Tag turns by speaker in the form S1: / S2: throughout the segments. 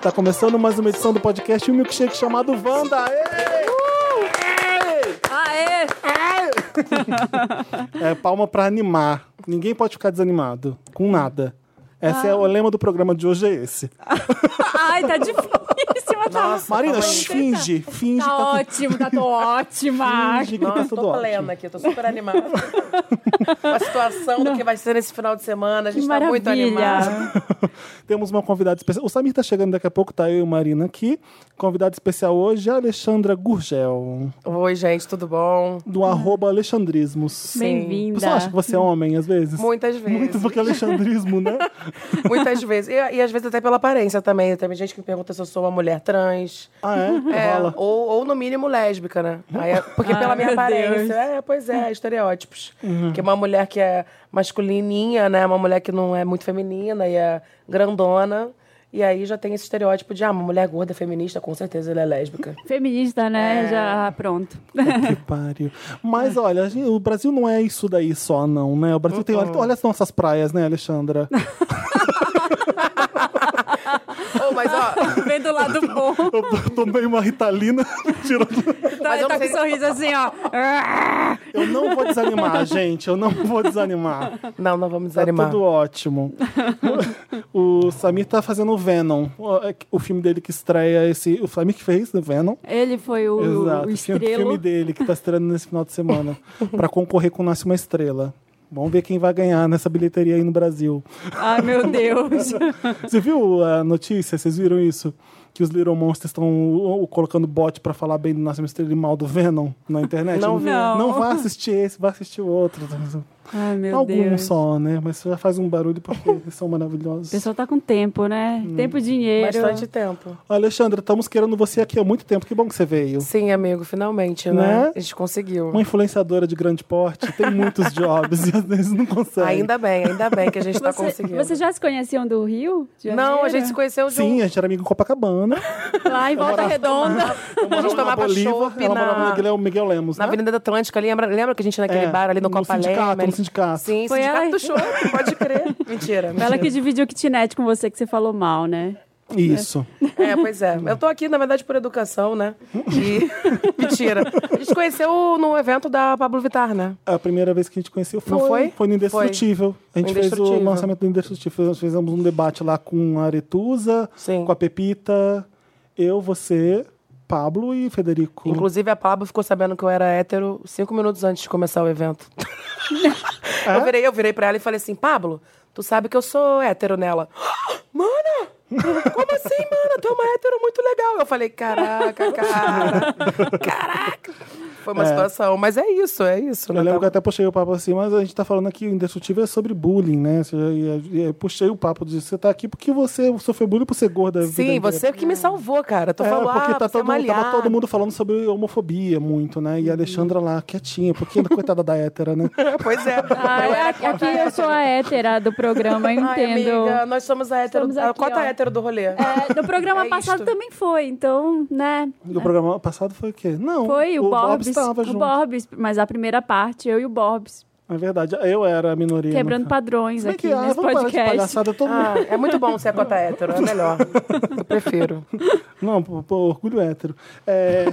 S1: Tá começando mais uma edição do podcast Um Milkshake chamado Wanda. Aê!
S2: Aê!
S1: É palma pra animar. Ninguém pode ficar desanimado com nada. Esse
S2: Ah.
S1: é o lema do programa de hoje, é esse.
S2: Ai, tá difícil. mas tá-
S1: Marina,
S2: Vamos
S1: finge, finge
S2: Tá
S1: que
S2: ótimo, tá tô ótima.
S1: tá, finge que tá
S3: Nossa,
S1: tudo
S3: tô
S1: ótimo.
S3: plena aqui, tô super animada. a situação do que vai ser nesse final de semana, a gente
S2: Que
S3: tá muito animada.
S2: maravilha.
S1: Temos uma convidada especial. O Samir tá chegando daqui a pouco, tá eu e Marina aqui. Convidada especial hoje é a Alexandra Gurgel,
S3: Oi, gente, tudo bom?
S1: do
S2: Ah.
S1: arroba Alexandrismos. O
S2: Bem-vinda.
S1: pessoal acha que você é homem, às vezes?
S3: Muitas vezes.
S1: Muito porque é alexandrismo, né?
S3: Muitas vezes. E, e às vezes até pela aparência também. Tem gente que me pergunta se eu sou uma mulher trans.
S1: Ah, é?
S3: É,
S1: Rola.
S3: ou, ou no mínimo lésbica, né? Aí é- porque
S2: Ai,
S3: pela minha
S2: meu
S3: aparência.
S2: Deus.
S3: É, pois é, estereótipos. Que uma mulher que é masculininha, né? Uma mulher que não é muito feminina e é grandona. E aí já tem esse estereótipo de, ah, uma mulher gorda feminista, com certeza ela é lésbica.
S2: Feminista,
S3: É.
S2: né? Já pronto.
S1: Que pariu. Mas olha, a gente- o Brasil não é isso daí só, não, né? O Brasil tem. Olha, olha as nossas praias, né, Alexandra?
S3: Oh, mas ó,
S2: Vem do lado bom.
S1: Eu tomei uma ritalina. tirou-
S2: Tá,
S3: Mas
S2: tá
S3: eu não
S2: com
S3: sei-
S2: um sorriso assim, ó.
S1: Eu não vou desanimar, gente. Eu não vou desanimar.
S3: Não, não vamos
S1: Tá
S3: desanimar.
S1: tudo ótimo. O Samir tá fazendo o Venom. O filme dele que estreia esse. O Samir que fez o Venom.
S2: Ele foi o,
S1: Exato.
S2: o
S1: O filme,
S2: estrelo.
S1: filme dele que tá estreando nesse final de semana. pra concorrer com Nasce uma Estrela. Vamos ver quem vai ganhar nessa bilheteria aí no Brasil.
S2: Ai, meu Deus.
S1: Você viu a notícia? Vocês viram isso? Que os Little Monsters estão uh, uh, colocando bot pra falar bem do Nascimento Estrela e mal do Venom na internet?
S3: Não vi.
S2: Não.
S1: Não vá assistir esse, vá assistir o outro.
S2: Ai, meu
S1: Algum
S2: Deus.
S1: só, né? Mas já faz um barulho porque eles são maravilhosos.
S2: O pessoal tá com tempo, né? Tempo e dinheiro.
S3: Hum. Bastante tempo.
S1: Alexandra, estamos querendo você aqui há muito tempo. Que bom que você veio.
S3: Sim, amigo, finalmente, né?
S1: Né?
S3: A gente conseguiu.
S1: Uma influenciadora de grande porte tem muitos jobs e às vezes não consegue.
S3: Ainda bem, ainda bem que a gente tá
S2: Você-
S3: conseguindo.
S2: Vocês já se conheciam do Rio? de
S3: Não, a
S2: Janeiro?
S3: gente se conheceu de
S1: Sim,
S3: um...
S1: a gente era amigo em Copacabana.
S2: Lá em Volta Redonda.
S3: A gente
S1: Na
S3: tomava
S1: Bolívar,
S3: chopp
S1: ela morava na
S3: na...
S1: Miguel, Miguel Lemos,
S3: na
S1: né?
S3: Avenida da Atlântica ali. Lembra, lembra que a gente ia
S1: É,
S3: naquele bar ali no,
S1: no
S3: Copa
S1: sindicato,
S3: Leme?
S1: no sindicato.
S3: Sim,
S2: Foi
S3: sindicato
S2: ela-
S3: do show, pode crer. Mentira, mentira.
S2: Ela que dividiu kitnet com você que você falou mal, né?
S1: Isso.
S3: É, pois é. Eu tô aqui, na verdade, por educação, né? E... mentira. A gente se conheceu no evento da Pablo Vittar, né?
S1: A primeira vez que a gente conheceu foi,
S3: Não foi?
S1: foi no Indestrutível. A gente fez o
S3: Indestrutível.
S1: lançamento do Indestrutível. Nós fizemos um debate lá com a Aretusa,
S3: Sim.
S1: com a Pepita, eu, você, Pablo e Federico.
S3: Inclusive, a Pablo ficou sabendo que eu era hétero cinco minutos antes de começar o evento.
S1: É?
S3: Eu, virei, eu virei pra ela e falei assim, Pablo, tu sabe que eu sou hétero nela. Mana! Como assim, mana? Tu é uma hétero muito legal. Eu falei, caraca, cara. Caraca! Foi uma situação. Mas é isso, é isso.
S1: Eu
S3: né?
S1: lembro que eu
S3: Tá-
S1: até puxei o papo assim, mas a gente tá falando aqui, o Indestrutível é sobre bullying, né? Você- e- e- Eu puxei o papo de você tá aqui porque você sofreu bullying por ser gorda. a vida
S3: Sim,
S1: inteira.
S3: você é que me salvou, cara. Tu
S1: É,
S3: falou,
S1: porque
S3: ah,
S1: tá
S3: você é
S1: todo, tava
S3: malhado.
S1: todo mundo falando sobre homofobia muito, né? E a Alexandra lá, quietinha, porque coitada da hétera, né?
S3: Pois é.
S2: Ah,
S3: Eu
S2: é-
S3: era
S2: aqui eu sou a hétera do programa, eu
S3: Ai,
S2: entendo.
S3: amiga, nós somos a hétero.
S2: Estamos aqui,
S3: a cota
S2: ó.
S3: hétero do rolê.
S2: É, no programa
S3: É
S2: passado
S3: isto.
S2: também foi, então, né?
S1: No programa passado foi o quê? Não,
S2: Foi o, Borbs.
S1: estava
S2: o
S1: junto.
S2: Borbs, mas a primeira parte, eu e o Borbs,
S1: É verdade, eu era a minoria.
S2: quebrando
S1: né?
S2: padrões
S1: Se bem
S2: aqui
S1: que, ah,
S2: nesse
S1: vamos parar de
S2: podcast.
S1: palhaçada, todo mundo-
S3: Ah, é muito bom ser a cota hétero, é melhor. Eu prefiro.
S2: Ah.
S1: Não, pô, pô, orgulho hétero. É,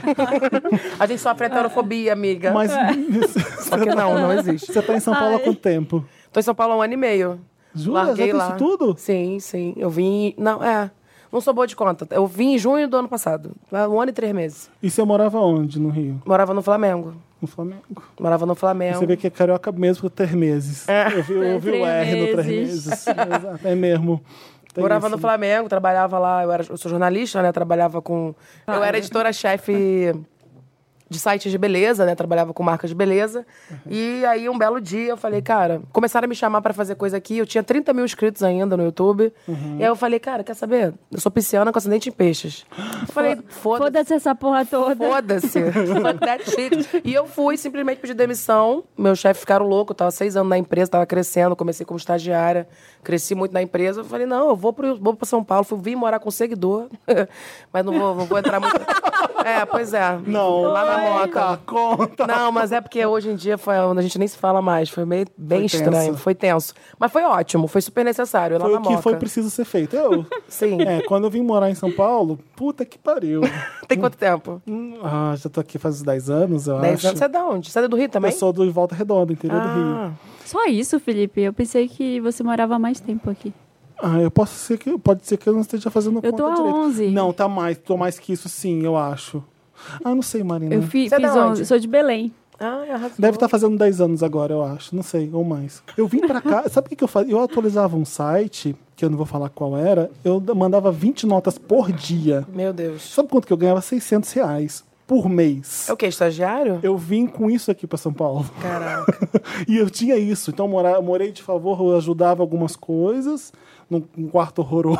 S3: A gente sofre heterofobia, amiga.
S1: mas
S3: Só que não, não existe.
S1: você tá em São Paulo há
S2: É. Ai.
S1: quanto tempo?
S3: Tô em São Paulo há um ano e meio.
S1: Jura? Já tem isso tudo?
S3: Sim, sim. Eu vim. Não, é. Não sou boa de conta. Eu vim em junho do ano passado. Lá, Um ano e três meses.
S1: E você morava onde no Rio?
S3: Morava no Flamengo.
S1: No Flamengo.
S3: Morava no Flamengo.
S1: Você vê que é carioca mesmo por três meses.
S3: É.
S1: Eu vi, eu vi o R do três
S2: Três
S1: meses. Exato, é mesmo. Tem
S3: Morava
S1: isso,
S3: no
S1: né?
S3: Flamengo, trabalhava lá, eu, era, eu sou jornalista, né? Trabalhava com.
S1: Ah,
S3: Eu
S1: é.
S3: era editora-chefe de sites de beleza, né? Trabalhava com marcas de beleza.
S1: Uhum.
S3: E aí, um belo dia, eu falei, cara, começaram a me chamar pra fazer coisa aqui. Eu tinha 30 mil inscritos ainda no YouTube.
S1: Uhum.
S3: E aí eu falei, cara, quer saber? Eu sou pisciana com ascendente em peixes. Eu falei, foda-se.
S2: Foda-se essa porra toda.
S3: Foda-se. That's it. E eu fui, simplesmente pedi demissão. Meus chefes ficaram loucos, eu tava seis anos na empresa, tava crescendo, comecei como estagiária, cresci muito na empresa. Eu falei, não, eu vou, pro, vou pra São Paulo, fui, vim morar com seguidor. Mas não vou, não vou entrar muito. É, pois é.
S1: Não.
S3: Lá na Moca.
S1: Conta.
S3: Não, mas é porque hoje em dia foi onde a gente nem se fala mais. Foi meio bem
S1: Foi
S3: estranho,
S1: tenso.
S3: foi tenso. Mas foi ótimo, foi super necessário. Lá
S1: Foi
S3: na
S1: o que
S3: Moca.
S1: foi preciso ser feito. Eu,
S3: Sim.
S1: é, quando eu vim morar em São Paulo, puta que pariu.
S3: Tem quanto tempo?
S1: Hum, ah, já tô aqui faz uns 10 anos, eu
S3: 10
S1: acho.
S2: tá
S3: anos. Você é da onde? Você é do Rio também?
S1: Eu sou do Volta Redonda, interior do Rio.
S3: Ah,
S2: Só isso, Felipe. Eu pensei que você morava mais tempo aqui.
S1: Ah, eu posso ser que pode ser que eu não esteja fazendo
S2: Eu
S1: conta
S2: tô a
S1: direito.
S2: 11.
S1: Não, tá mais, tô mais que isso sim, eu acho. Ah, não sei, Marina.
S2: Eu fi-
S3: Você é da
S2: fiz
S3: onde?
S2: 11. Sou de Belém.
S3: ah, arrasou.
S1: Deve estar fazendo 10 anos agora, eu acho. Não sei, ou mais. Eu vim pra cá, sabe o que, que eu fazia? Eu atualizava um site, que eu não vou falar qual era, eu mandava 20 notas por dia.
S3: Meu Deus.
S1: Sabe quanto que eu ganhava? 600 reais por mês.
S3: É o quê? Estagiário?
S1: Eu vim com isso aqui pra São Paulo.
S3: Caraca.
S1: E eu tinha isso. Então, eu mora- morei de favor, eu ajudava algumas coisas, num num quarto horroroso,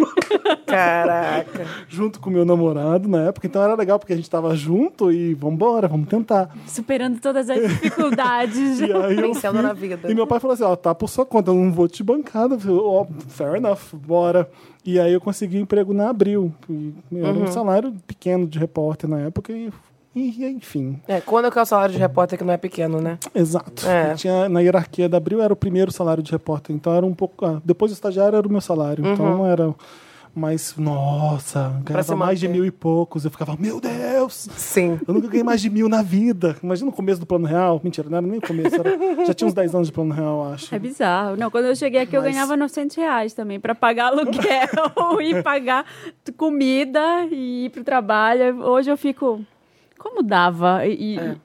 S3: Caraca.
S1: junto com meu namorado na época. Então, era legal, porque a gente tava junto e vambora, vamos tentar.
S2: Superando todas as dificuldades.
S1: E aí eu
S3: Vencendo
S1: fui-
S3: na vida.
S1: E meu pai falou assim, ó, tá por sua conta, eu não vou te bancar. Eu falei, ó, fair enough, bora. E aí eu consegui um emprego na Abril. E Era um salário pequeno de repórter na época e... e, enfim,
S3: É, quando é que é o salário de repórter que não é pequeno, né?
S1: exato.
S3: É.
S1: Eu Tinha, na hierarquia da Abril era o primeiro salário de repórter, então era um pouco. ah, depois do estagiário era o meu salário, então não era. Mas, nossa,
S3: Uhum. se
S1: ganhava mais de
S3: manter.
S1: mil e poucos. Eu ficava, meu Deus!
S3: Sim.
S1: Eu nunca ganhei mais de mil na vida. Imagina o começo do plano real. Mentira, não era nem o começo. era- já tinha uns 10 anos de plano real, eu acho.
S2: É bizarro. Não, quando eu cheguei aqui, eu
S1: Mas-
S2: ganhava 900 reais também pra pagar aluguel e pagar t- comida e ir pro trabalho. Hoje eu fico. Como dava? E, e-
S3: É.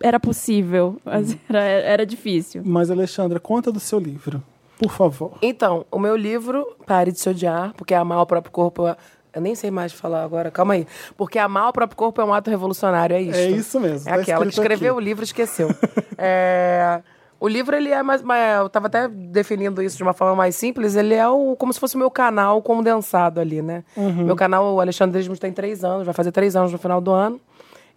S2: Era possível. Mas
S3: Hum.
S2: era, era difícil.
S1: Mas, Alexandra, conta do seu livro, por favor.
S3: Então, o meu livro, Pare de Se Odiar, porque amar o próprio corpo. é- Eu nem sei mais falar agora, calma aí. Porque amar o próprio corpo é um ato revolucionário, é isso.
S1: É isso mesmo,
S3: É
S1: tá
S3: aquela que
S1: escrito
S3: escreveu
S1: aqui.
S3: o livro e esqueceu. É, O livro, ele é mais, mais- Eu tava até definindo isso de uma forma mais simples. Ele é o, como se fosse o meu canal condensado ali, né? Meu canal, o Alexandrismo, tem três anos, vai fazer três anos no final do ano.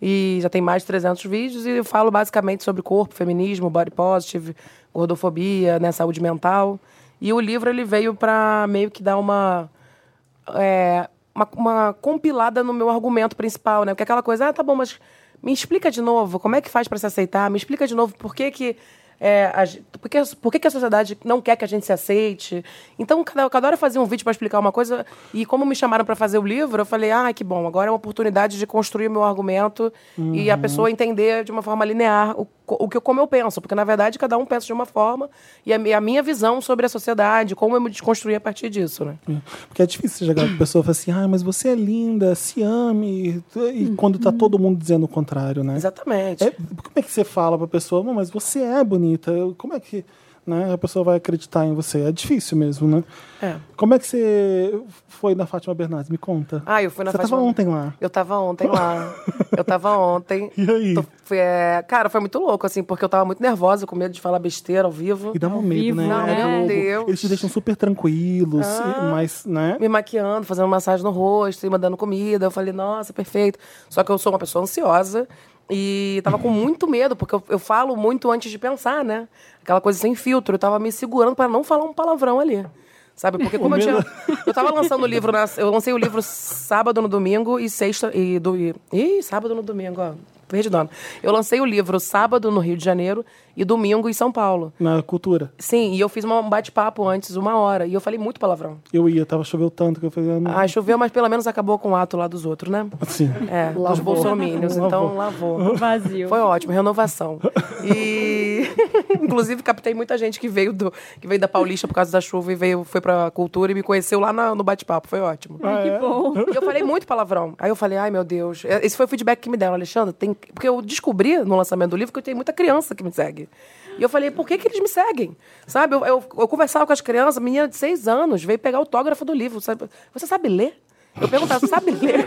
S3: E já tem mais de 300 vídeos. E eu falo basicamente sobre corpo, feminismo, body positive, gordofobia, né, saúde mental. E o livro, ele veio pra meio que dar uma é, uma, uma compilada no meu argumento principal, né? Porque aquela coisa, ah, tá bom, mas me explica de novo como é que faz para se aceitar, me explica de novo por que que. é, a ge- por, que, por que que a sociedade não quer que a gente se aceite? Então, cada, cada hora eu fazia um vídeo para explicar uma coisa, e como me chamaram para fazer o livro, eu falei: ah, que bom, agora é uma oportunidade de construir o meu argumento e a pessoa entender de uma forma linear o, co- o que eu- como eu penso, porque na verdade cada um pensa de uma forma e a, mi- a minha visão sobre a sociedade, como eu me desconstruí a partir disso. Né?
S1: Porque é difícil chegar pra pessoa e falar assim, ah, mas você é linda, se ame. E quando
S3: Uhum.
S1: tá todo mundo dizendo o contrário, né?
S3: Exatamente.
S1: É, como é que você fala pra pessoa, "Não, mas você é bonita? Como é que né, a pessoa vai acreditar em você? É difícil mesmo, né?
S3: É.
S1: Como é que você foi na Fátima Bernardes? Me conta.
S3: Ah, eu fui na
S1: Você
S3: Fátima-
S1: tava ontem lá.
S3: Eu tava ontem lá. Eu tava ontem.
S1: E aí?
S3: Tô- fui, é, Cara, foi muito louco, assim, porque eu tava muito nervosa, com medo de falar besteira ao vivo.
S1: E dá um
S2: Ao
S1: medo,
S2: vivo,
S1: né?
S2: né?
S1: É
S2: Meu
S1: Globo.
S3: Deus. Ah.
S1: Eles te deixam super tranquilos, e- mas, né?
S3: Me maquiando, fazendo massagem no rosto e mandando comida. Eu falei, nossa, perfeito. Só que eu sou uma pessoa ansiosa e tava com muito medo, porque eu, eu falo muito antes de pensar, né? Aquela coisa sem filtro. Eu tava me segurando pra não falar um palavrão ali. Sabe? Porque como eu tinha. Eu tava lançando o livro. na- eu lancei o livro sábado no domingo e sexta. E do, e, ih, sábado no domingo, ó. Perdidona. Eu lancei o livro sábado no Rio de Janeiro e domingo em São Paulo.
S1: Na cultura.
S3: Sim, e eu fiz uma- um bate-papo antes, uma hora. E eu falei muito palavrão.
S1: Eu ia, tava chovendo tanto que eu falei, ah, não.
S3: Ah, choveu, mas pelo menos acabou com o ato lá dos outros, né?
S1: assim.
S3: É, dos bolsominions. Então, lavou.
S2: Vazio.
S3: Foi ótimo, renovação. E inclusive captei muita gente que veio do que veio da Paulista por causa da chuva e veio foi pra cultura e me conheceu lá na- no bate-papo, foi ótimo.
S2: Ai, que
S1: é?
S2: bom.
S3: E eu falei muito palavrão. Aí eu falei, ai meu Deus. É, Esse foi o feedback que me deram, Alexandre. Tem... Porque eu descobri no lançamento do livro que eu tenho muita criança que me segue. E eu falei, por que, que eles me seguem? Sabe? Eu, eu, eu conversava com as crianças, menina de seis anos, veio pegar autógrafo do livro. Sabe? Você sabe ler? Eu perguntava, sabe ler?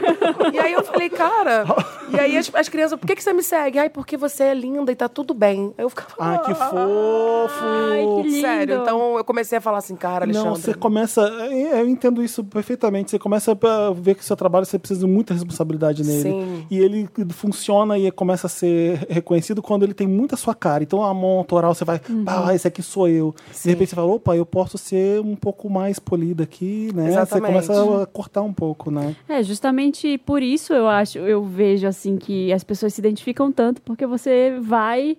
S3: E aí eu falei, cara. E aí as, as crianças, por que, que você me segue? Ai, porque você é linda e tá tudo bem. Aí eu ficava.
S1: Ai, "Ah, que fofo!
S2: Ai, que lindo.
S3: Sério, então eu comecei a falar assim, cara, Alexandre.
S1: Não, você começa. Eu eu entendo isso perfeitamente. Você começa a ver que o seu trabalho você precisa de muita responsabilidade nele.
S3: Sim.
S1: E ele funciona e começa a ser reconhecido quando ele tem muita sua cara. Então a mão autoral você vai,
S3: Uhum.
S1: ah, esse aqui sou eu. De repente você fala, opa, eu posso ser um pouco mais polida aqui, né?
S3: Exatamente.
S1: Você começa a cortar um pouco. pouco, né?
S2: É, justamente por isso eu acho, eu vejo assim que as pessoas se identificam tanto, porque você vai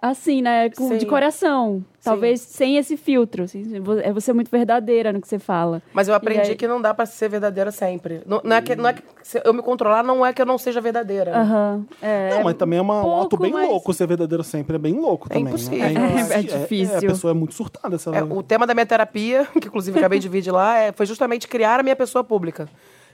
S2: assim, né, com-
S3: Sim.
S2: de coração, talvez sem esse filtro, assim, vo- é você muito verdadeira no que você fala.
S3: Mas eu
S2: E
S3: aprendi
S2: aí-
S3: que não dá pra ser verdadeira sempre. Não, não é que, não é que se eu me controlar não é que eu não seja verdadeira.
S2: Aham. É,
S1: Não, mas também é uma, um ato
S2: pouco,
S1: bem
S2: mas-
S1: louco ser verdadeiro sempre. É bem louco também. né?
S3: impossível.
S2: É, é
S1: É, a
S2: difícil.
S1: pessoa é muito surtada. Se ela...
S3: É, o tema da minha terapia, que inclusive acabei de vir de lá, é, foi justamente criar a minha pessoa pública.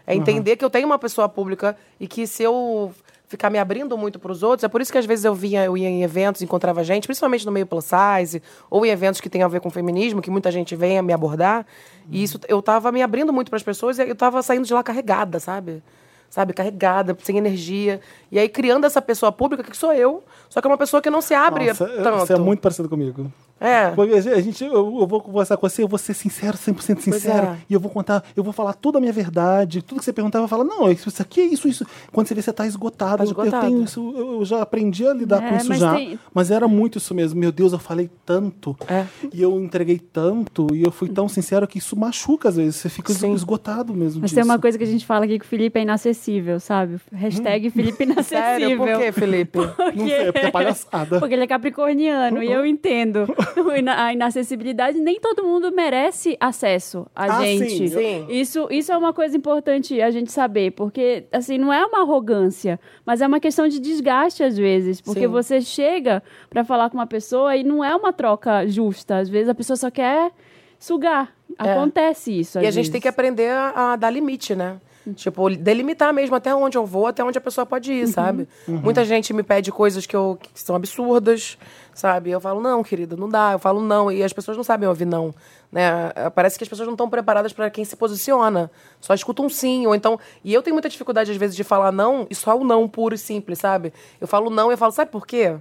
S3: É
S1: Uhum.
S3: entender que eu tenho uma pessoa pública e que se eu ficar me abrindo muito para os outros, é por isso que às vezes eu vinha, eu ia em eventos, encontrava gente, principalmente no meio plus size, ou em eventos que tem a ver com feminismo, que muita gente vem a me abordar, e isso eu tava me abrindo muito para as pessoas e eu tava saindo de lá carregada, sabe? Sabe, carregada, sem energia. E aí criando essa pessoa pública que sou eu, só que é uma pessoa que não se abre
S1: Nossa,
S3: tanto.
S1: Você é muito parecido comigo.
S3: É.
S1: Porque a gente, eu, eu vou conversar com você, eu vou ser sincero, 100% sincero.
S3: é.
S1: E eu vou contar, eu vou falar toda a minha verdade. Tudo que você perguntar, eu vou falar, não, isso isso aqui, é isso, isso. Quando você vê, você tá esgotado.
S3: Tá
S1: Eu- Eu,
S3: esgotado.
S1: tenho isso, eu eu já aprendi a lidar
S2: É,
S1: com isso
S2: mas
S1: já.
S2: tem-
S1: Mas era muito isso mesmo. Meu Deus, eu falei tanto.
S3: É.
S1: E eu entreguei tanto. E eu fui tão sincero que isso machuca às vezes. Você fica
S3: Sim.
S1: esgotado mesmo
S2: Mas
S1: disso.
S2: tem uma coisa que a gente fala aqui que o Felipe é inacessível, sabe? Hashtag Felipe inacessível.
S3: Hum. Sério, por quê, Felipe?
S1: Não sei, é porque é palhaçada.
S2: Porque ele é capricorniano e eu entendo. O ina- A inacessibilidade, nem todo mundo merece acesso a
S1: Ah,
S2: gente.
S1: sim,
S3: sim.
S2: Isso, isso é uma coisa importante a gente saber, porque assim, não é uma arrogância, mas é uma questão de desgaste às vezes. Porque
S3: Sim.
S2: você chega pra falar com uma pessoa e não é uma troca justa. Às vezes a pessoa só quer sugar.
S3: É.
S2: Acontece isso.
S3: E a gente tem que aprender a, a dar limite, né? Tipo, delimitar mesmo até onde eu vou, até onde a pessoa pode ir, sabe? Muita gente me pede coisas que, eu, que são absurdas, sabe? Eu falo, não, querida, não dá. Eu falo, não. E as pessoas não sabem ouvir não, né? Eh, Parece que as pessoas não estão preparadas para quem se posiciona. Só escuta um sim, ou então... E eu tenho muita dificuldade, às vezes, de falar não, e só o não puro e simples, sabe? Eu falo não e eu falo, sabe por quê?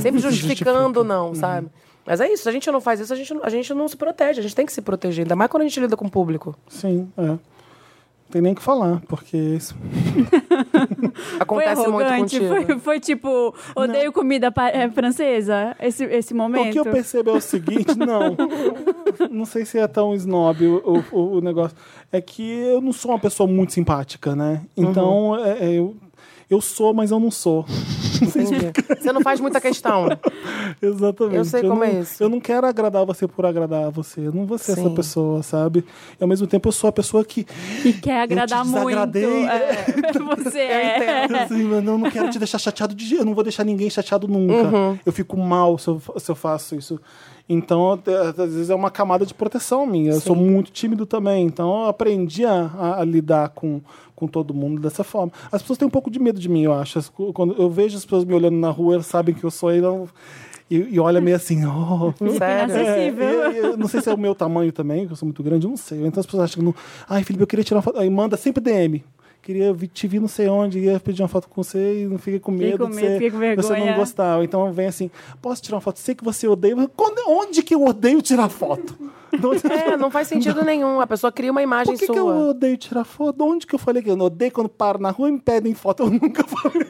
S3: Sempre justificando o não, sabe? Mas é isso, se a gente não faz isso, a gente, não- a gente não se protege, a gente tem que se proteger, ainda mais quando a gente lida com o público.
S1: Sim, é. Não tem nem o que falar, porque isso
S2: Foi
S3: Acontece muito
S2: arrogante,
S3: contigo.
S2: foi, foi tipo, odeio comida pa- é, francesa, esse, esse momento.
S1: O que eu percebo é o seguinte, não. Não sei se é tão snob o, o- o negócio. É que eu não sou uma pessoa muito simpática, né? Então, é- é, eu, eu sou, mas eu não sou.
S3: Entendi. Você não faz muita questão.
S1: Exatamente.
S3: Eu sei como
S1: não,
S3: é isso.
S1: Eu não quero agradar você por agradar você. Eu não vou ser essa
S3: Sim.
S1: pessoa, sabe? E, ao mesmo tempo, eu sou a pessoa que.
S2: que quer agradar muito.
S1: desagradei.
S2: É, você é.
S1: Assim, mas eu não quero te deixar chateado de jeito- Eu não vou deixar ninguém chateado nunca. Eu fico mal se eu, fa- se eu faço isso. Então, até- às vezes é uma camada de proteção minha. Eu sou muito tímido também. Então, eu aprendi a, a- a lidar com, com todo mundo dessa forma. As pessoas têm um pouco de medo de mim, eu acho. As- Quando eu vejo as pessoas me olhando na rua, elas sabem que eu sou aí. elas- E, e olha meio assim, oh,
S3: Sério.
S2: Inacessível.
S1: é,
S2: Acessível.
S1: e- e eu não sei se é o meu tamanho também, que eu sou muito grande, eu não sei. Então as pessoas acham que não. Ai, Felipe, eu queria tirar uma foto. Aí manda sempre DM. Queria vi- te vir não sei onde, ia pedir uma foto com você e não fica com medo,
S2: com
S1: de
S2: medo,
S1: você,
S2: fica com
S1: de você
S2: vergonha.
S1: não gostar. Ou Então vem assim, posso tirar uma foto? Sei que você odeia, mas quando- onde que eu odeio tirar foto? De onde-
S3: É, não faz sentido nenhum. A pessoa cria uma imagem
S1: Por que, é um
S3: sua.
S1: que eu odeio tirar foto? De Onde que eu falei que eu não odeio quando paro na rua e me pedem foto? Eu nunca falei.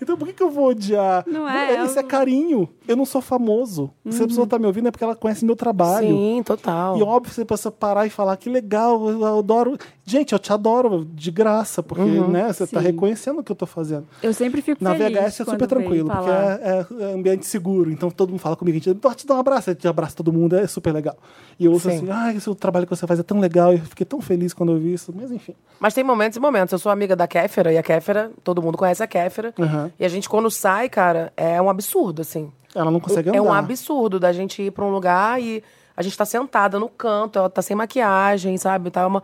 S1: Então por que, que eu vou odiar?
S2: Não é, Uhum.
S1: Isso é
S2: eu-
S1: carinho. Eu não sou famoso. Se a pessoa tá me ouvindo é porque ela conhece meu trabalho.
S3: Sim, total.
S1: E óbvio, você precisa parar e falar que legal, eu eu adoro. Gente, eu te adoro de graça, porque
S3: Uhum.
S1: né, você está
S2: Sim.
S1: reconhecendo o que eu tô fazendo.
S2: Eu sempre fico
S1: Na
S2: feliz.
S1: VHS é
S2: quando
S1: super
S2: vem
S1: tranquilo, porque
S2: falar.
S1: é, é- é ambiente seguro. Então todo mundo fala comigo, gente, eu te dou um abraço, eu te abraço todo mundo, é super legal. E eu ouço
S3: Sim.
S1: assim, ah, esse trabalho que você faz é tão legal, eu fiquei tão feliz quando eu vi isso, mas enfim.
S3: Mas tem momentos e momentos. Eu sou amiga da Kéfera e a Kéfera, todo mundo conhece a Kéfera.
S1: Uhum.
S3: E a gente, quando sai, cara, é um absurdo, assim.
S1: Ela não consegue andar.
S3: É um absurdo da gente ir pra um lugar e a gente tá sentada no canto, ela tá sem maquiagem, sabe? Tá uma,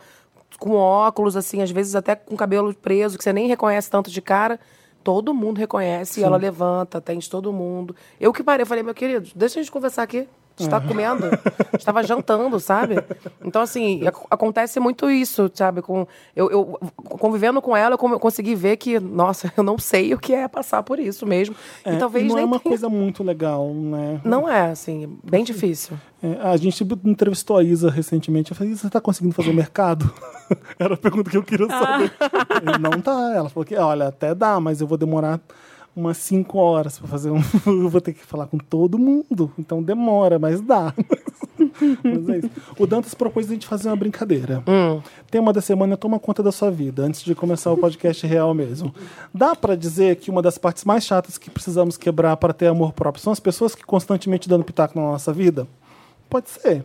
S3: com óculos, assim, às vezes até com cabelo preso, que você nem reconhece tanto de cara. Todo mundo reconhece e ela levanta, atende todo mundo. Eu que parei, eu falei, meu querido, deixa a gente conversar aqui.
S1: É.
S3: A gente tá comendo, a gente tava jantando, sabe? Então, assim, ac- acontece muito isso, sabe? Com, eu, eu- convivendo com ela, eu come- eu consegui ver que, nossa, eu não sei o que é passar por isso mesmo.
S1: É,
S3: e talvez
S1: não
S3: nem
S1: é uma
S3: tenha
S1: coisa muito legal, né?
S3: não é, assim, bem difícil.
S1: É, a gente entrevistou a Isa recentemente. Eu falei, Isa, você tá conseguindo fazer mercado? Era a pergunta que eu queria saber. Ele, não tá. Ela falou que, olha, até dá, mas eu vou demorar umas cinco horas para fazer um. eu vou ter que falar com todo mundo. Então demora, mas dá. Mas é isso. O Dantas propôs a gente fazer uma brincadeira. Tema da semana é toma conta da sua vida, antes de começar o podcast real mesmo. Dá pra dizer que uma das partes mais chatas que precisamos quebrar para ter amor próprio são as pessoas que constantemente dando pitaco na nossa vida? Pode ser.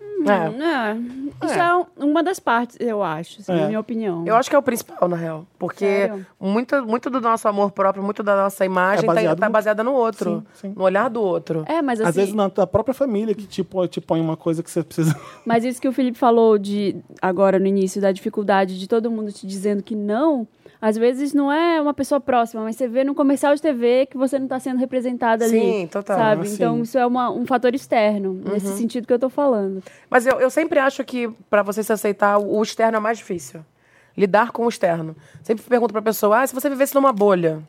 S2: Hum,
S3: É.
S2: É, Isso é um- uma das partes, eu acho, assim,
S1: É.
S2: na minha opinião.
S3: Eu acho que é o principal, na real. Porque
S2: Sério?
S3: muito, muito do nosso amor próprio, muito da nossa imagem
S1: É
S3: tá-
S1: baseado
S3: tá,
S1: no-
S3: baseada no outro.
S1: Sim, sim.
S3: No olhar do outro.
S2: É, mas
S1: Às
S2: assim,
S1: vezes na na própria família que tipo, te põe uma coisa que você precisa.
S2: mas isso que o Felipe falou de agora no início da dificuldade de todo mundo te dizendo que não, às vezes não é uma pessoa próxima, mas você vê num comercial de TV que você não tá sendo representada ali.
S3: Sim, Uhum. total.
S2: Sabe?
S1: Ah, sim.
S2: Então isso é uma- um fator externo, nesse sentido que eu tô falando.
S3: Mas eu, eu sempre acho que pra você se aceitar, o, o externo é mais difícil. Lidar com o externo. Sempre pergunto pra pessoa, ah, se você vivesse numa bolha.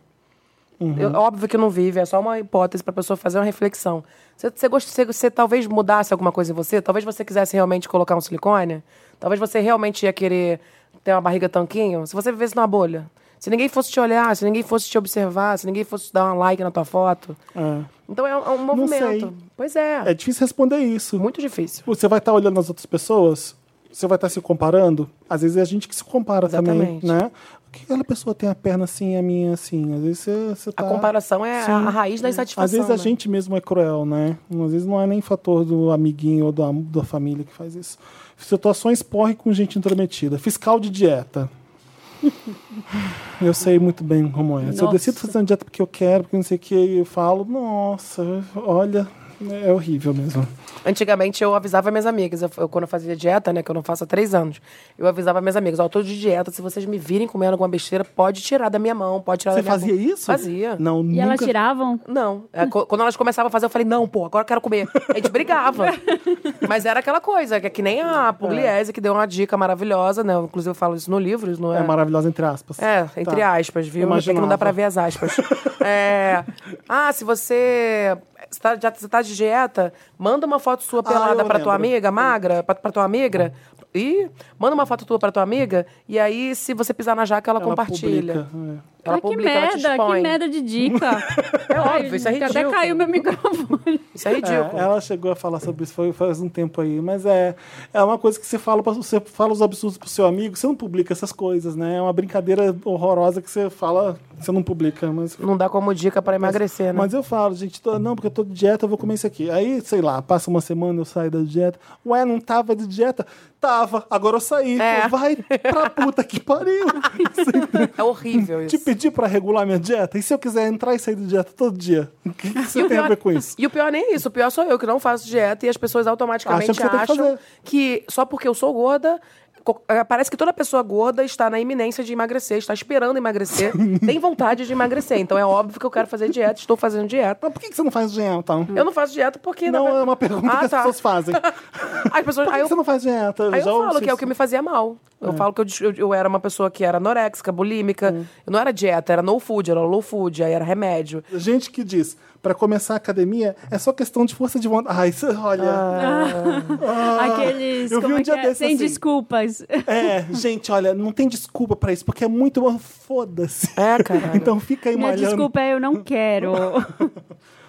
S1: Uhum.
S3: Eu- óbvio que não vive, é só uma hipótese pra pessoa fazer uma reflexão. Você, você, gost- você, você talvez mudasse alguma coisa em você, talvez você quisesse realmente colocar um silicone, talvez você realmente ia querer ter uma barriga tanquinho, se você vivesse numa bolha. Se ninguém fosse te olhar, se ninguém fosse te observar, se ninguém fosse dar um like na tua foto.
S1: É.
S3: Então é um, é um movimento.
S1: sei.
S3: Pois é,
S1: É difícil responder isso.
S3: muito difícil.
S1: Você vai estar olhando as outras pessoas, você vai estar se comparando. Às vezes é a gente que se compara
S3: Exatamente.
S1: também, né? O que aquela pessoa tem a perna assim, a minha assim. Às vezes você, você
S3: A
S1: tá-
S3: comparação é a-
S1: Sim.
S3: a, raiz da
S1: Às
S3: insatisfação.
S1: vezes a
S3: né?
S1: gente mesmo é cruel, né? Às vezes não é nem fator do amiguinho ou da, da família que faz isso. Situações porre com gente intrometida. Fiscal de dieta. Eu sei muito bem como é. Se eu
S2: Nossa.
S1: decido fazer uma dieta porque eu quero, porque não sei o que, eu falo, nossa, olha, é horrível mesmo.
S3: Antigamente eu avisava minhas amigas, eu, eu- quando eu fazia dieta, né, que eu não faço há três anos, eu avisava minhas amigas, ó, eu tô de dieta, se vocês me virem comendo alguma besteira, pode tirar da minha mão, pode tirar
S1: Você
S3: da minha
S1: fazia
S3: boca."
S1: isso?
S3: é Fazia.
S1: Não,
S2: E
S1: nunca.
S2: elas tiravam?
S3: Não. É, co- quando elas começavam a fazer, eu falei, não, pô, agora eu quero comer. A gente brigava. Mas era aquela coisa, que, que nem
S1: É.
S3: a Pugliese, que deu uma dica maravilhosa, né? Eu, inclusive eu falo isso no livro, isso não
S1: É maravilhosa, entre aspas.
S3: É, entre
S1: Tá.
S3: aspas, viu?
S1: Imaginava.
S3: Até que não dá pra ver as aspas. É, ah, se você você tá, já, você tá de dieta, manda uma foto sua pelada
S1: Ah, eu
S3: pra tua
S1: lembro. Hum.
S3: amiga magra, pra, pra tua amiga. Ih, manda uma foto tua pra tua amiga, e aí se você pisar na jaca, ela,
S1: Ela
S3: compartilha.
S1: publica, é.
S3: Ela
S2: ah, que
S3: publica, ela te
S2: merda,
S3: expõe.
S2: que merda de dica.
S3: É
S2: Ai,
S3: óbvio, isso é
S2: gente,
S3: ridículo.
S2: Até caiu meu microfone.
S3: Isso é ridículo.
S1: É, ela chegou a falar sobre isso foi- faz um tempo aí, mas é, é uma coisa que você fala, pra- você fala os absurdos pro seu amigo, você não publica essas coisas, né? É uma brincadeira horrorosa que você fala, você não publica, mas.
S3: Não dá como dica pra emagrecer, né?
S1: Mas eu falo, gente, tô- não, porque eu tô de dieta, eu vou comer isso aqui. Aí, sei lá, passa uma semana, eu saio da dieta. Ué, não tava de dieta? Tava, agora eu saí.
S3: É.
S1: Pô, Vai pra puta que pariu.
S3: É horrível isso.
S1: Te pedi pra regular minha dieta? E se eu quiser entrar e sair de dieta todo dia? O que que você tem a ver com isso?
S3: E o pior nem isso, o pior sou eu que não faço dieta e as pessoas automaticamente
S1: Acham que você tem que
S3: acham
S1: fazer.
S3: que, só porque eu sou gorda, co- eh, parece que toda pessoa gorda está na iminência de emagrecer, está esperando emagrecer, tem vontade de emagrecer. Então é óbvio que eu quero fazer dieta, estou fazendo dieta.
S1: Mas por que que você não faz dieta, então?
S3: Eu não faço dieta porque na
S1: Não,
S3: ver-
S1: é uma pergunta
S3: Ah,
S1: que as
S3: tá.
S1: pessoas fazem.
S3: As pessoas
S1: Por que
S3: aí eu,
S1: você não faz dieta?
S3: aí eu
S1: Já
S3: falo
S1: ouvi
S3: que é o
S1: isso. É.
S3: que me fazia mal. Eu falo que eu, des- eu, eu era uma pessoa que era anoréxica, bulímica.
S1: Hum.
S3: Eu não era dieta, era no food, era low food, aí era remédio.
S1: Gente que diz, pra começar a academia, é só questão de força de vontade. Ai, isso,
S3: Ah.
S1: olha...
S2: Aqueles.
S1: eu vi
S2: como
S1: um
S2: é
S1: dia
S2: que é?
S1: desse,
S2: Sem
S1: assim.
S2: desculpas.
S1: É, gente, olha, não tem desculpa pra isso, porque é muito... Foda-se.
S3: É, cara.
S1: Então fica aí
S2: Minha
S1: malhando.
S2: desculpa é eu não quero.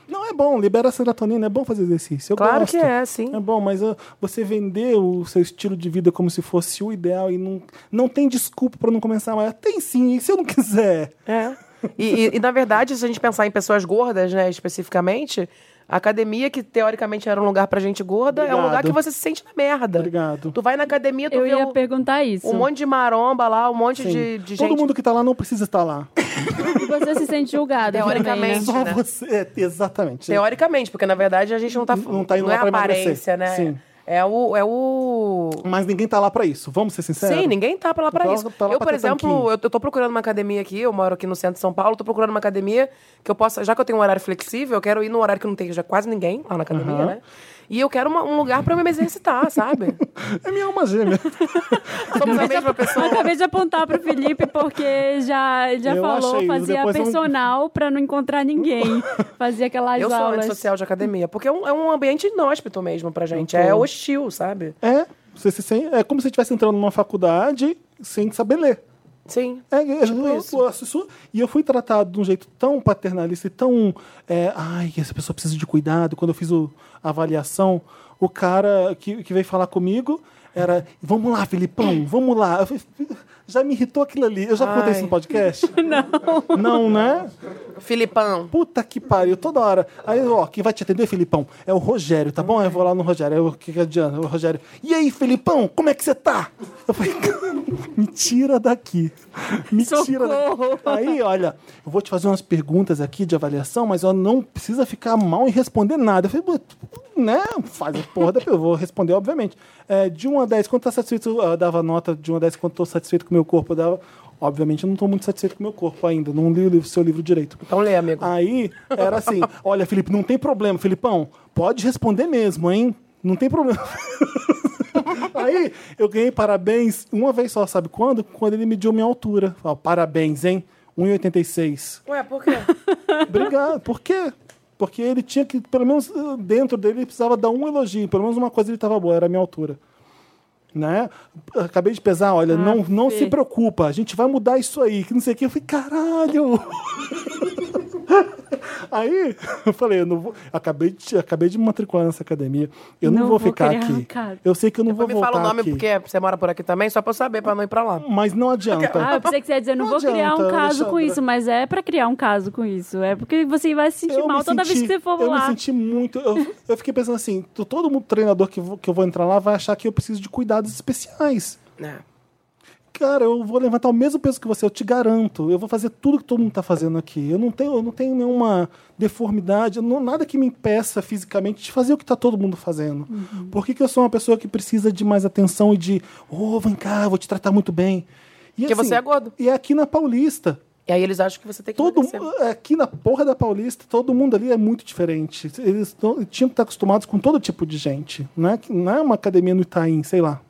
S1: Não, é bom, libera a serotonina, é bom fazer exercício. Eu
S3: Claro
S1: gosto.
S3: que é, sim.
S1: É bom, mas ah, você vender o seu estilo de vida como se fosse o ideal e não, não tem desculpa pra não começar amanhã. Tem sim, e se eu não quiser?
S3: É. E, e- e, na verdade, se a gente pensar em pessoas gordas, né, especificamente, a academia, que teoricamente era um lugar pra gente gorda, é um lugar
S1: Obrigado.
S3: que você se sente na merda.
S1: Obrigado.
S3: Tu vai na academia, tu
S2: Eu
S3: vê
S2: ia
S3: um,
S2: perguntar isso.
S3: um monte de maromba lá, um monte
S1: Sim.
S3: de, de
S1: Todo
S3: gente.
S1: mundo que tá lá não precisa estar lá.
S2: E você se sente julgada.
S3: Teoricamente.
S1: Só
S2: Também, né?
S3: né?
S1: você. é, exatamente.
S3: Teoricamente, porque na verdade a gente não tá.
S1: Não tá indo
S3: não é
S1: lá pra
S3: aparência,
S1: emagrecer.
S3: né?
S1: Sim.
S3: É o. É o...
S1: Mas ninguém tá lá pra isso, vamos ser sinceros?
S3: Sim, ninguém tá pra lá pra
S1: Tá lá-
S3: isso.
S1: tá lá
S3: eu,
S1: pra
S3: por
S1: ter tanquinho.
S3: exemplo, eu, eu tô procurando uma academia aqui, eu moro aqui no centro de São Paulo, tô procurando uma academia que eu possa, já que eu tenho um horário flexível, eu quero ir num horário que não tem já quase ninguém lá na academia,
S1: Aham.
S3: né? E eu quero uma- um lugar pra eu me exercitar, sabe?
S1: É minha alma gêmea.
S3: Somos a mesma pessoa.
S2: Acabei de apontar pro Felipe porque já, ele já
S1: Eu
S2: falou,
S1: achei isso,
S2: fazia
S1: depois eu-
S2: personal pra não encontrar ninguém. Fazia aquelas
S3: Eu sou
S2: aulas.
S3: antissocial de academia, porque é um, é um ambiente inóspito mesmo pra gente.
S1: Eu tô.
S3: É hostil, sabe?
S1: é, você se sente, é como se você estivesse entrando numa faculdade sem saber ler.
S3: Sim.
S1: É, é,
S3: Tipo
S1: eu-
S3: isso.
S1: eu- isso- E eu fui tratado de um jeito tão paternalista e tão. é, Ai, essa pessoa precisa de cuidado. Quando eu fiz o- a avaliação, o cara que, que veio falar comigo era: vamos lá, Filipão, vamos lá. Eu falei, Já me irritou aquilo ali. Eu já contei
S3: Ai.
S1: isso no podcast? Não. Não, né?
S3: Filipão.
S1: Puta que pariu, toda hora. Aí, ó, quem vai te atender, Filipão? É o Rogério, tá bom? Aí eu vou lá no Rogério. Aí o que que adianta? O Rogério. E aí, Filipão, como é que você tá? Eu falei, me tira daqui. Me tira
S2: Socorro.
S1: daqui. Aí, olha, eu vou te fazer umas perguntas aqui de avaliação, mas ó, não precisa ficar mal em responder nada. Eu falei, "Pô, né? Faz a porra da Eu vou responder, obviamente. É, de 1 a 10, quanto tá satisfeito? Eu dava nota de 1 a 10, quanto tô satisfeito com o meu corpo. Eu dava. Obviamente, eu não tô muito satisfeito com o meu corpo ainda. Não li o livro- seu livro direito.
S3: Então lê, amigo.
S1: Aí era assim: olha, Felipe, não tem problema, Filipão, pode responder mesmo, hein? Não tem problema. Aí eu ganhei parabéns uma vez só, sabe quando? Quando ele mediu minha altura. Falei, parabéns, hein? 1,86.
S3: Ué, por quê?
S1: Obrigado. Por quê? Porque ele tinha que, pelo menos eh, dentro dele, ele precisava dar um elogio. Pelo menos uma coisa ele estava boa, era a minha altura. Né? Acabei de pesar, olha,
S2: Ah,
S1: não, não
S2: Fê.
S1: se preocupa, a gente vai mudar isso aí, que não sei o que. Eu falei, caralho! aí eu falei, eu não vou. Acabei de, acabei de me matricular nessa academia. Eu não,
S2: Não
S1: vou,
S2: vou
S1: ficar
S2: querer
S1: aqui.
S2: arrancar.
S1: Eu sei que eu não
S3: Depois
S1: vou
S3: me
S1: voltar
S3: fala o nome,
S1: aqui.
S3: porque você mora por aqui também, só pra eu saber, pra não ir pra lá.
S1: Mas não adianta.
S2: Ah, eu pensei que você ia dizer, não,
S1: Não
S2: vou criar um
S1: adianta,
S2: caso com
S1: Alexandra.
S2: isso, mas é pra criar um caso com isso. É porque você vai se sentir
S1: me
S2: mal toda vez que
S1: senti-
S2: você for
S1: eu
S2: lá.
S1: me senti muito. Eu, eu fiquei pensando assim: to- todo mundo treinador que, vo- que eu vou entrar lá vai achar que eu preciso de cuidados especiais.
S3: É.
S1: Cara, eu vou levantar o mesmo peso que você, eu te garanto. Eu vou fazer tudo que todo mundo tá fazendo aqui. Eu não tenho, eu não tenho nenhuma deformidade, eu não- nada que me impeça fisicamente de fazer o que tá todo mundo fazendo.
S2: Uhum.
S1: Por que, que eu sou uma pessoa que precisa de mais atenção e de, ô, vem cá, eu vou te tratar muito bem? E
S3: Porque você é gordo.
S1: E é aqui na Paulista.
S3: E aí eles acham que você tem que
S1: Todo
S3: emagrecer.
S1: mu- aqui na porra da Paulista, todo mundo ali é muito diferente. Eles tão- tinham que estar acostumados com todo tipo de gente. Não é, que- não é uma academia no Itaim, sei lá.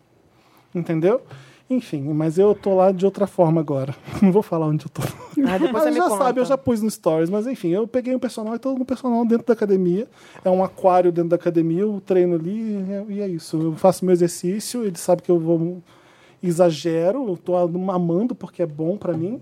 S1: Entendeu? Enfim, mas eu tô lá de outra forma agora. Não vou falar onde eu tô.
S3: Ah, depois você
S1: Mas
S3: me
S1: já
S3: conta.
S1: sabe, eu já pus no stories, mas enfim, eu peguei um personal e tô com um personal dentro da academia. É um aquário dentro da academia, eu treino ali e é- e é isso. Eu faço meu exercício, ele sabe que eu vou exagero, eu tô amando porque é bom pra mim.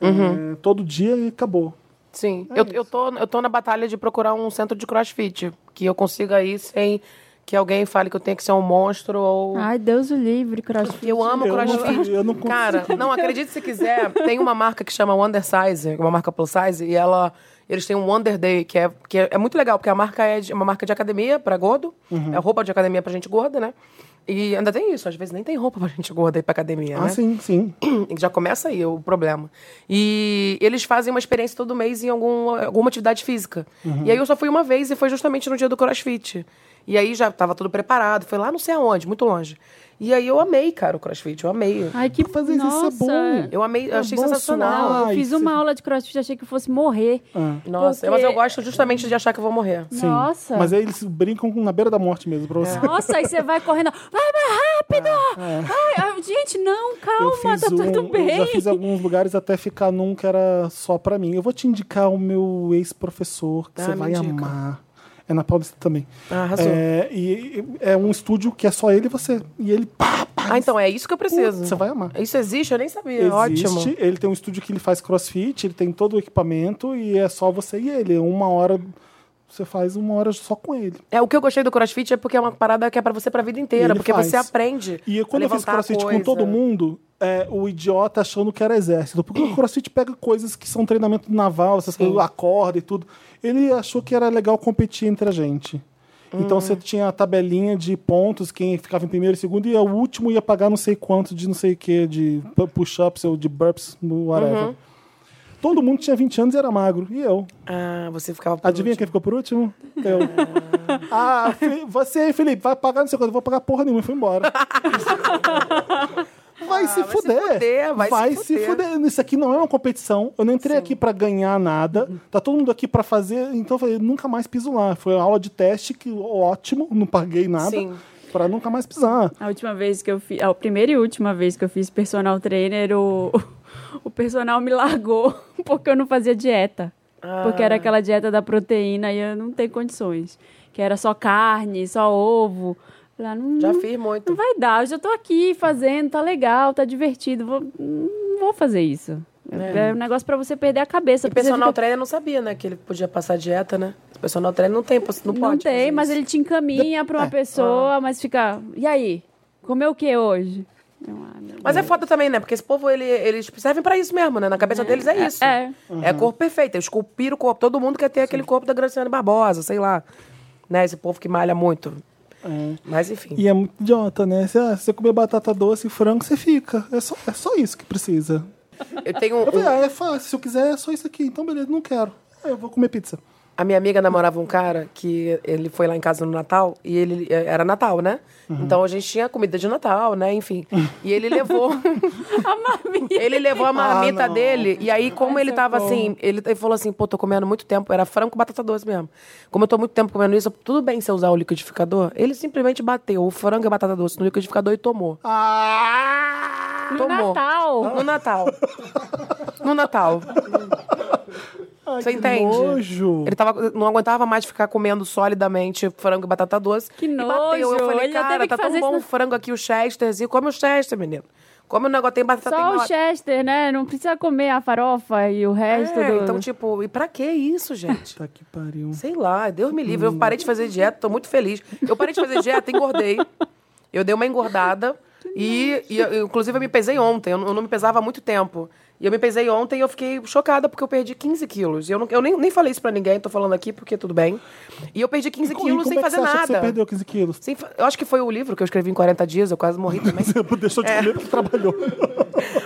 S3: Uhum.
S1: É, todo dia e acabou.
S3: Sim. eu, eu, tô, eu tô na batalha de procurar um centro de crossfit. Que eu consiga ir sem que alguém fale que eu tenho que ser um monstro ou.
S2: Ai, Deus o livre, crossfit.
S3: Eu amo
S1: Ah, Eu não-
S3: crossfit.
S1: eu não consigo.
S3: Cara, não, acredite se quiser. Tem uma marca que chama Undersize, uma marca plus size, e ela. Eles têm um Wonder Day, que é, que é, é muito legal, porque a marca é de- uma marca de academia pra gordo. É roupa de academia pra gente gorda, né? E ainda tem isso, às vezes nem tem roupa pra gente gorda ir pra academia,
S1: Ah,
S3: né?
S1: sim, sim.
S3: Já começa aí o problema. E eles fazem uma experiência todo mês em algum, alguma atividade física.
S1: Uhum.
S3: E aí eu só fui uma vez e foi justamente no dia do CrossFit. E aí já tava tudo preparado, foi lá não sei aonde, muito longe. E aí eu amei, cara, o CrossFit, eu amei.
S2: Ai, que
S1: Fazer isso é
S2: nossa.
S1: bom.
S3: Eu amei, eu
S1: É
S3: achei
S1: bom
S3: sensacional.
S1: suar.
S2: Eu
S1: Ai,
S2: fiz
S1: você-
S2: uma aula de crossfit, achei que eu fosse morrer.
S3: Nossa,
S2: Porque-
S3: mas eu gosto justamente de achar que eu vou morrer.
S1: Ah. sim.
S2: Nossa.
S1: Mas aí eles brincam com- na beira da morte mesmo pra você.
S2: Nossa, aí você vai correndo. Vai mais rápido! Ai, ai, gente,
S1: É,
S2: não,
S1: Eu
S2: calma,
S1: fiz
S2: tá tudo
S1: um-
S2: bem.
S1: Eu já fiz alguns lugares até ficar num que era só pra mim. Eu vou te indicar o meu ex-professor, que
S3: Ah,
S1: você
S3: me
S1: vai
S3: indica.
S1: amar. É na Paulista também.
S3: Ah, arrasou.
S1: É, e e é um estúdio que é só ele e você. E ele, pá, pá,
S3: Ah, então é isso que eu preciso.
S1: você vai amar.
S3: Isso existe? Eu nem sabia.
S1: Existe,
S3: Ótimo.
S1: ele tem um estúdio que ele faz crossfit, ele tem todo o equipamento e é só você e ele. Uma hora, você faz uma hora só com ele.
S3: É, o que eu gostei do CrossFit é porque é uma parada que é pra você pra vida inteira,
S1: Ele
S3: porque
S1: faz.
S3: você aprende.
S1: E eu,
S3: a
S1: quando eu fiz
S3: levantar
S1: crossfit com
S3: coisa.
S1: todo mundo, é, o idiota achando que era exército. Porque o crossfit pega coisas que são treinamento naval, essas coisas, a corda e tudo. Ele achou que era legal competir entre a gente. Então
S3: Uhum.
S1: você tinha a tabelinha de pontos, quem ficava em primeiro e segundo, e o último ia pagar não sei quanto de não sei o que, de pu- push-ups ou de burps,
S3: Uhum.
S1: whatever. Todo mundo tinha 20 anos e era magro. E eu.
S3: Ah, você ficava por
S1: Adivinha quem ficou por último? Eu. ah, Fi- você aí, Felipe, vai pagar não sei quanto. Eu vou pagar porra nenhuma, fui embora. Vai, se,
S3: Ah, vai se
S1: fuder.
S3: fuder, vai se fuder.
S1: Isso aqui não é uma competição. Eu não entrei aqui pra ganhar nada. Tá todo mundo aqui pra fazer. Então eu falei, nunca mais piso lá. Foi uma aula de teste, que ótimo, não paguei nada.
S3: Sim.
S1: Pra nunca mais pisar.
S2: A última vez que eu fiz. A primeira e última vez que eu fiz personal trainer, o, o personal me largou porque eu não fazia dieta. Porque
S1: Ah.
S2: era aquela dieta da proteína e eu não tenho condições. Que era só carne, só ovo. Lá, não,
S3: Já
S2: Uhum. não-
S3: fiz muito.
S2: Não vai dar, eu já tô aqui fazendo, tá legal, tá divertido. Vou, não vou vou fazer isso. É, um negócio pra você perder a cabeça.
S3: E
S2: porque você
S3: personal
S2: fica-
S3: trainer não sabia, né? Que ele podia passar dieta, né? Personal trainer não tem, poss- não pode.
S2: Não
S3: fazer
S2: tem,
S3: isso.
S2: mas ele te encaminha pra uma pessoa, mas fica. E aí? Comeu o que hoje? Eu, ah, meu
S3: Mas é foda também, né? Porque esse povo, ele, eles tipo, servem pra isso mesmo, né? Na cabeça deles é isso.
S2: é.
S3: É corpo perfeito. É esculpir o corpo. Todo mundo quer ter aquele corpo da Graciane Barbosa, sei lá. Né? Esse povo que malha muito. Mas enfim.
S1: E é muito idiota, né? Se ah, se você comer batata doce e frango, você fica. É só, é só isso que precisa.
S3: Eu tenho um-
S1: Eu falei, ah, é fácil. Se eu quiser, é só isso aqui. Então, beleza, não quero. Ah, Eu vou comer pizza.
S3: A minha amiga namorava um cara que ele foi lá em casa no Natal e ele eh, era Natal, né? Então a gente tinha comida de Natal, né? Enfim. E ele levou,
S2: A mamia.
S3: ele levou a marmita
S1: Ah, não.
S3: dele. E aí, como ele tava assim, ele ele falou assim: pô, tô comendo muito tempo. Era frango com batata doce mesmo. Como eu tô muito tempo comendo isso, tudo bem se eu usar o liquidificador? Ele simplesmente bateu o frango e a batata doce no liquidificador e tomou.
S1: Ah!
S2: No
S3: tomou. Ah,
S2: Natal.
S3: No Natal. No Natal.
S1: Ai,
S3: Você
S1: que
S3: entende?
S1: Nojo.
S3: Ele tava, não aguentava mais ficar comendo solidamente frango e batata doce.
S2: Que
S3: E bateu. Eu
S2: nojo,
S3: falei,
S2: ele já
S3: cara,
S2: teve
S3: tá
S2: que
S3: tão
S2: fazer
S3: bom
S2: isso
S3: o frango aqui, o chesterzinho. Come o chester, menino. Come o negócio, tem batata tem
S2: Só o
S3: nota.
S2: Chester, né? Não precisa comer a farofa e o resto
S3: É,
S2: do...
S3: então, tipo, e pra que isso, gente?
S1: Tá que pariu.
S3: Sei lá, Deus me livre. Eu
S1: Hum.
S3: parei de fazer dieta, tô muito feliz. Eu parei de fazer dieta, engordei. Eu dei uma engordada. E, e eu- inclusive, eu me pesei ontem. Eu não, eu não me pesava há muito tempo. E eu me pesei ontem e eu fiquei chocada porque eu perdi 15 quilos. E eu, não- eu nem, nem falei isso pra ninguém, tô falando aqui porque tudo bem. E eu perdi 15
S1: E como
S3: quilos sem
S1: é que
S3: fazer
S1: você acha que você
S3: nada.
S1: perdeu 15 quilos?
S3: Sem fa- eu acho que foi o livro que eu escrevi em 40 dias, eu quase morri também.
S1: Você deixou
S3: É.
S1: de comer porque trabalhou.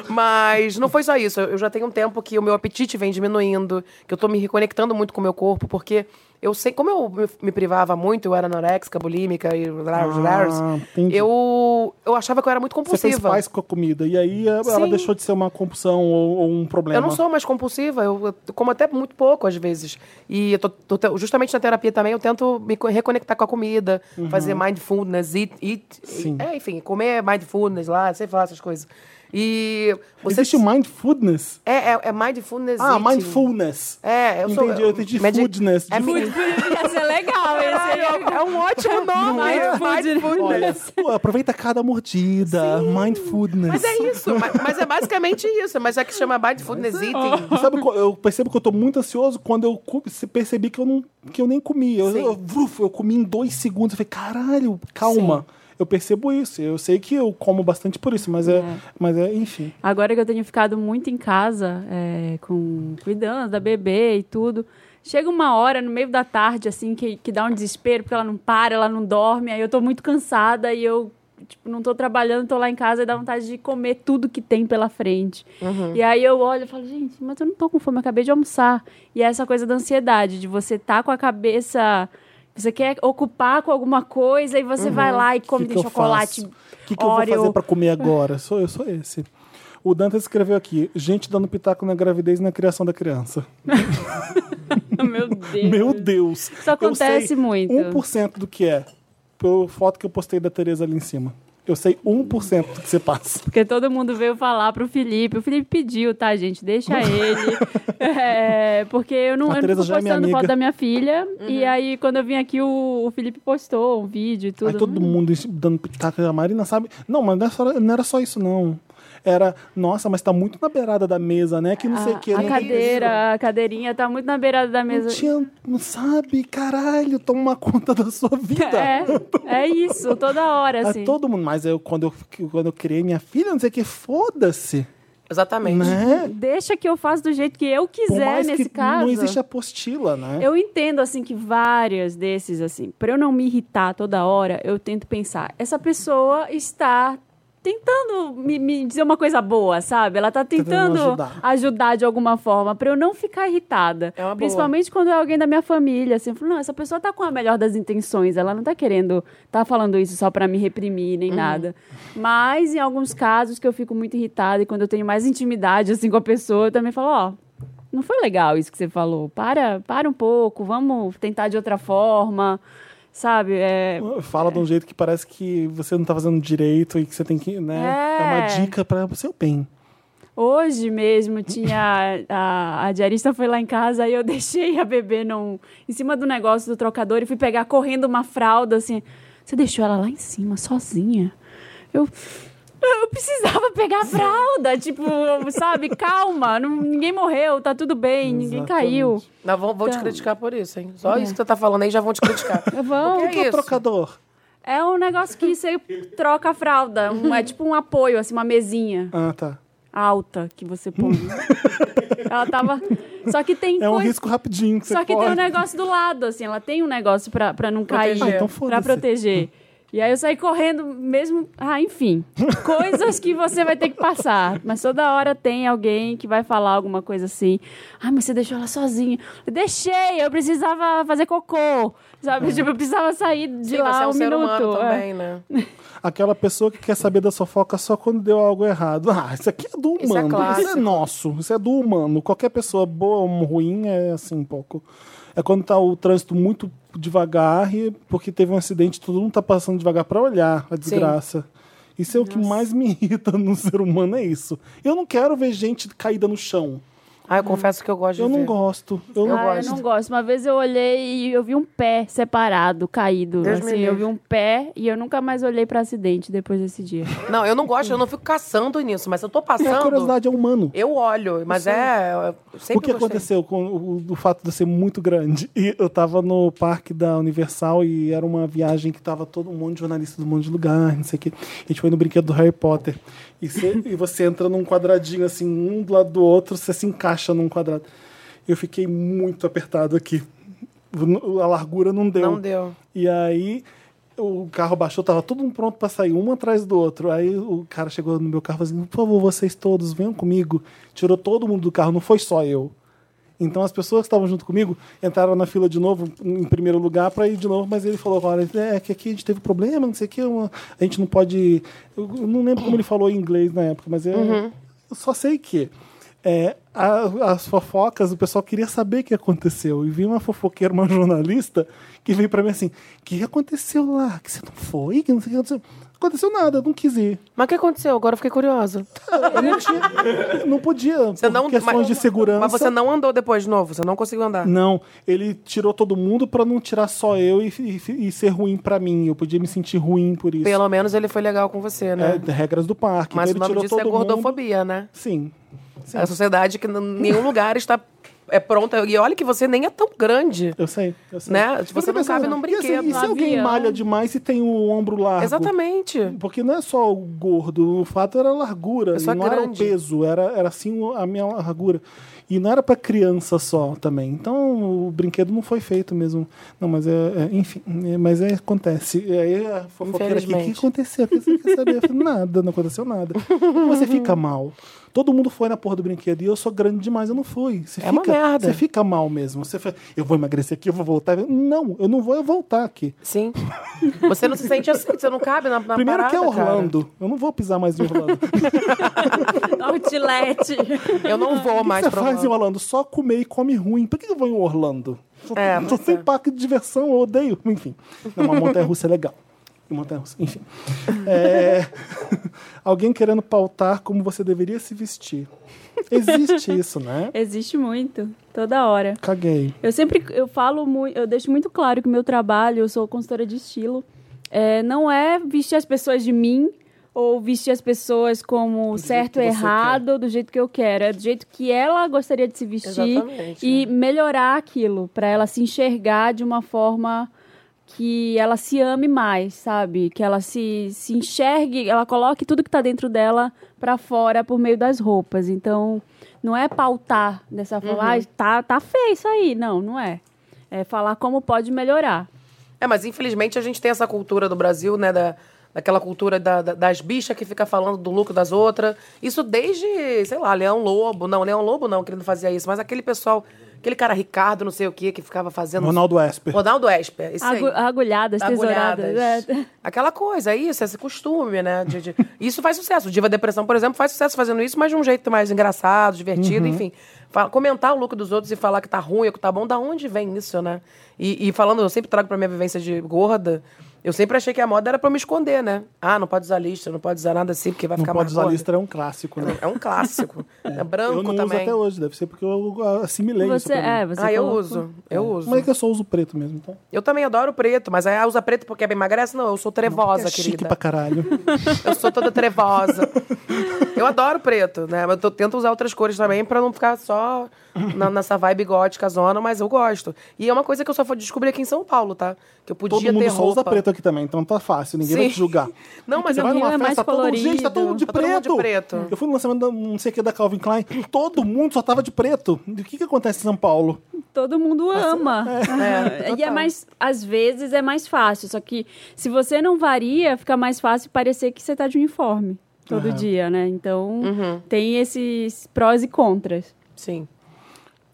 S3: Mas não foi só isso. Eu já tenho um tempo que o meu apetite vem diminuindo, que eu tô me reconectando muito com o meu corpo, porque eu sei, como eu me- me privava muito, eu era anorexica, bulímica e blá, blá, blá,
S1: Ah, entendi.
S3: eu, eu achava que eu era muito
S1: Você fez
S3: compulsiva.
S1: paz com a comida. E aí a- ela
S3: Sim.
S1: deixou de ser uma compulsão ou, ou um problema.
S3: Eu não sou mais compulsiva, eu eu como até muito pouco às vezes. E eu tô, tô te- justamente na terapia também eu tento me co- reconectar com a comida, fazer mindfulness, eat, eat
S1: Uhum. Sim.
S3: é, enfim, comer mindfulness lá, sei lá, essas coisas. E você
S1: Existe o mindfulness?
S3: é, é, é mindfulness.
S1: Ah,
S3: eating.
S1: mindfulness.
S3: É, eu sou.
S1: Entendi, eu entendi
S3: medi-
S1: foodness, de
S3: É,
S1: food.
S3: medi-
S2: Ia ser legal esse.
S3: é um ótimo nome.
S2: Não é?
S3: Mindfulness.
S1: Olha, pô, aproveita cada mordida. Mindfulness.
S3: Mas é isso, mas, mas é basicamente isso. Mas é que chama mindfulness eating.
S1: E sabe, co- eu percebo que eu tô muito ansioso quando eu cu- se- percebi que eu, não, que eu nem comi. Eu,
S3: Sim.
S1: eu, vruf, eu comi em dois segundos. Eu falei, caralho, calma. Eu percebo isso. Eu sei que eu como bastante por isso, mas é,
S2: É.
S1: mas é enfim.
S2: Agora que eu tenho ficado muito em casa, é, com cuidando da bebê e tudo, chega uma hora no meio da tarde, assim, que, que dá um desespero, porque ela não para, ela não dorme, aí eu tô muito cansada e eu, tipo, não tô trabalhando, tô lá em casa e dá vontade de comer tudo que tem pela frente.
S1: Uhum.
S2: E aí eu olho e falo, gente, mas eu não tô com fome, eu acabei de almoçar. E é essa coisa da ansiedade, de você tá com a cabeça... Você quer ocupar com alguma coisa e você vai lá e come
S1: O Uhum. que
S2: tem
S1: que eu
S2: chocolate.
S1: faço? O que, que eu vou
S2: Oreo.
S1: fazer pra comer agora? Sou eu, sou esse. O Dante escreveu aqui: gente dando pitaco na gravidez e na criação da criança.
S2: Meu Deus.
S1: Meu Deus!
S2: Uhum. Isso acontece muito.
S1: Eu sei 1% do que é. Pela foto que eu postei da Tereza ali em cima. Eu sei 1% do que você passa.
S2: Porque todo mundo veio falar pro Felipe. O Felipe pediu, tá, gente? Deixa ele. É, porque eu não,
S1: A
S2: eu não
S1: Tereza
S2: tô
S1: já é minha
S2: postando
S1: amiga.
S2: foto da minha filha. E aí, quando eu vim aqui, o, o Felipe postou um vídeo e tudo.
S1: Aí todo mundo enche- dando pitaco a Marina, sabe? Não, mas nessa hora- não era só isso, não. Era, nossa, mas tá muito na beirada da mesa, né? Que não sei o que.
S2: a
S1: não-
S2: cadeira, a cadeirinha tá muito na beirada da
S1: Não,
S2: mesa.
S1: tinha, não sabe, caralho, toma conta da sua vida.
S2: É, é isso, toda hora,
S1: A
S2: assim.
S1: todo mundo, mas eu quando, eu quando eu criei minha filha, não sei o que, foda-se.
S3: Exatamente.
S1: Né?
S2: Deixa que eu faça do jeito que eu
S1: Por
S2: quiser
S1: mais
S2: é, nesse
S1: que
S2: caso.
S1: não existe apostila, né?
S2: Eu entendo, assim, que várias desses, assim, pra eu não me irritar toda hora, eu tento pensar, essa pessoa está tentando me, me dizer uma coisa boa, sabe? Ela tá
S1: Tentando
S2: tentando
S1: ajudar.
S2: ajudar. de alguma forma, pra eu não ficar irritada.
S3: É uma boa.
S2: Principalmente quando é alguém da minha família, assim, eu falo, não, essa pessoa tá com a melhor das intenções, ela não tá querendo, tá falando isso só pra me reprimir, nem nada. Mas em alguns casos que eu fico muito irritada e quando eu tenho mais intimidade, assim, com a pessoa, eu também falo, ó, não foi legal isso que você falou. Para, para um pouco, vamos tentar de outra forma, sabe? É,
S1: Fala de um jeito que parece que você não tá fazendo direito e que você tem que, né?
S2: É.
S1: dar uma dica para o seu bem.
S2: hoje mesmo tinha a, a diarista foi lá em casa e eu deixei a bebê num, em cima do negócio do trocador e fui pegar correndo uma fralda assim. Você deixou ela lá em cima sozinha? Eu Eu precisava pegar a fralda, tipo, sabe? Calma, não- ninguém morreu, tá tudo bem, ninguém caiu.
S3: Mas vão, vão te criticar por isso, hein? Só isso que você tá falando aí já vão te criticar.
S2: Vão.
S1: O que é
S3: isso?
S1: trocador?
S2: É um negócio que você troca a fralda, um- é tipo um apoio, assim, uma mesinha
S1: Ah, tá.
S2: alta que você põe. Ela tava... Só que tem
S1: É um
S2: coisa-
S1: risco rapidinho que você
S2: Só que
S1: corre.
S2: tem um negócio do lado, assim, ela tem um negócio pra, pra não
S3: Proteger.
S2: cair,
S3: Ah, então
S1: foda-se.
S2: pra proteger. E aí eu saí correndo mesmo, ah, enfim, coisas que você vai ter que passar. Mas toda hora tem alguém que vai falar alguma coisa assim. Ah, mas você deixou ela sozinha. Eu deixei, eu precisava fazer cocô, sabe?
S1: É.
S2: Tipo, eu precisava sair de
S3: Sim,
S2: lá
S3: você é um,
S2: um
S3: ser
S2: minuto.
S3: humano
S2: é.
S3: também, né?
S1: Aquela pessoa que quer saber da fofoca só quando deu algo errado. Ah, isso aqui é do
S3: Isso é
S1: humano. Isso é,
S3: clássico.
S1: nosso. Isso é do humano. Qualquer pessoa boa ou ruim é assim um pouco. É quando tá o trânsito muito devagar e porque teve um acidente, todo mundo tá passando devagar para olhar a desgraça. Isso é o que mais me irrita no ser humano, é isso. Eu não quero ver gente caída no chão.
S3: Ah, eu confesso que eu gosto
S1: Eu
S3: de
S1: não
S3: ver.
S1: gosto. Eu não
S2: ah,
S1: gosto.
S2: eu não gosto. Uma vez eu olhei e eu vi um pé separado, caído.
S3: Deus me
S2: assim, eu vi
S3: livre.
S2: um pé e eu nunca mais olhei pra acidente depois desse dia.
S3: Não, eu não gosto, eu não fico caçando nisso, mas se eu tô
S1: A
S3: passando,
S1: curiosidade é humano.
S3: eu olho. Mas é. Eu sempre
S1: O que
S3: gostei.
S1: aconteceu com o, o fato de eu ser muito grande? E eu tava no parque da Universal e era uma viagem que tava todo um monte de jornalista do monte de lugar, não sei o quê. A gente foi no brinquedo do Harry Potter. E, cê- e você entra num quadradinho, assim, um do lado do outro, você se encaixa num quadrado. Eu fiquei muito apertado aqui. A largura não deu.
S3: Não deu.
S1: E aí o carro baixou, tava todo mundo pronto pra sair, um atrás do outro. Aí o cara chegou no meu carro e falou assim: por favor, vocês todos, venham comigo. Tirou todo mundo do carro, não foi só eu. Então as pessoas que estavam junto comigo entraram na fila de novo, em primeiro lugar, pra ir de novo, mas ele falou: olha, é que aqui a gente teve problema, não sei o que, a gente não pode. Eu não lembro como ele falou em inglês na época, mas eu, eu só sei que. é, a- as fofocas, o pessoal queria saber o que aconteceu. E vi uma fofoqueira, uma jornalista, que veio pra mim assim: o que aconteceu lá? Que você não foi? Que não sei o que aconteceu. Aconteceu nada, eu não quis ir.
S3: Mas o que aconteceu? Agora eu fiquei curiosa.
S1: Eu não, tinha, eu não podia,
S3: Você
S1: por
S3: não,
S1: questões
S3: mas-
S1: de segurança.
S3: Mas você não andou depois de novo, você não conseguiu andar.
S1: Não, ele tirou todo mundo pra não tirar só eu e, e- e ser ruim pra mim. Eu podia me sentir ruim por isso.
S3: Pelo menos ele foi legal com você, né?
S1: É, de regras do parque.
S3: Mas o
S1: então ele
S3: nome
S1: tirou
S3: disso é
S1: todo mundo.
S3: gordofobia, né?
S1: Sim.
S3: É a sociedade que em nenhum lugar está é pronta. E olha que você nem é tão grande.
S1: Eu sei, eu sei.
S3: Né?
S1: Eu
S3: Você
S1: fico
S3: não cabe num
S1: e assim,
S3: brinquedo,
S1: E
S2: num
S1: se alguém
S2: avião.
S1: malha demais e tem o ombro largo?
S3: Exatamente.
S1: Porque não é só o gordo, o fato era a largura,
S3: É só
S1: e não era o
S3: grande.
S1: peso, era, era assim o- a minha largura. E não era pra criança só também. Então o brinquedo não foi feito mesmo. Não, mas é, é- enfim, é- mas é, acontece. E aí a fofoqueira aqui, o que
S3: Infelizmente.
S1: aconteceu? O que você quer saber? Eu falei, nada, não aconteceu nada. E Você fica mal. Todo mundo foi na porra do brinquedo e eu sou grande demais, eu não fui. Você
S3: É
S1: fica,
S3: uma merda.
S1: Você fica mal mesmo. Você fala, eu vou emagrecer aqui, eu vou voltar. Não, eu não vou eu voltar aqui.
S3: Sim. Você não se sente assim, você não cabe na, na
S1: Primeiro que é
S3: parada, cara.
S1: Orlando. Eu não vou pisar mais em Orlando.
S2: Outlet.
S3: Eu não vou mais
S1: você
S3: pra
S1: faz em
S3: Orlando.
S1: Orlando? Só comer e come ruim. Por que eu vou em Orlando? Só,
S3: É,
S1: só
S3: pois
S1: tem
S3: é.
S1: parque de diversão, eu odeio. Enfim, não, uma montanha-russa é legal. E Montanha-russa, enfim. É, Alguém querendo pautar como você deveria se vestir. Existe isso, né?
S2: Existe muito, toda hora.
S1: Caguei.
S2: Eu sempre eu falo muito, eu deixo muito claro que o meu trabalho, eu sou consultora de estilo, é, não é vestir as pessoas de mim ou vestir as pessoas como
S1: jeito
S2: certo
S1: que
S2: ou
S1: você
S2: errado, do jeito que eu quero, é do jeito que ela gostaria de se vestir
S3: Exatamente. né?
S2: e melhorar aquilo pra ela se enxergar de uma forma que ela se ame mais, sabe? Que ela se, se enxergue, ela coloque tudo que tá dentro dela pra fora por meio das roupas. Então, não é pautar dessa
S3: Uhum.
S2: forma, "Ai, tá, tá feio isso aí. Não, não é. É falar como pode melhorar.
S3: É, mas infelizmente a gente tem essa cultura do Brasil, né? Da, daquela cultura da- da- das bichas que fica falando do lucro das outras. Isso desde, sei lá, Leão Lobo. Não, Leão Lobo não, que ele não fazia isso. Mas aquele pessoal, aquele cara Ricardo, não sei o quê, que ficava fazendo.
S1: Ronaldo Esper.
S3: Ronaldo Esper. Isso
S2: Agu-
S3: aí.
S2: agulhadas, tesouradas.
S3: Agulhadas.
S2: é.
S3: Aquela coisa, é isso, esse costume, né? de- de- Isso faz sucesso. O Diva Depressão, por exemplo, faz sucesso fazendo isso, mas de um jeito mais engraçado, divertido,
S1: Uhum.
S3: enfim. Fala- comentar o lucro dos outros e falar que tá ruim ou que tá bom, da onde vem isso, né? E, e falando, eu sempre trago pra minha vivência de gorda, Eu sempre achei que a moda era pra eu me esconder, né? Ah, não pode usar listra, não pode usar nada assim, porque vai
S1: Não
S3: ficar
S1: pode
S3: mais
S1: usar
S3: gorda.
S1: listra, é um clássico, né?
S3: É um clássico. É branco
S1: eu não uso
S3: também.
S1: até hoje, deve ser porque eu assimilei isso.
S2: Você,
S1: pra mim.
S2: é, você
S3: ah, eu
S2: colocou-
S3: uso. Eu uso.
S1: Mas é que eu só uso preto mesmo, então.
S3: Eu também adoro preto, mas aí ah, usa preto porque é bem emagrece? Não, eu sou trevosa,
S1: é chique
S3: querida.
S1: pra caralho.
S3: Eu sou toda trevosa. eu adoro preto, né? Mas eu tô- tento usar outras cores também pra não ficar só na- nessa vibe gótica zona, mas eu gosto. E é uma coisa que eu só fui descobrir aqui em São Paulo, tá? Que eu podia
S1: Todo mundo
S3: ter
S1: só usa
S3: roupa.
S1: preto aqui também, então tá fácil, ninguém vai
S3: Sim.
S1: te julgar.
S3: Não, mas
S1: Você
S3: eu
S1: vai
S2: Rio
S1: numa
S2: é mais
S1: festa, todo mundo, gente, tá todo mundo de
S3: colorido. Tá
S1: preto.
S3: todo mundo de preto.
S1: Eu fui no lançamento da não sei o que da Calvin Klein, todo mundo só tava de preto. E o que que acontece em São Paulo?
S2: Todo mundo ama.
S3: É,
S2: e é
S3: total.
S2: mais, às vezes é mais fácil. Só que se você não varia, fica mais fácil parecer que você tá de uniforme todo
S1: Aham.
S2: dia, né? Então
S3: Uhum.
S2: tem esses prós e contras.
S3: Sim.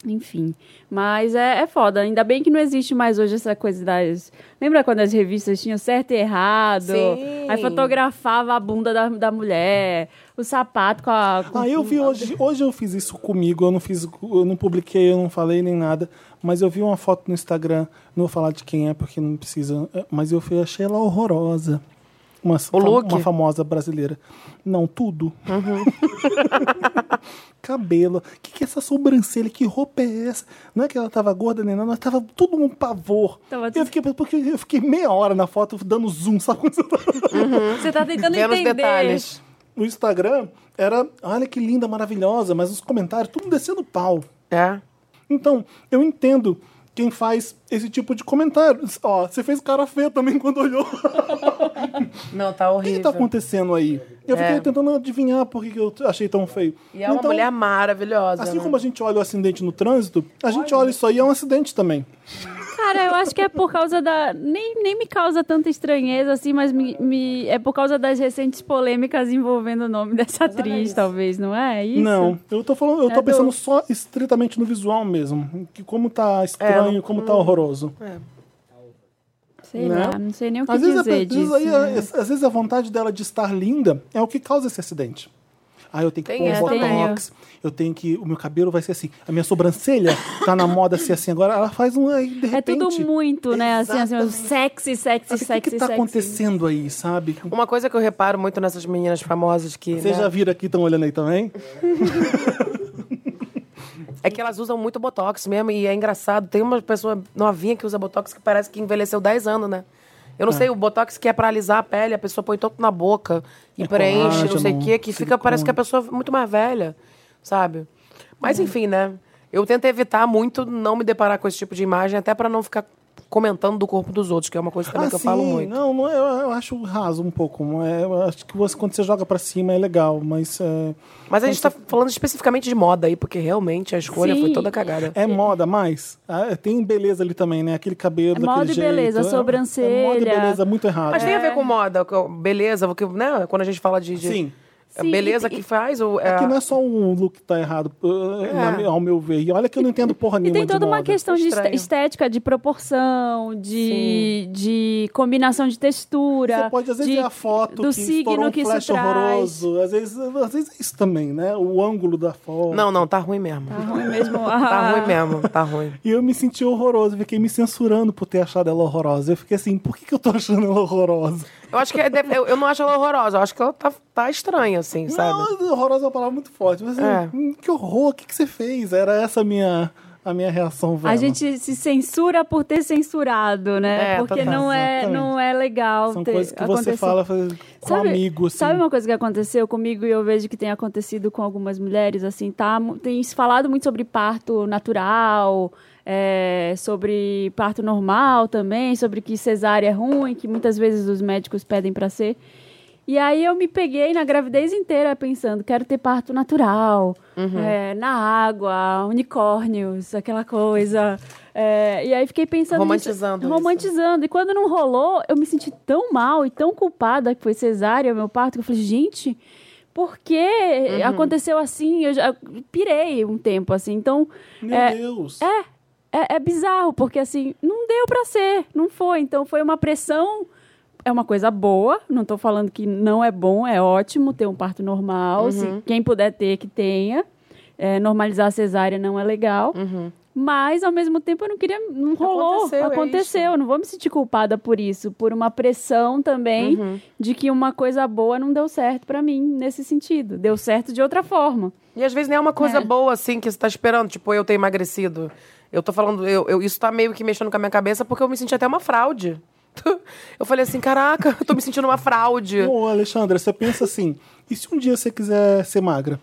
S2: Enfim, mas é, é foda. Ainda bem que não existe mais hoje essa coisa das. Lembra quando as revistas tinham certo e errado?
S3: Sim.
S2: Aí fotografava a bunda da, da mulher, o sapato com a. com-
S1: Ah, eu vi hoje, hoje eu fiz isso comigo, eu não fiz, eu não publiquei, eu não falei nem nada, mas eu vi uma foto no Instagram, não vou falar de quem é porque não precisa, é, mas eu fui- achei ela horrorosa. Uma, fa-
S3: look?
S1: uma famosa brasileira. Não, tudo. Cabelo. Que que é essa sobrancelha? Que roupa é essa? Não é que ela tava gorda nem nada, ela tava tudo um pavor.
S2: Tava
S1: eu,
S2: tudo-
S1: fiquei, porque eu fiquei meia hora na foto dando zoom, sabe quando você tá
S2: Você tá tentando
S3: Vendo os
S2: entender.
S3: detalhes.
S1: no Instagram era, olha que linda, maravilhosa, mas os comentários, tudo descendo pau.
S3: É.
S1: Então, eu entendo quem faz esse tipo de comentário. Ó, você fez cara feia também quando olhou. O
S3: Não, tá
S1: que,
S3: horrível.
S1: que tá acontecendo aí? Eu
S3: É.
S1: fiquei tentando adivinhar por que que eu achei tão feio.
S3: E é uma mulher maravilhosa.
S1: Então, Assim
S3: né?
S1: como a gente olha o acidente no trânsito, a gente olha isso aí e é um acidente também.
S2: Cara, eu acho que é por causa da. Nem, nem me causa tanta estranheza assim, mas me, me- é por causa das recentes polêmicas envolvendo o nome dessa atriz, talvez, não é? É isso?
S1: Não, eu tô falando, eu
S2: É
S1: tô pensando
S2: do-
S1: só estritamente no visual mesmo. Que como tá
S3: É,
S1: estranho,
S3: hum.
S1: como tá horroroso.
S2: Sei
S1: Né?
S2: lá, não sei nem o que
S1: Às vezes, a,
S2: dizer
S1: pe- às
S2: disso. né?
S1: vezes aí, a- às vezes a vontade dela de estar linda é o que causa esse acidente. Ah, eu tenho que
S3: Tem
S1: pôr um
S3: essa
S1: botox, eu tenho que. O meu cabelo vai ser assim. A minha sobrancelha tá na moda ser assim agora. Ela faz um. Aí, de
S2: É
S1: repente.
S2: tudo muito, né? Assim, assim, o sexy, sexy,
S1: Mas o que,
S2: sexy,
S1: que tá
S2: sexy.
S1: acontecendo aí, sabe?
S3: Uma coisa que eu reparo muito nessas meninas famosas que.
S1: Vocês
S3: né,
S1: já viram aqui, estão olhando aí também?
S3: É que elas usam muito botox mesmo, e é engraçado. Tem uma pessoa novinha que usa botox que parece que envelheceu 10 anos, né? Eu não sei, o botox que é pra alisar a pele, a pessoa põe tanto na boca e
S1: É
S3: preenche, não sei o
S1: colágeno,
S3: quê, que fica, parece que a pessoa é muito mais velha, sabe?
S1: É.
S3: Mas enfim, né? Eu tento evitar muito não me deparar com esse tipo de imagem, até pra não ficar comentando do corpo dos outros, que é uma coisa também
S1: ah,
S3: que eu
S1: sim,
S3: falo muito.
S1: Não, não é- eu, eu acho raso um pouco. não é- eu acho que você, quando você joga pra cima é legal, mas é,
S3: Mas a gente tá falando especificamente de moda aí, porque realmente a escolha
S2: Sim.
S3: foi toda cagada.
S1: é moda mais. Ah, tem beleza ali também, né? Aquele cabelo,
S2: É
S1: daquele
S2: moda e
S1: jeito.
S2: beleza,
S1: É- É moda e
S2: sobrancelha.
S1: beleza, muito errado.
S3: Mas tem a ver com moda, com beleza, porque, né? Quando a gente fala de. de-
S1: é. Sim.
S3: A
S2: Sim,
S3: É beleza
S2: e-
S3: que faz o.
S1: É
S3: a-
S1: que não é só um look que tá errado, uh, na mi- ao meu ver. E olha que eu não entendo porra
S2: É. E
S1: nenhuma
S2: tem toda
S1: de
S2: uma
S1: moda.
S2: questão de
S3: Tá Estranho.
S2: este- estética, de proporção, de, de combinação de textura.
S1: Você pode, às vezes,
S2: de-
S1: ver a foto
S2: do
S1: que estourou
S2: signo
S1: um
S2: que isso
S1: flash
S2: traz.
S1: horroroso. Às vezes, às vezes é isso também, né? O ângulo da foto.
S3: Não, não, tá ruim mesmo.
S2: Tá ruim mesmo.
S3: Tá ruim mesmo, tá ruim.
S1: E eu me senti horroroso, fiquei me censurando por ter achado ela horrorosa. Eu fiquei assim, por que, que eu tô achando ela horrorosa?
S3: Eu acho que é def- eu, eu não acho ela horrorosa, eu acho que ela tá, tá estranha, assim, sabe?
S1: Não, horrorosa é uma palavra muito forte. Mas assim,
S3: É.
S1: hum, que horror, o que, que você fez? Era essa a minha, a minha reação.
S2: A
S1: Vela.
S2: gente se censura por ter censurado, né?
S3: É,
S2: Porque
S3: total.
S2: não é,
S1: Exatamente.
S2: não é legal
S1: São
S2: ter
S1: coisas que você
S2: acontecer.
S1: fala faz- com um assim.
S2: Sabe-
S1: amigos.
S2: Sabe uma coisa que aconteceu comigo e eu vejo que tem acontecido com algumas mulheres, assim, tá? mu- Tem se falado muito sobre parto natural, é, sobre parto normal também, sobre que cesárea é ruim, que muitas vezes os médicos pedem pra ser. E aí eu me peguei na gravidez inteira pensando, quero ter parto natural, é, na água, unicórnios, aquela coisa. É, e aí fiquei pensando nisso.
S3: Romantizando isso.
S2: romantizando. E quando não rolou, eu me senti tão mal e tão culpada que foi cesárea o meu parto, que eu falei, gente, por que
S3: Uhum.
S2: aconteceu assim? Eu já pirei um tempo assim. Então,
S1: Meu
S2: é,
S1: Deus.
S2: é, é bizarro, porque assim, não deu pra ser, não foi. Então foi uma pressão. É uma coisa boa, não tô falando que não é bom, é ótimo ter um parto
S3: Uhum.
S2: normal. Se quem puder ter, que tenha. É, normalizar a cesárea não é legal. Mas, ao mesmo tempo, eu não queria. Não rolou.
S3: Uhum. Aconteceu, é
S2: Aconteceu. eu não vou me sentir culpada por isso. Por uma pressão também
S3: Uhum.
S2: de que uma coisa boa não deu certo pra mim nesse sentido. Deu certo de outra forma.
S3: E às vezes nem é uma coisa
S2: É.
S3: boa, assim, que você tá esperando, tipo, eu ter emagrecido. Eu tô falando, eu, eu- isso tá meio que mexendo com a minha cabeça porque eu me senti até uma fraude. Eu falei assim, caraca, eu tô me sentindo uma fraude.
S1: Ô, Alexandra, você pensa assim, e se um dia você quiser ser magra?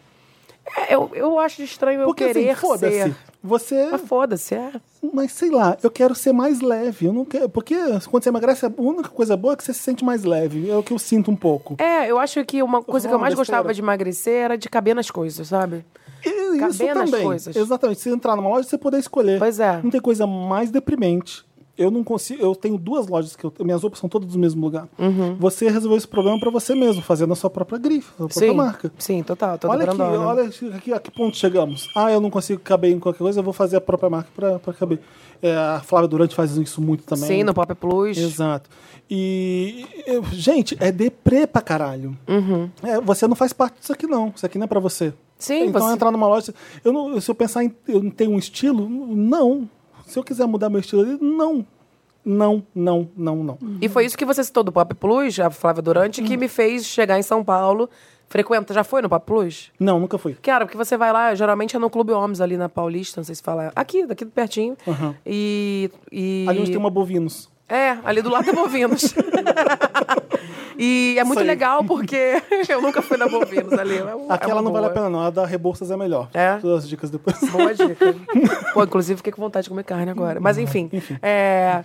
S3: É, eu, eu acho estranho eu
S1: Porque
S3: querer
S1: assim, foda-se.
S3: ser.
S1: Você,
S3: Mas foda-se, é.
S1: mas sei lá, eu quero ser mais leve. Eu não quero, porque quando você emagrece, a única coisa boa é que você se sente mais leve. É o que eu sinto um pouco.
S3: É, eu acho que uma coisa que eu
S1: falando
S3: mais
S1: besteira.
S3: gostava de emagrecer era de caber nas coisas, sabe?
S1: E
S3: Caber
S1: isso
S3: nas
S1: também.
S3: coisas.
S1: Exatamente. Se entrar numa loja, você poder escolher.
S3: Pois é.
S1: Não tem coisa mais deprimente. Eu não consigo. Eu tenho duas lojas que eu, minhas roupas são todas do mesmo lugar.
S3: Uhum.
S1: Você resolveu esse problema pra você mesmo, fazendo a sua própria grife, a sua própria
S3: Sim,
S1: marca.
S3: sim, total, toda
S1: Olha aqui,
S3: grandona.
S1: olha aqui, a que ponto chegamos. Ah, eu não consigo caber em qualquer coisa, eu vou fazer a própria marca pra, pra caber. É, a Flávia Durante faz isso muito também.
S3: Sim, no Pop Plus.
S1: Exato. E, eu- gente, é deprê pra caralho. É, você não faz parte disso aqui, não. Isso aqui não é pra você.
S3: Uhum. Sim,
S1: Então,
S3: você-
S1: entrar numa loja... Eu não, se eu pensar em... Eu não tenho um estilo? Não. Se eu quiser mudar meu estilo, não. Não, não, não, não.
S3: E foi isso que você citou do Pop Plus, a Flávia Durante,
S1: Hum.
S3: que me fez chegar em São Paulo. Frequenta, já foi no Pop Plus?
S1: Não, nunca fui.
S3: Cara, porque você vai lá, geralmente é no Clube Homens ali na Paulista, não sei se fala. Aqui, daqui pertinho.
S1: Aham.
S3: E, e.
S1: Ali onde tem um- uma bovinos.
S3: É, ali do lado da Bovinos. e é muito
S1: Sei.
S3: legal porque eu nunca fui na Bovinos ali. É uma- é
S1: Aquela
S3: uma
S1: não vale a
S3: boa.
S1: pena, não. A da Rebouças é melhor.
S3: É?
S1: Todas as dicas depois.
S3: Boa dica. Pô, inclusive fiquei com vontade de comer carne agora. Mas enfim. é,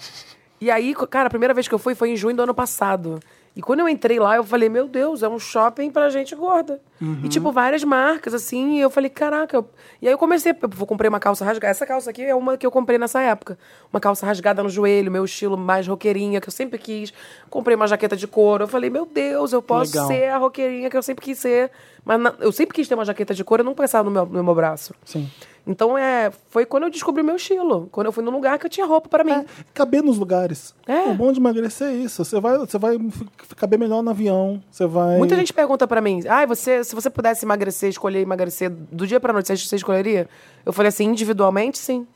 S3: E aí, co- cara, a primeira vez que eu fui foi em junho do ano passado. E quando eu entrei lá, eu falei, meu Deus, é um shopping pra gente gorda. E, tipo, várias marcas, assim, e eu falei, caraca. eu- E aí eu comecei, eu vou- comprei uma calça rasgada. Essa calça aqui é uma que eu comprei nessa época. Uma calça rasgada no joelho, meu estilo mais roqueirinha, que eu sempre quis. Comprei uma jaqueta de couro. Eu falei, meu Deus, eu posso
S1: Legal.
S3: ser a roqueirinha que eu sempre quis ser. Mas na- eu sempre quis ter uma jaqueta de couro, eu não pensava no meu, no meu braço.
S1: Sim.
S3: Então é, foi quando eu descobri o meu estilo. Quando eu fui num lugar que eu tinha roupa pra mim.
S1: É. caber nos lugares.
S3: É.
S1: O bom de emagrecer é isso. Você vai, você vai f- caber melhor no avião. Você vai.
S3: Muita gente pergunta pra mim: "Ai, você, se você pudesse emagrecer, escolher emagrecer do dia pra noite, você você escolheria?" Eu falei assim, individualmente, sim.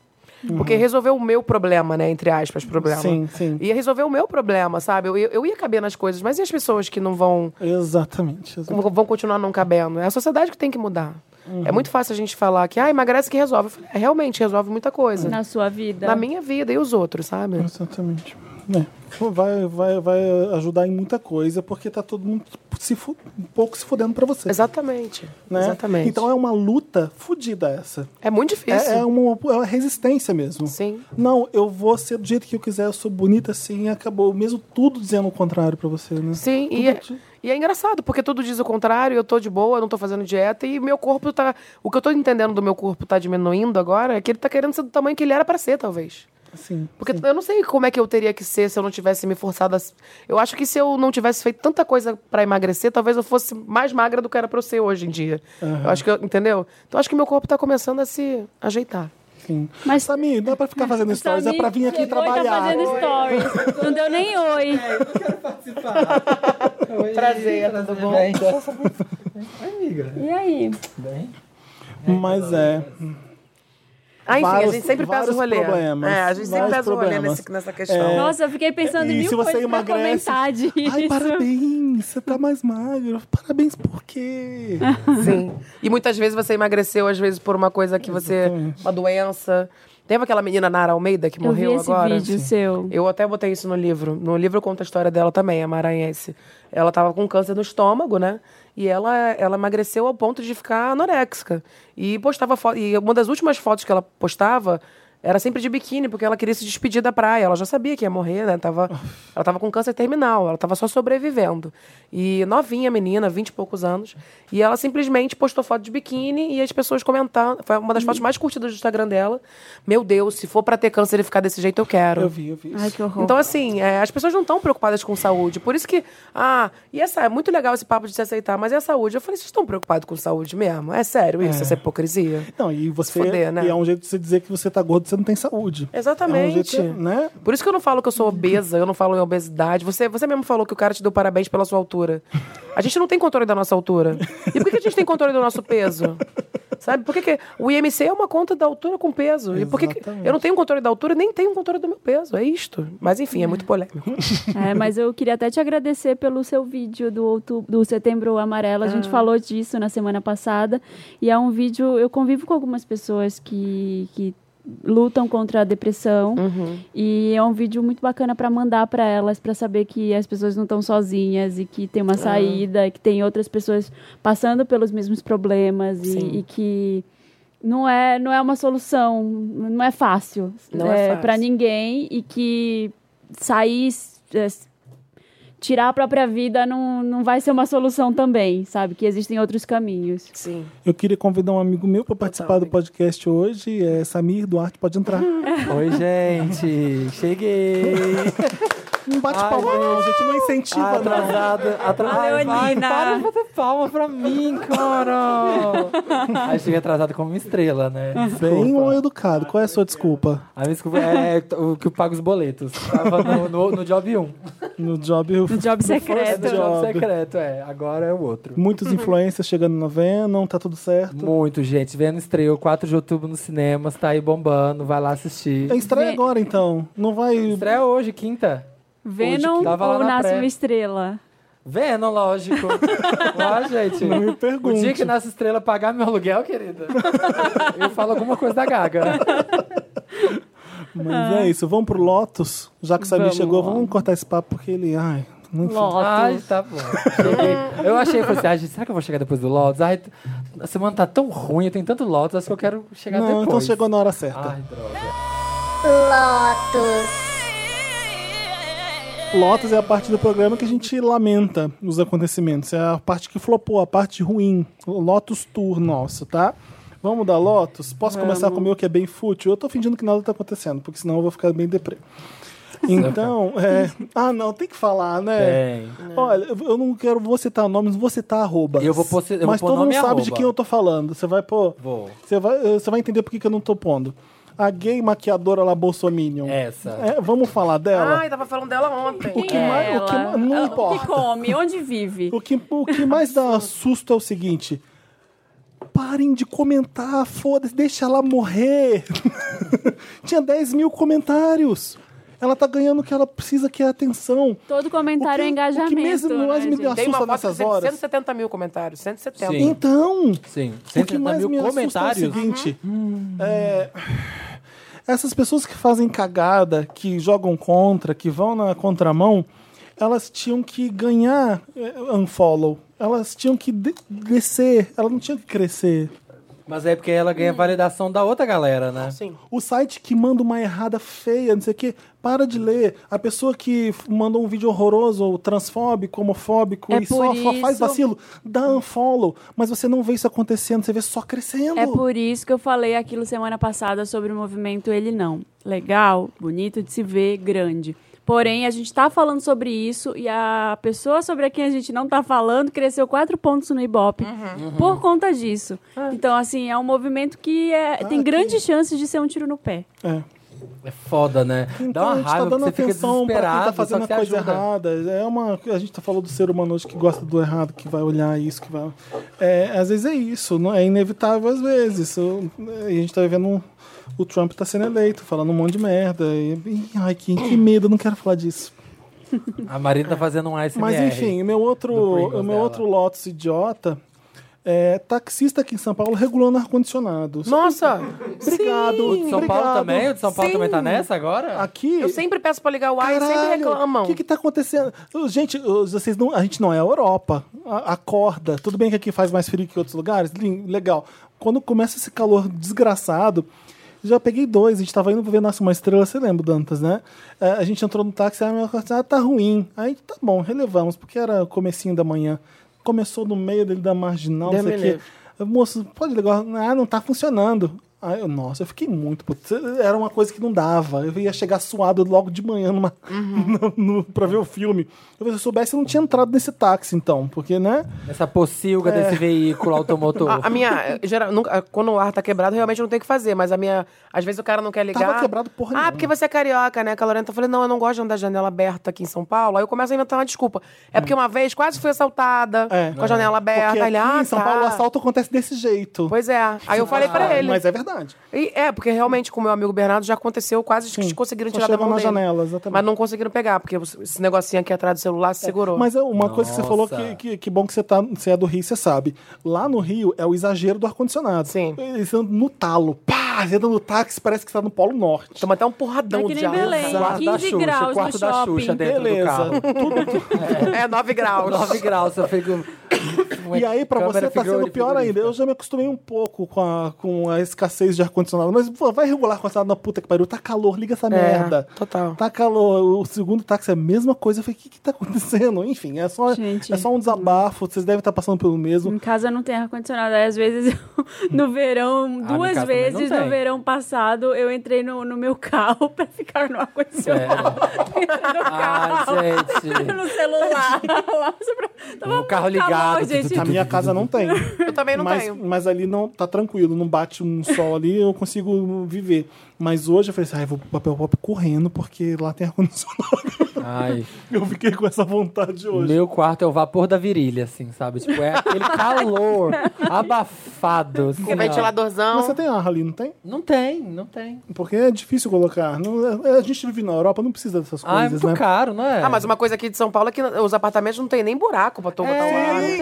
S3: Porque resolveu o meu problema, né? Entre aspas, problema.
S1: Uhum. Sim, sim.
S3: Ia resolver o meu problema, sabe? Eu, eu ia caber nas coisas, mas e as pessoas que não vão
S1: Exatamente. exatamente.
S3: vão continuar não cabendo. É a sociedade que tem que mudar.
S1: Uhum.
S3: É muito fácil a gente falar que, ah, emagrece que resolve. Eu falei, "É, realmente, resolve muita coisa.
S2: Na sua vida.
S3: Na minha vida e os outros, sabe?
S1: Exatamente. É. Vai, vai, vai ajudar em muita coisa, porque tá todo mundo se fu- um pouco se fudendo pra você.
S3: Exatamente.
S1: né?
S3: Exatamente.
S1: Então é uma luta fudida essa.
S3: É muito difícil.
S1: É, é uma, é uma resistência mesmo.
S3: Sim.
S1: Não, eu vou ser do jeito que eu quiser, eu sou bonita assim, acabou. Mesmo tudo dizendo o contrário pra você, né?
S3: Sim, e é,
S1: Tudo-
S3: e é engraçado, porque tudo diz o contrário, eu tô de boa, eu não tô fazendo dieta, e meu corpo tá. O que eu tô entendendo do meu corpo tá diminuindo agora é que ele tá querendo ser do tamanho que ele era pra ser, talvez.
S1: Assim.
S3: Porque eu não sei como é que eu teria que ser se eu não tivesse me forçado a. Eu acho que se eu não tivesse feito tanta coisa pra emagrecer, talvez eu fosse mais magra do que era pra eu ser hoje em dia. Eu acho que eu, entendeu? Então acho que meu corpo tá começando a se ajeitar.
S1: Sim. Mas
S2: Mas-
S1: Samir, não é pra ficar fazendo stories, é pra vir aqui
S2: chegou e tá
S1: trabalhar.
S2: fazendo stories. Não deu nem oi.
S4: Oi, Prazer, tudo bom? Bem? Oi, amiga.
S2: E aí?
S4: Bem?
S1: Mas é.
S3: Ah, enfim,
S1: Vários-
S3: a gente sempre pesa
S1: vários
S3: o rolê.
S1: problemas,
S3: é, a gente sempre
S1: vários
S3: pesa o rolê
S1: problemas.
S3: nesse- nessa questão.
S1: É.
S2: Nossa, eu fiquei pensando em
S1: E
S2: mil
S1: se você
S2: coisas pra
S1: emagrece.
S2: comentar disso.
S1: Ai, parabéns, você tá mais magro. Parabéns por quê?
S3: Sim. E muitas vezes você emagreceu, às vezes, por uma coisa que você. Uma doença. Lembra aquela menina Nara Almeida que
S2: Eu vi
S3: morreu
S2: esse
S3: agora?
S2: vídeo seu.
S3: Eu até botei isso no livro. No livro conta a história dela também, a maranhense. Ela tava com câncer no estômago, né? E ela, ela emagreceu ao ponto de ficar anoréxica. E postava foto. E uma das últimas fotos que ela postava era sempre de biquíni, porque ela queria se despedir da praia. Ela já sabia que ia morrer, né? Tava, ela tava com câncer terminal, ela tava só sobrevivendo. E novinha, menina, vinte e poucos anos. E ela simplesmente postou foto de biquíni e as pessoas comentaram. Foi uma das fotos mais curtidas do Instagram dela. Meu Deus, se for pra ter câncer e ficar desse jeito, eu quero.
S1: Eu vi, eu vi.
S2: Ai, que horror.
S3: Então, assim, é, as pessoas não estão preocupadas com saúde. Por isso que, ah, e essa, é muito legal esse papo de se aceitar, mas é a saúde. Eu falei, vocês estão preocupados com saúde mesmo? É sério isso? Essa hipocrisia?
S1: Não, e você.
S3: Foder, né?
S1: E é um jeito de você dizer que você tá gordo, você não tem saúde. É um
S3: Exatamente.
S1: jeito, né?
S3: Por isso que eu não falo que eu sou obesa, eu não falo em obesidade. Você, você mesmo falou que o cara te deu parabéns pela sua altura. A gente não tem controle da nossa altura. E por que que a gente tem controle do nosso peso? Sabe? Por que, que o IMC é uma conta da altura com peso? E por que, que
S1: Exatamente.
S3: eu não tenho um controle da altura nem tenho um controle do meu peso? É isto. Mas enfim, é muito polêmico.
S2: É, mas eu queria até te agradecer pelo seu vídeo do, outubro, do Setembro Amarelo. A gente falou disso na semana passada. E é um vídeo. Eu convivo com algumas pessoas que, que lutam contra a depressão.
S3: Uhum.
S2: E é um vídeo muito bacana para mandar para elas, para saber que as pessoas não estão sozinhas e que tem
S3: Ah.
S2: uma saída, e que tem outras pessoas passando pelos mesmos problemas
S3: Sim.
S2: e, e que. Não é, não é uma solução, não é fácil
S3: Não é fácil.
S2: para ninguém e que sair, é, s- tirar a própria vida não, não vai ser uma solução também, sabe? Que existem outros caminhos.
S3: Sim.
S1: Eu queria convidar um amigo meu para participar do
S3: amigo.
S1: podcast hoje. É Samir Duarte, pode entrar.
S4: Oi, gente. Cheguei.
S1: Não bate
S4: Ai,
S1: palma, não, gente. Não incentiva, né?
S4: Ah,
S1: não.
S4: atrasada. Atrasada.
S5: Valeu,
S4: Ai,
S5: Nina.
S4: para de bater palma pra mim, cara. Aí cheguei atrasada como uma estrela, né?
S1: Bem
S4: Desculpa.
S1: mal educado. Qual é a sua desculpa?
S4: A minha desculpa é o que eu pago os boletos. Tava no, no, no job 1.
S1: No job, eu-
S5: No job
S4: É
S5: secreto.
S4: do
S1: Job.
S4: job secreto, é. Agora é o outro.
S1: muitos influencers chegando na Venom, tá tudo certo.
S4: Muito, gente. Vendo estreou 4 de outubro nos cinemas, tá aí bombando, vai lá assistir.
S1: É estreia
S2: Vê-
S1: agora, então. Não vai.
S4: Estreia hoje, quinta.
S2: Venom
S4: tava lá
S2: ou
S4: na
S2: Nasce
S4: pré.
S2: uma Estrela?
S4: Vendo, lógico. Ó, gente.
S1: Não me
S4: O
S1: pergunte.
S4: dia que Nasce Estrela pagar meu aluguel, querida, eu falo alguma coisa da Gaga.
S1: Mas
S4: Ah.
S1: é isso. Vamos pro Lotus. Já que o Samir
S2: Vamos
S1: chegou,
S2: lá.
S1: vamos cortar esse papo, porque ele. Ai, não
S4: Ai,
S2: Lotus.
S4: tá bom. Cheguei. Eu achei, falei assim, ah, gente, será que eu vou chegar depois do Lotus? Ai, t- a semana tá tão ruim, eu tenho tanto Lotus, acho que eu quero chegar
S1: Não,
S4: depois.
S1: então chegou na hora certa.
S4: Ai, droga.
S1: Lotus é a parte do programa que a gente lamenta os acontecimentos. É a parte que flopou, a parte ruim. O Lotus Tour nosso, tá? Vamos dar Lotus? Posso começar com o meu que é bem fútil? Eu tô fingindo que nada tá acontecendo, porque senão eu vou ficar bem deprê. Então, é... Ah, não, tem que falar, né?
S4: Tem.
S1: Olha, eu eu não quero, vou citar nomes, não vou citar arroba.
S4: Eu vou posi- eu vou
S1: Mas
S4: pôr
S1: todo mundo
S4: nome e
S1: sabe de
S4: arroba.
S1: quem eu tô falando. Você vai pôr...
S4: Vou.
S1: Você vai, eh, você vai entender por que que eu não tô pondo. A gay maquiadora lá, Bolsominion.
S4: Essa.
S1: É, vamos falar dela?
S3: Ai, tava falando dela ontem.
S1: O que
S2: Quem
S1: mais-
S2: é
S1: o que
S2: ela?
S1: mais- não
S2: Ela- O
S1: importa.
S2: que come? Onde vive?
S1: O que, o que mais dá susto é o seguinte. Parem de comentar, foda-se, deixa ela morrer. Tinha 10 mil comentários. Ela tá ganhando o que ela precisa, que é atenção.
S2: Todo comentário
S1: O
S2: é
S1: que- o que
S2: engajamento.
S1: mesmo mais
S2: né,
S1: me
S2: gente?
S3: Tem
S1: assusta
S3: uma foto que
S1: nessas
S3: tem
S1: horas.
S3: 170 mil comentários. 170.
S4: Sim.
S1: Então,
S4: Sim,
S1: o que
S4: 130
S1: mais
S4: mil
S1: me assusta é o
S4: comentários.
S1: seguinte. é, essas pessoas que fazem cagada, que jogam contra, que vão na contramão, elas tinham que ganhar é, unfollow. Elas tinham que de- descer, ela não tinha que crescer.
S4: Mas é porque ela ganha
S1: Hum.
S4: validação da outra galera, né?
S3: Sim.
S1: O site que manda uma errada feia, não sei o quê, para de ler. A pessoa que f- mandou um vídeo horroroso, ou transfóbico, homofóbico,
S2: É
S1: e só,
S2: por
S1: só faz
S2: isso-
S1: vacilo, dá unfollow. Mas você não vê isso acontecendo, você vê só crescendo.
S2: É por isso que eu falei aquilo semana passada sobre o movimento Ele Não. Legal, bonito de se ver, grande. Porém, a gente tá falando sobre isso e a pessoa sobre a quem a gente não tá falando cresceu quatro pontos no Ibope
S1: Uhum.
S2: por conta disso. Então, assim, é um movimento que
S1: Ah,
S2: é- tem grandes chances de ser um tiro no pé.
S1: É.
S4: É foda, né? Dá
S1: Então,
S4: uma
S1: a gente tá
S4: raiva, porque
S1: dando
S4: você fica
S1: atenção pra quem tá
S4: desesperado, só
S1: fazendo
S4: que
S1: a
S4: você
S1: coisa
S4: ajuda.
S1: errada. É uma, a gente tá falando do ser humano hoje que gosta do errado, que vai olhar isso, que vai... É, às vezes é isso, não é inevitável às vezes. Eu- é, e a gente tá vivendo um- O Trump tá sendo eleito, falando um monte de merda. E, e- ai, que, que medo, eu não quero falar disso.
S4: A Marina tá fazendo um ASMR.
S1: Mas enfim, o meu outro,
S4: do Pringles
S1: o meu
S4: dela.
S1: outro Lotus idiota é taxista aqui em São Paulo regulando ar-condicionado.
S3: Nossa!
S1: Obrigado.
S4: O de São Paulo
S1: obrigado.
S4: também? O de São Paulo
S3: Sim.
S4: também tá nessa agora?
S1: Aqui.
S3: Eu sempre peço pra ligar o ar e sempre
S1: Caralho,
S3: reclamam.
S1: O que, que tá acontecendo? Ô, Gente, ô, vocês não, a gente não é a Europa. A- Acorda. Tudo bem que aqui faz mais frio que outros lugares. lin- Legal. Quando começa esse calor desgraçado. Já peguei dois, a gente tava indo ver Nasce uma Estrela, você lembra, Dantas, né? É, A gente entrou no táxi, aí meu cartão ah, tá ruim. Aí tá bom, relevamos, porque era comecinho da manhã. Começou no meio dele da marginal, não
S3: Deus
S1: sei o
S3: me
S1: quê.
S3: livre.
S1: Moço, pode ligar? Ah, não tá funcionando. Aí eu, nossa, eu fiquei muito puto. Era uma coisa que não dava. Eu ia chegar suado logo de manhã numa,
S3: Uhum.
S1: no, no- pra ver o filme. Eu, se eu soubesse, eu não tinha entrado nesse táxi, então. Porque, né?
S4: Essa pocilga
S1: É.
S4: desse veículo automotor.
S3: A, a minha. Geral, nunca- quando o ar tá quebrado, realmente eu não tem o que fazer. Mas a minha. Às vezes o cara não quer ligar.
S1: Tava quebrado porra
S3: Ah,
S1: nenhuma.
S3: porque você é carioca, né? Que a Lorena tá falando, não, eu não gosto de andar de janela aberta aqui em São Paulo. Aí eu começo a inventar uma desculpa. É porque uma vez quase fui assaltada
S1: É.
S3: com a janela aberta.
S1: Porque
S3: Aí ele,
S1: aqui
S3: ah,
S1: em São
S3: tá.
S1: Paulo o assalto acontece desse jeito.
S3: Pois é. Aí eu falei pra ele.
S1: Mas é verdade.
S3: E é, porque realmente com o meu amigo Bernardo já aconteceu, quase que
S1: Sim.
S3: conseguiram
S1: Só
S3: tirar da
S1: chegou na
S3: mão dele.
S1: janela, exatamente.
S3: Mas não conseguiram pegar, porque esse negocinho aqui atrás do celular segurou.
S1: Mas é uma coisa que você falou
S4: Nossa.
S1: que, que, que bom que você, tá, você é do Rio, você sabe. Lá no Rio é o exagero do ar-condicionado.
S3: Sim.
S1: Eles andam no talo. Pá! Você anda no táxi, parece que você tá no Polo Norte.
S3: Toma até um porradão
S2: É que
S3: de
S2: nem
S3: ar.
S2: Belém,
S4: O quarto da
S2: 15
S4: Xuxa,
S2: graus
S4: o quarto
S2: no
S4: da
S2: shopping.
S4: Xuxa dentro
S1: Beleza. Um
S4: do carro.
S3: É, 9 graus.
S4: 9 graus, eu fico.
S1: E aí, pra você,
S4: Câmera
S1: tá sendo
S4: frigorífica.
S1: pior ainda.
S4: né?
S1: Eu já me acostumei um pouco com a, com a escassez de ar-condicionado. Mas pô, vai regular ar-condicionado na puta que pariu. Tá calor, liga essa merda.
S3: total.
S1: Tá calor. O segundo táxi é a mesma coisa. Eu falei, o que que tá acontecendo? Enfim, é só,
S2: Gente.
S1: é só um desabafo. Vocês devem estar passando pelo mesmo.
S2: Em casa não tem ar-condicionado. Aí, às vezes, eu- no verão,
S4: Ah,
S2: duas
S4: no caso também
S2: vezes
S4: não
S2: no
S4: tem.
S2: verão passado, eu entrei no, no meu carro pra ficar no
S4: É.
S2: ar-condicionado.
S4: Ah, gente.
S2: No celular. Lá, só pra- Tava
S4: O carro
S2: muito calor,
S4: ligado,
S2: gente.
S4: tu- tu-
S1: A minha casa não tem.
S3: Eu também não
S1: mas,
S3: tenho.
S1: Mas ali não tá tranquilo, não bate um sol ali, eu consigo viver. Mas hoje eu falei assim, ah, eu vou pro papel pop correndo, porque lá tem ar-condicionado.
S4: Ai.
S1: Eu fiquei com essa vontade hoje.
S4: Meu quarto é o vapor da virilha, assim, sabe? Tipo, é aquele calor abafado. Assim,
S3: Porque
S4: ó.
S3: ventiladorzão.
S1: Mas você tá tem ar ali, não tem?
S4: Não tem, não tem.
S1: Porque é difícil colocar. Não, é- a gente vive na Europa, não precisa dessas coisas,
S4: Ah, é muito
S1: né?
S4: caro, não é?
S3: Ah, mas uma coisa aqui de São Paulo é que os apartamentos não tem nem buraco pra tu botar um
S4: É,
S3: ar.
S4: não tem.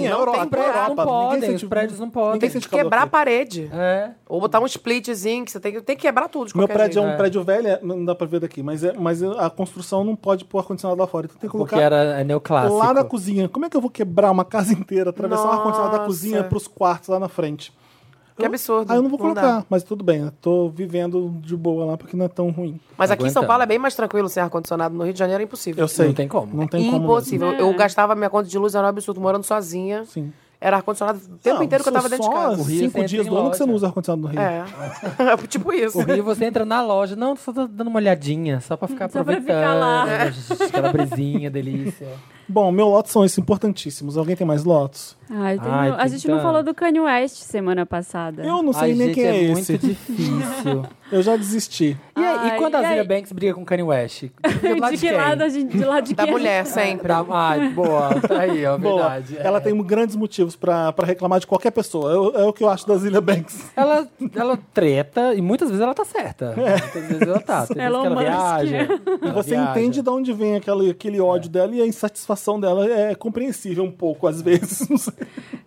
S1: Sim, é
S3: Não
S1: Europa. é
S3: tem prédio,
S1: Europa.
S4: não
S1: Ninguém
S4: podem,
S1: sente-
S4: os prédios não podem.
S1: Ninguém
S3: Tem que
S1: sente calor
S3: quebrar a
S1: aqui.
S3: parede.
S4: É.
S3: Ou botar um splitzinho, que você tem que, tem que quebrar tudo. de
S1: Meu
S3: qualquer
S1: prédio é
S3: jeito.
S1: um
S4: É.
S1: prédio velho, é- não dá pra ver daqui, mas, é, mas a construção não pode pôr ar-condicionado lá fora. Então tem que
S4: Porque
S1: colocar
S4: era é neoclássico.
S1: lá na cozinha. Como é que eu vou quebrar uma casa inteira, atravessar um ar-condicionado da
S3: Nossa.
S1: cozinha pros quartos lá na frente?
S3: Que
S1: Eu-
S3: absurdo.
S1: Ah, eu não vou
S3: Não
S1: colocar,
S3: dá.
S1: mas tudo bem. Eu tô vivendo de boa lá porque não é tão ruim.
S3: Mas aqui em São
S4: Aguenta.
S3: Paulo é bem mais tranquilo sem ar-condicionado. No Rio de Janeiro é impossível.
S1: Eu sei.
S4: tem como.
S1: Não tem como. mesmo.
S3: impossível.
S2: É.
S3: Eu gastava minha conta de luz, era um absurdo, morando sozinha.
S1: Sim.
S3: Era ar-condicionado o tempo
S1: Não,
S3: inteiro que eu tava dentro de
S1: só
S3: casa.
S4: O Rio você
S1: Cinco
S4: entra
S1: dias
S4: em
S1: do ano que você não
S4: loja.
S1: usa ar-condicionado no Rio.
S3: É. tipo isso.
S4: O Rio, você entra na loja. Não, só tô dando uma olhadinha, só pra ficar
S2: Só pra
S4: aproveitando. É,
S2: ficar lá.
S4: Aquela brisinha, delícia.
S1: Bom, meu lotos são esses importantíssimos. Alguém tem mais lotos?
S2: Ai, tem- um-
S4: Ai,
S2: a
S4: tem
S2: gente não
S4: tanto.
S2: falou do Kanye West semana passada.
S1: Eu não sei
S4: Ai,
S1: nem
S4: gente,
S1: quem é,
S4: é
S1: esse.
S4: muito difícil.
S1: Eu já desisti.
S4: E, aí,
S2: Ai,
S4: e quando a
S2: e
S4: Zilia
S2: aí?
S4: Banks briga com Kanye West? Fica do lado
S2: de que
S4: quem?
S2: lado a gente. De lado de
S3: Da
S2: quem?
S3: mulher, sempre.
S4: Da- Ai, boa. Tá aí, ó,
S1: Boa.
S4: verdade.
S1: Ela
S4: É.
S1: tem grandes motivos pra pra reclamar de qualquer pessoa. É, o- é o que eu acho da Zilia Banks.
S4: Ela, ela treta e muitas vezes ela tá certa. Muitas vezes ela tá. Tem vezes
S2: Elon
S4: que ela
S2: Musk.
S4: viaja.
S1: É. E
S4: ela
S1: você
S4: viaja.
S1: entende de onde vem aquele, aquele
S2: É.
S1: ódio dela e a insatisfação dela é compreensível um pouco, às vezes. Não sei.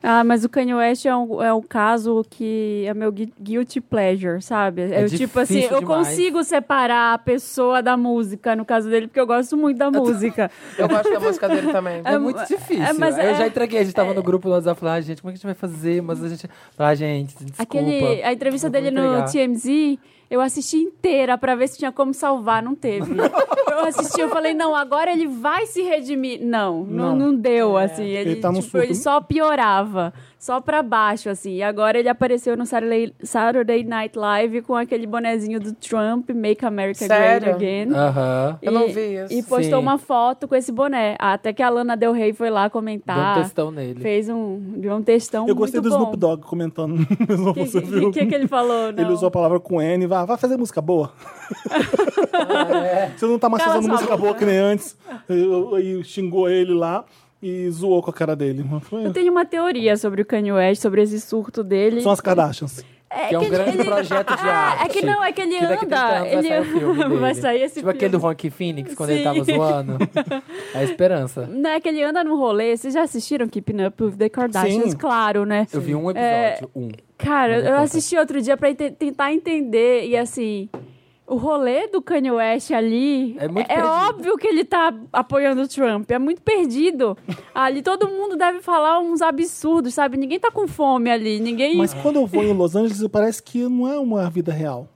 S2: Ah, mas o Kanye West é um, é um caso que é meu gui- guilty pleasure, sabe? É eu, tipo assim,
S4: difícil
S2: eu
S4: demais.
S2: consigo separar a pessoa da música, no caso dele, porque eu gosto muito da música.
S3: Eu gosto da música dele também.
S4: É
S2: É,
S4: muito difícil.
S2: é, mas
S4: eu
S2: é-
S4: já entreguei, a gente tava no grupo do WhatsApp falei, ah, gente, como é que a gente vai fazer? Mas a gente. Ah, gente, desculpa.
S2: Aquele, a entrevista
S4: Eu vou
S2: dele no
S4: entregar.
S2: TMZ, eu assisti inteira pra ver se tinha como salvar, não teve. eu assisti, eu falei, não, agora ele vai se redimir. Não, não,
S1: Não.
S2: não
S4: É,
S2: deu, assim. Ele,
S1: tá num
S2: tipo,
S1: surto.
S2: ele só piorava, só pra baixo, assim. E agora ele apareceu no Saturday, Saturday Night Live com aquele bonezinho do Trump, Make America
S3: Sério?
S2: Great Again.
S4: Aham.
S3: Eu não vi isso.
S2: E postou
S4: Sim.
S2: uma foto com esse boné. Até que a Lana Del Rey foi lá
S4: Deu um
S2: comentar.
S4: textão nele.
S2: Fez um, deu um textão
S1: Eu gostei do
S2: muito
S1: Snoop
S2: bom.
S1: Dogg comentando. Mas não
S2: O que,
S1: você
S2: que-
S1: viu.
S2: que que ele falou? Não.
S1: Ele usou a palavra com N, vai, vai fazer música boa. Você não tá mais
S2: É. Cala
S1: fazendo
S2: sua
S1: música
S2: boca.
S1: boa que nem antes. E xingou ele lá e zoou com a cara dele. Foi-
S2: Eu tenho uma teoria sobre o Kanye West, sobre esse surto dele.
S1: São as Kardashians.
S2: É
S4: Que é um
S2: ele-
S4: grande
S2: ele-
S4: projeto de
S2: É,
S4: arte. assim.
S2: É que não, é que ele
S4: daqui a 30
S2: anda.
S4: anos
S2: ele
S4: vai sair o filme dele.
S2: vai sair esse
S4: Tipo aquele do
S2: filme.
S4: Rock Phoenix, quando ele
S2: Sim.
S4: tava zoando. É a esperança.
S2: Não é que ele anda num rolê. Vocês já assistiram Keeping Up with the Kardashians?
S1: Sim.
S2: Claro, né?
S4: Eu vi um
S2: É,
S4: episódio, um.
S2: Cara,
S4: Não me
S2: eu
S4: conta.
S2: assisti outro dia pra ente- tentar entender e assim. O rolê do Kanye West ali
S4: É muito perdido.
S2: óbvio que ele tá apoiando o Trump, é muito perdido. Ali todo mundo deve falar uns absurdos, sabe? Ninguém tá com fome ali, ninguém.
S1: Mas quando eu vou em Los Angeles, parece que não é uma vida real.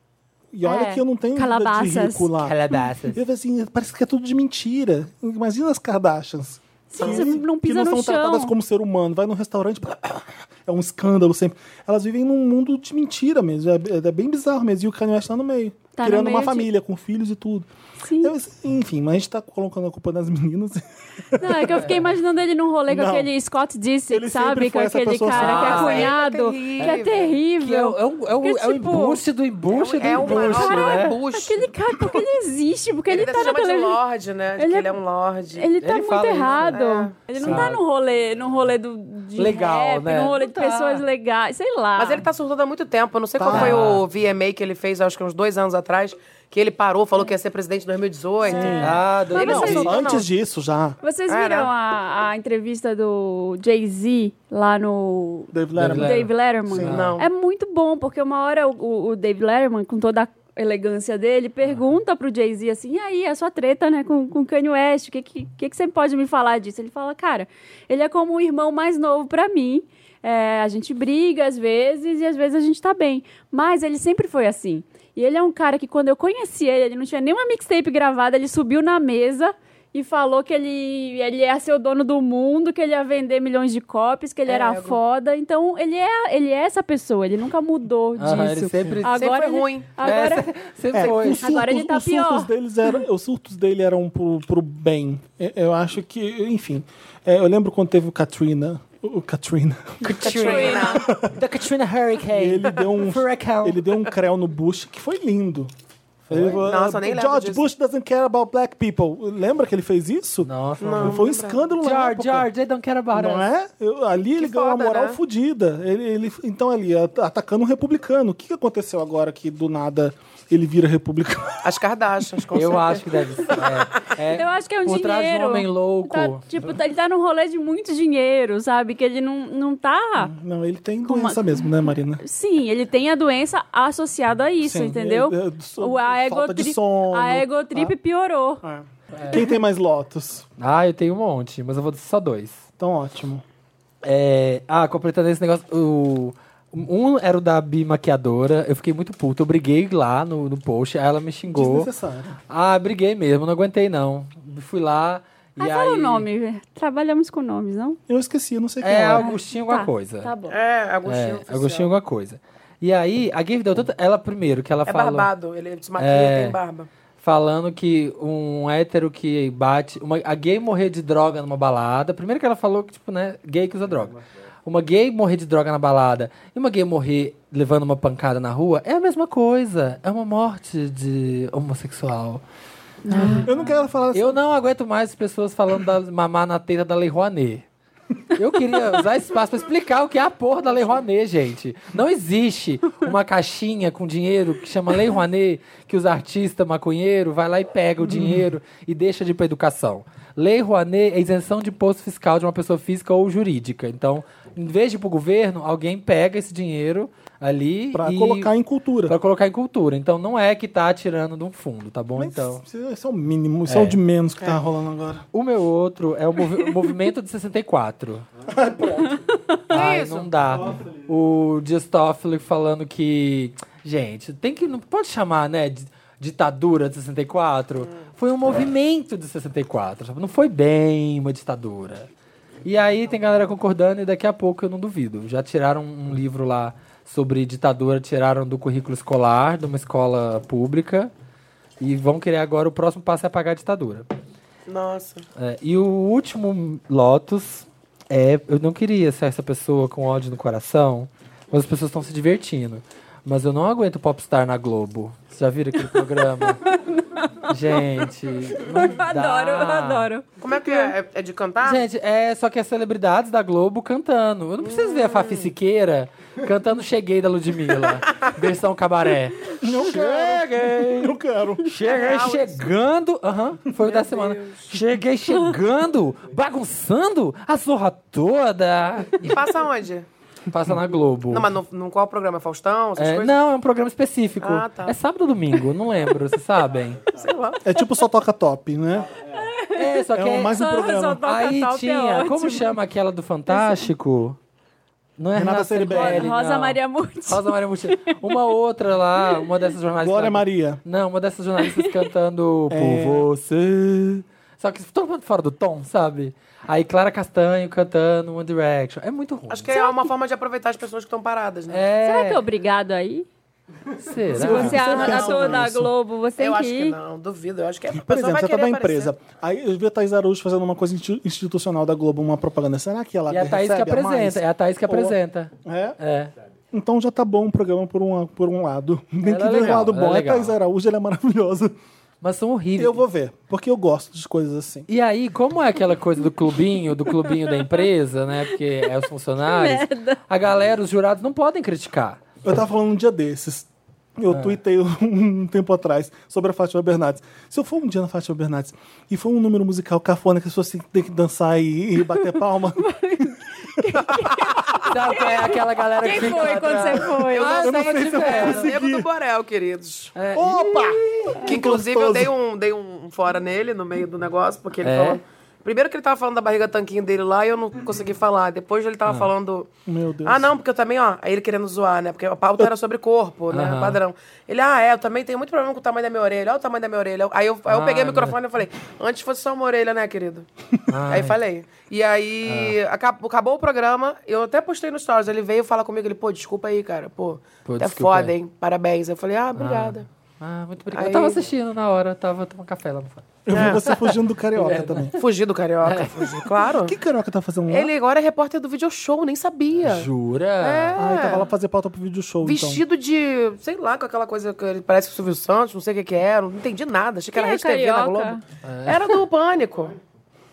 S1: E olha
S2: É.
S1: que eu não tenho vida de
S2: Calabaças.
S1: rico lá.
S4: Calabasas.
S1: Eu falei assim, parece que é tudo de mentira. Imagina as Kardashians.
S2: Sim, você não pisa
S1: que não
S2: no
S1: são
S2: chão.
S1: tratadas como ser humano. Vai num restaurante. é um escândalo sempre. Elas vivem num mundo de mentira mesmo. É, é bem bizarro mesmo. E o Kanye West tá no meio.
S2: Tá no
S1: criando
S2: meio
S1: uma
S2: de-
S1: família, com filhos e tudo.
S2: Sim.
S1: Eu, enfim, mas a gente tá colocando a culpa nas meninas.
S2: Não, é que eu fiquei imaginando ele num rolê com
S1: Não.
S2: aquele Scott Disick,
S1: Ele sempre
S2: sabe? Com
S1: foi essa
S2: aquele
S1: pessoa
S2: cara que é
S4: assim.
S2: cunhado,
S3: Ah, ele é
S2: que é terrível.
S4: Que é, o- é, o- é, o-
S2: Porque,
S4: é o
S2: tipo,
S4: embuste do embuste
S3: É
S4: do
S3: um
S4: embuste,
S3: cara,
S4: né?
S3: bucho.
S2: Aquele cara, porque ele existe, porque ele,
S3: Ele,
S2: tá
S3: se
S2: na
S3: chama de
S2: televisão.
S3: Lorde, né? De
S2: Ele
S3: que
S2: é-
S3: ele é um Lorde.
S2: Ele tá
S4: Ele fala
S2: muito
S4: isso,
S2: errado.
S3: é.
S2: Ele não tá
S4: Sabe.
S2: num rolê, num rolê do, de
S4: Legal,
S2: rap,
S4: né?
S2: num rolê
S4: Não
S2: de
S4: tá.
S2: pessoas legais, sei lá.
S3: Mas ele tá surtando há muito tempo. Eu não sei
S1: Tá.
S3: qual foi o VMA que ele fez, acho que uns dois anos atrás, que ele parou, falou que ia ser presidente em 2018.
S4: Ah, do
S3: Mas
S4: ele
S3: não,
S4: não,
S3: só-
S4: não,
S1: antes
S3: não.
S1: disso já.
S2: Vocês
S3: É,
S2: viram
S3: né?
S2: a, a entrevista do Jay-Z lá no
S1: David Letterman.
S4: Letterman.
S2: Dave Letterman?
S3: Sim. Não.
S2: É muito bom, porque uma hora o- o, o Dave Letterman, com toda a elegância dele, pergunta pro Jay-Z assim, e aí, a sua treta, né, com, com Kanye West, o que, que, que que você pode me falar disso? Ele fala, cara, ele é como um irmão mais novo pra mim, É, a gente briga às vezes e às vezes a gente tá bem, mas ele sempre foi assim. E ele é um cara que quando eu conheci ele, ele não tinha nenhuma mixtape gravada, ele subiu na mesa e falou que ele, ele ia ser o dono do mundo, que ele ia vender milhões de cópias, que ele era
S3: Ego.
S2: foda. Então, ele é, ele é essa pessoa, ele nunca mudou disso.
S4: Ah, ele sempre-
S2: agora
S3: Sempre foi
S2: ele-
S3: ruim.
S2: Agora,
S4: sempre
S1: É,
S4: foi.
S1: os surtos,
S2: Agora ele tá
S1: os surtos
S2: pior.
S1: Deles eram, os surtos dele eram pro, pro bem. Eu, eu acho que, enfim. é, eu lembro quando teve o Katrina. O o Katrina.
S4: Katrina. Da Katrina Hurricane.
S1: Ele deu um.
S4: Huracão.
S1: ele deu um creu no Bush que foi lindo. Ele falou,
S3: Nossa,
S1: "Ah,
S3: nem lembro
S1: George
S3: disso."
S1: Bush doesn't care about black people. Lembra que ele fez isso?
S4: Nossa.
S1: foi um escândalo na
S4: George,
S1: época.
S4: George, they don't care about
S1: Não
S4: us.
S1: é? Eu- ali ele ganhou
S3: foda,
S1: uma moral
S3: né?
S1: fodida. Ele, ele- então ali, at- atacando um republicano. O que que aconteceu agora que do nada ele vira republicano?
S3: As Kardashians, com
S4: Eu
S3: certeza.
S4: acho que deve ser. É, é,
S2: eu acho que é um
S4: por
S2: dinheiro.
S4: trás de um homem louco.
S2: Tá, tipo, tá- ele tá num rolê de muito dinheiro, sabe? Que ele não, não tá...
S1: Não, ele tem doença mesmo, né, Marina?
S2: Sim, ele tem a doença associada a isso,
S1: Sim,
S2: entendeu?
S1: é- é do so-
S2: O- a
S1: falta de
S2: egotri-
S1: sono. É.
S2: A egotrip piorou.
S1: Quem tem mais Lotus?
S4: Ah, eu tenho um monte, mas eu vou dizer só dois.
S1: Então ótimo.
S4: É, ah, completando esse negócio, o, um era o da Bi maquiadora, eu fiquei muito puto, eu briguei lá no, no post, aí ela me xingou.
S1: Desnecessário.
S4: Ah, briguei mesmo, não aguentei não. Fui lá e
S2: Aí
S4: aí...
S2: fala o nome. Trabalhamos com nomes, não?
S1: Eu esqueci, eu não sei quem
S4: É,
S1: é.
S4: Agostinho alguma
S2: tá,
S4: coisa.
S2: Tá bom.
S3: É,
S4: É,
S3: Agostinho. oficial.
S4: Agostinho alguma coisa. E aí, a Gabe deu tanta... Ela primeiro, que ela
S3: É
S4: falou...
S3: barbado, ele se maquia,
S4: É.
S3: tem barba.
S4: falando que um hétero que bate. Uma, a gay morrer de droga numa balada. Primeiro que ela falou que, tipo, né, gay que usa droga. Uma gay morrer de droga na balada e uma gay morrer levando uma pancada na rua é a mesma coisa. É uma morte de homossexual.
S1: Eu não quero falar assim.
S4: Eu não aguento mais as pessoas falando da mamar na teta da Lei Rouanet. Eu queria usar esse espaço pra explicar o que é a porra da Lei Rouanet, gente. Não existe uma caixinha com dinheiro que chama Lei Rouanet, que os artistas maconheiros vai lá e
S1: Hum.
S4: pega o dinheiro e deixa de ir pra educação. Lei Rouanet é isenção de imposto fiscal de uma pessoa física ou jurídica. Então, em vez de ir pro governo, alguém pega esse dinheiro ali
S1: Pra
S4: e...
S1: colocar em cultura.
S4: Pra colocar em cultura. Então, não é que tá tirando de um fundo, tá bom?
S1: Mas
S4: Então...
S1: isso- Isso é o mínimo, isso é, o de menos que tá rolando agora.
S4: O meu outro é o movi- o movimento de 64. Ai, não dá. O Dias Toffoli falando que. Gente, tem que. Não pode chamar, né? de- ditadura de 64. Foi um movimento de 64. sabe? Não foi bem uma ditadura. E aí tem galera concordando e daqui a pouco eu não duvido. Já tiraram um livro lá sobre ditadura, tiraram do currículo escolar, de uma escola pública. E vão querer agora o próximo passo é apagar a ditadura.
S3: Nossa.
S4: É, e o último Lotus é. Eu não queria ser essa pessoa com ódio no coração, mas as pessoas estão se divertindo. Mas eu não aguento Popstar na Globo. Vocês já viram aquele programa? Gente. não
S2: Eu adoro, eu
S4: dá.
S2: adoro.
S3: Como é que é? É- É de cantar?
S4: Gente, é só que as celebridades da Globo cantando. Eu não preciso ver a
S2: Hum.
S4: Fafi Siqueira cantando Cheguei da Ludmilla, versão cabaré. Não Cheguei!
S1: Eu quero.
S4: Cheguei chegando. Aham, foi o da semana. Cheguei chegando, bagunçando a zorra toda.
S3: E passa onde?
S4: Passa na Globo.
S3: Não, mas no, no qual programa? Faustão? Essas
S4: É,
S3: coisas?
S4: não, é um programa específico.
S3: Ah, tá.
S4: É sábado ou domingo, não lembro, vocês sabem.
S3: Sei lá.
S1: É tipo só toca top, né?
S4: É, só que.
S1: É um- mais um
S2: Só- só
S1: programa.
S2: toca
S4: Aí
S2: top, é
S4: tinha.
S2: ótimo.
S4: como chama aquela do Fantástico? Não é
S1: Renata
S4: Renata
S1: Ceribelli.
S4: Ceribelli,
S2: Rosa
S4: não.
S2: Maria Monte.
S4: Rosa Maria Murti. Uma outra lá, uma dessas jornalistas.
S1: Glória Maria.
S3: É.
S4: Não, uma dessas jornalistas cantando
S1: É.
S4: Por Você. Só que todo mundo fora do tom, sabe? Aí Clara Castanho cantando One Direction. É muito ruim.
S3: Acho que é uma forma de aproveitar as pessoas que estão paradas, né?
S4: É,
S2: Será que é obrigado aí? Se
S4: será?
S2: você é
S1: Você
S2: a
S1: pensa
S2: ator da
S1: nisso?
S2: Globo, você tem
S3: eu acho
S2: que
S3: que
S2: ir.
S3: não, duvido. Eu acho que a
S1: Por
S3: pessoa
S1: exemplo,
S3: vai
S1: você tá
S3: querer
S1: na
S3: aparecer.
S1: empresa. Aí eu vi a Thaís Araújo fazendo uma coisa insti- institucional da Globo, uma propaganda. Será que ela
S4: E é a Thaís que
S1: recebe a mais?
S4: apresenta. É a Thaís que
S1: Ou-
S4: apresenta.
S1: É?
S4: É.
S1: Então já tá bom o programa por um, por um lado. Tem
S4: Ela
S1: que
S4: é
S1: ver o
S4: legal,
S1: lado
S4: ela é
S1: bom. a
S4: legal.
S1: Thaís Araújo, ela é maravilhosa.
S4: Mas são horríveis.
S1: Eu vou ver, porque eu gosto de coisas assim.
S4: E aí, como é aquela coisa do clubinho, do clubinho da empresa, né? Porque é os funcionários. A galera, os jurados não podem criticar.
S1: Eu tava falando um dia desses. Eu tuitei um tempo atrás sobre a Fátima Bernardes. Se eu for um dia na Fátima Bernardes e for um número musical cafona que as pessoas têm que dançar e, e bater palma,
S4: Sabe, é aquela galera
S2: Quem
S4: que fica lá
S2: foi quando
S4: atrás.
S2: você foi?
S3: Eu não,
S4: Ah,
S3: sei se
S4: tava de
S3: eu
S4: férias.
S3: é, lembro do Borel, queridos.
S4: É,
S1: opa!
S3: Que inclusive eu
S1: gostoso.
S3: dei um, dei um fora nele no meio do negócio, porque ele
S4: É?
S3: falou. Primeiro que ele tava falando da barriga tanquinho dele lá e eu não consegui falar. Depois ele
S4: Ah.
S3: tava falando.
S1: Meu Deus.
S3: Ah, não, porque eu também, ó. Aí ele querendo zoar, né? Porque a pauta era sobre corpo, né?
S4: Aham.
S3: Padrão. Ele, ah, é, eu também tenho muito problema com o tamanho da minha orelha. Olha o tamanho da minha orelha. Aí eu, aí eu
S4: Ah,
S3: peguei o
S4: não.
S3: microfone e falei, antes fosse só uma orelha, né, querido?
S4: Ai. Ah.
S3: Aí falei. E aí acabou, acabou o programa, eu até postei no Stories. Ele veio falar comigo, ele, pô, desculpa aí, cara. Pô,
S4: Pô,
S3: é
S4: desculpa
S3: foda,
S4: aí.
S3: hein? Parabéns. Eu falei, ah, obrigada.
S4: Ah, muito obrigado. Eu
S3: Aí-
S4: tava assistindo na hora, tava tomando café lá no fundo.
S1: Eu
S3: É.
S1: vi você fugindo do carioca também.
S3: Fugir do carioca, fugir, claro.
S1: O que carioca tá fazendo lá?
S3: Ele agora é repórter do video show, nem sabia.
S4: Jura?
S3: É.
S1: Ah, ele tava lá fazer pauta pro vídeo show, então.
S3: Vestido de, sei lá, com aquela coisa que ele parece o Silvio Santos, não sei o que que era, não entendi nada, achei que
S2: Quem
S3: era
S2: é
S3: Rede TV na
S2: carioca?
S3: Globo. Era do Pânico.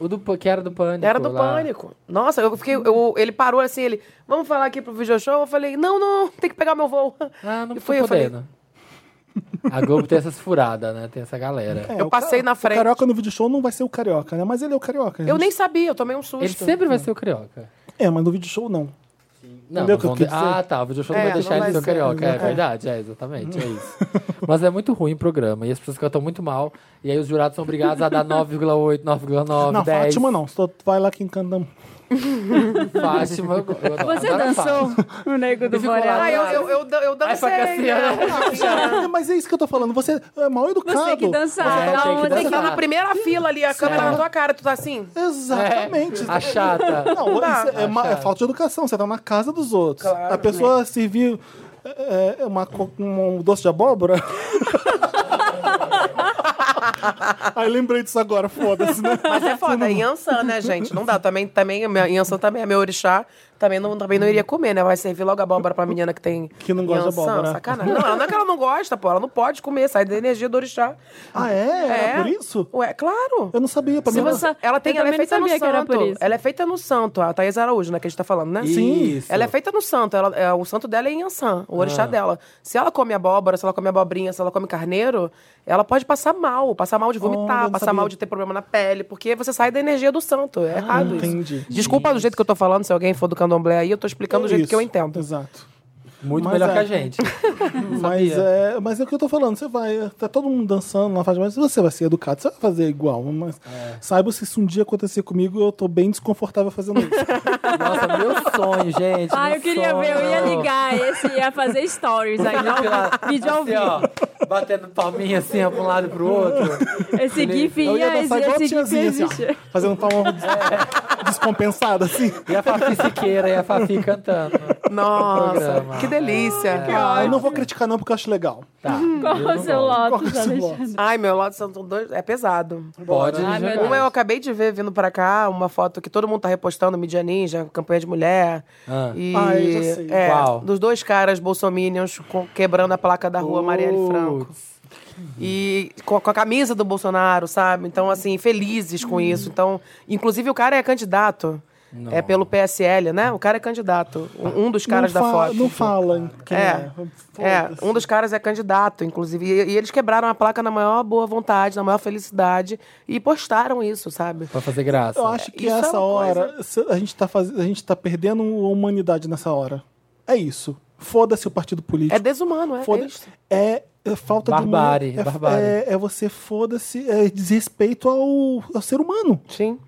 S4: O do, que era do Pânico.
S3: Era do
S4: lá.
S3: Pânico. Nossa, eu fiquei, eu- ele parou assim, ele, vamos falar aqui pro video show? Eu falei, não, não, tem que pegar meu voo.
S4: Ah, não
S3: E
S4: fui
S3: eu falei,
S4: podendo. A Globo tem essas furadas, né? Tem essa galera.
S1: então. É,
S3: eu
S1: o
S3: passei na
S1: o
S3: frente.
S1: carioca no vídeo show não vai ser o carioca, né? Mas ele é o carioca.
S3: Eu
S1: gente.
S3: nem sabia, eu tomei um susto.
S4: Ele sempre vai ser o carioca.
S1: É, mas no vídeo show não.
S4: Não,
S1: Entendeu o
S4: não
S1: que eu
S4: vão
S1: quis
S4: de-
S1: dizer?
S4: Ah, tá. O video show
S3: É,
S4: não vai
S3: não
S4: deixar
S3: vai
S4: ele ser o
S3: ser,
S4: carioca. É,
S3: né? Hum.
S4: verdade, é exatamente, é isso. Mas é muito ruim o programa. E as pessoas cantam muito mal. E aí os jurados são obrigados a dar 9,8, 9,9,
S1: Na
S4: 10.
S1: Fátima não, só vai lá quem canta.
S4: Fátima, eu- eu adoro.
S2: Você
S4: Adoro a Fátima.
S2: dançou o Nego do
S4: Ele ficou lá,
S2: Boreal?
S3: Ah, eu, eu, eu, eu dancei.
S4: Ai, pra Cassiano.
S3: né?
S1: É, mas é isso que eu tô falando, você é mal educado.
S2: Você tem que dançar.
S4: Você tem
S2: não,
S4: que
S2: tem que
S3: Você tá na
S4: dançar.
S3: primeira fila ali, a câmera na tua cara, tu tá assim?
S1: Exatamente.
S4: A chata.
S1: Não,
S3: É. dá.
S1: isso é, ma- é
S4: Achar.
S1: falta de educação, você tá na casa dos outros.
S3: Claro, né?
S1: a pessoa servir é, é, uma co- um doce de abóbora. Aí lembrei disso agora, foda-se, né?
S3: Mas é foda, é Yansan, né, gente? Não dá. Também, também, a minha- Yansan também é meu orixá. Também não, também não iria comer, né? Vai servir logo a abóbora pra menina que tem.
S1: Que não gosta de
S3: Yansan,
S1: abóbora.
S3: Sacanagem. Não, não é que ela não gosta, pô. Ela não pode comer, sai da energia do orixá.
S1: Ah, é? Era por isso?
S3: Ué, claro.
S1: Eu não sabia, pra mim.
S3: Se
S1: era-
S3: você- ela tem,
S2: Eu
S3: ela
S2: também
S3: é
S2: não
S3: feita no
S2: sabia que era por
S3: santo.
S2: isso.
S3: Ela é feita no santo, a Thaís Araújo, né? Que a gente tá falando, né?
S4: Sim. Isso.
S3: Ela é feita no santo. Ela, é, o santo dela é Yansan, o orixá
S1: Ah.
S3: dela. Se ela come abóbora, se ela come abobrinha, se ela come carneiro, ela pode passar mal. Passar mal de
S1: Olha,
S3: vomitar,
S1: não
S3: passar
S1: sabia. Ah,
S3: mal de ter problema na pele, porque você sai da energia do santo. É errado isso.
S1: entendi.
S3: Desculpa do jeito que eu tô falando, se alguém for do candomblé aí, eu tô explicando do jeito
S1: Isso,
S3: que eu entendo.
S1: Exato.
S4: Muito
S1: Mas
S4: melhor
S1: é.
S4: que a gente.
S1: Mas
S4: Sabia.
S1: é, mas é o que eu tô falando, você vai, tá todo mundo dançando na faixa, mas você vai ser educado, você vai fazer igual. Mas
S3: É.
S1: saiba se isso um dia acontecer comigo, eu tô bem desconfortável fazendo isso.
S4: Nossa, meu sonho, gente.
S2: Ah,
S4: meu
S2: eu queria ver, eu ia
S4: sonho.
S2: ligar esse, ia fazer stories aí, não, vídeo ao
S4: Assim,
S2: vivo.
S4: ó, batendo palminha assim, ó, pra um lado e pro outro.
S2: Esse GIF
S1: Eu ia
S2: ia,
S1: dançar igual a
S2: esse GIF
S1: tiazinha, assim, ó,
S2: existe.
S1: fazendo palma des-
S3: É.
S1: descompensada, assim.
S4: E a Fafi Siqueira e a Fafi cantando.
S3: Nossa,
S4: Programa.
S3: que delícia.
S1: Ah, eu não vou criticar não, porque eu acho legal.
S4: Tá.
S2: Qual
S4: eu
S2: o
S4: não
S2: seu
S3: Tá
S4: gosto.
S2: Lotus,
S1: Qual é o seu
S2: Alexandre?
S3: Ai, meu lado santo dois é pesado.
S4: Pode
S2: Ai, meu
S4: jogar.
S2: Deus.
S3: Uma eu acabei de ver vindo pra cá, uma foto que todo mundo tá repostando, mídia ninja, campanha de mulher.
S4: Ah.
S3: E,
S1: Ah, eu já sei.
S3: É,
S4: Qual?
S3: Dos dois caras bolsominions com- quebrando a placa da rua Marielle Franco.
S4: Putz.
S3: E com, com a camisa do Bolsonaro, sabe? Então, assim, felizes com isso. Então, inclusive o cara é candidato. É pelo PSL, né? O cara é candidato. Um, um dos caras
S1: não
S3: da
S1: fala,
S3: foto.
S1: Não fala em quem é.
S3: É. É, um dos caras é candidato, inclusive. E, e eles quebraram a placa na maior boa vontade, na maior felicidade. E postaram isso, sabe?
S4: Pra fazer graça.
S1: Eu acho que
S3: Isso é
S1: essa
S3: uma
S1: hora, se- a gente, tá faz... a gente tá perdendo a humanidade nessa hora. É isso. Foda-se o partido político.
S3: É desumano, é. é
S1: Foda-se.
S3: isso.
S1: É, é falta
S4: Barbárie,
S1: de. humani- É,
S4: barbárie.
S1: É, é você foda-se, é desrespeito ao, ao ser humano.
S3: Sim.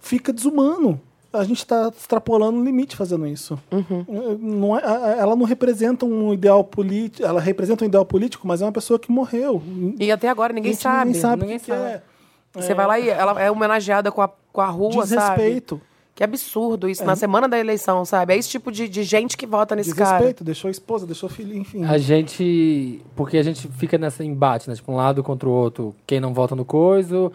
S1: Fica desumano. A gente está extrapolando o limite fazendo isso.
S3: Uhum.
S1: Não é- a- a- ela não representa um ideal político. Ela representa um ideal político, mas é uma pessoa que morreu.
S3: E até agora
S1: A
S3: ninguém
S1: gente
S3: sabe.
S1: Ninguém sabe.
S4: ninguém
S1: o que que
S4: sabe.
S1: é.
S3: Você vai lá e ela é homenageada com a, com a rua, sabe?
S1: Desrespeito.
S3: Que absurdo isso, na semana da eleição, sabe? É esse tipo de, de gente que vota nesse cara.
S1: Desrespeito. Deixou a esposa, deixou o filho, enfim.
S4: A gente. Porque a gente fica nesse embate, né? Tipo, um lado contra o outro. Quem não vota no coisa,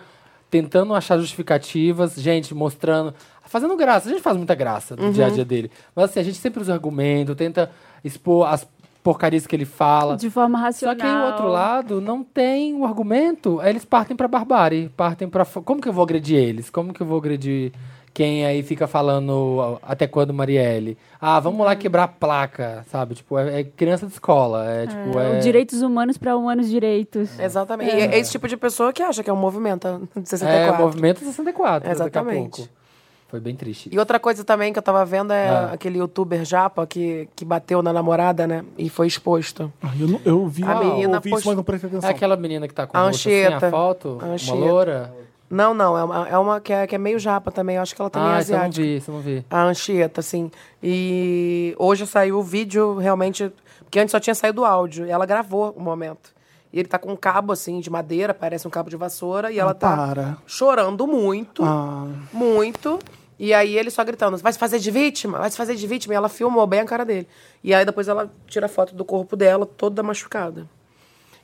S4: tentando achar justificativas, gente mostrando. Fazendo graça. A gente faz muita graça no
S2: Uhum.
S4: dia a dia dele. Mas assim, a gente sempre usa argumento, tenta expor as porcarias que ele fala.
S2: De forma
S4: Só
S2: racional.
S4: que aí o outro lado não tem o argumento, aí eles partem pra barbárie, partem pra. fo- Como que eu vou agredir eles? Como que eu vou agredir quem aí fica falando ó, até quando Marielle? Ah, vamos
S3: Uhum.
S4: lá quebrar a placa, sabe? Tipo, é, é criança de escola, é tipo.
S2: É,
S4: É,
S2: o Direitos humanos para humanos direitos.
S3: Exatamente. E é esse tipo de pessoa que acha que é um movimento de 64.
S4: é movimento 64,
S3: Exatamente.
S4: daqui a pouco. Foi bem triste.
S3: E outra coisa também que eu tava vendo é
S4: Ah.
S3: aquele youtuber japa que, que bateu na namorada, né? E foi exposto.
S1: Ah, Eu, não- eu vi,
S3: A
S1: eu
S3: menina
S1: ouvi
S3: post-
S1: isso, mas não prestei
S4: É
S1: atenção.
S4: aquela menina que tá com
S3: A
S4: o rosto assim, a
S3: Anchieta.
S4: foto,
S3: A
S4: uma
S3: Anchieta.
S4: loura.
S3: Não, não, é uma, é uma que, é, que é meio japa também. Eu acho que ela também é
S4: Ah, isso eu não
S3: asiática.
S4: vi, isso eu não vi.
S3: A Anchieta, assim. E hoje saiu o vídeo realmente. Porque antes só tinha saído o áudio. E ela gravou o momento. E ele tá com um cabo, assim, de madeira, parece um cabo de vassoura, e ela tá
S1: Ah, para.
S3: chorando muito.
S1: Ah,
S3: muito. E aí ele só gritando, vai se fazer de vítima, vai se fazer de vítima. E ela filmou bem a cara dele. E aí depois ela tira foto do corpo dela, toda machucada.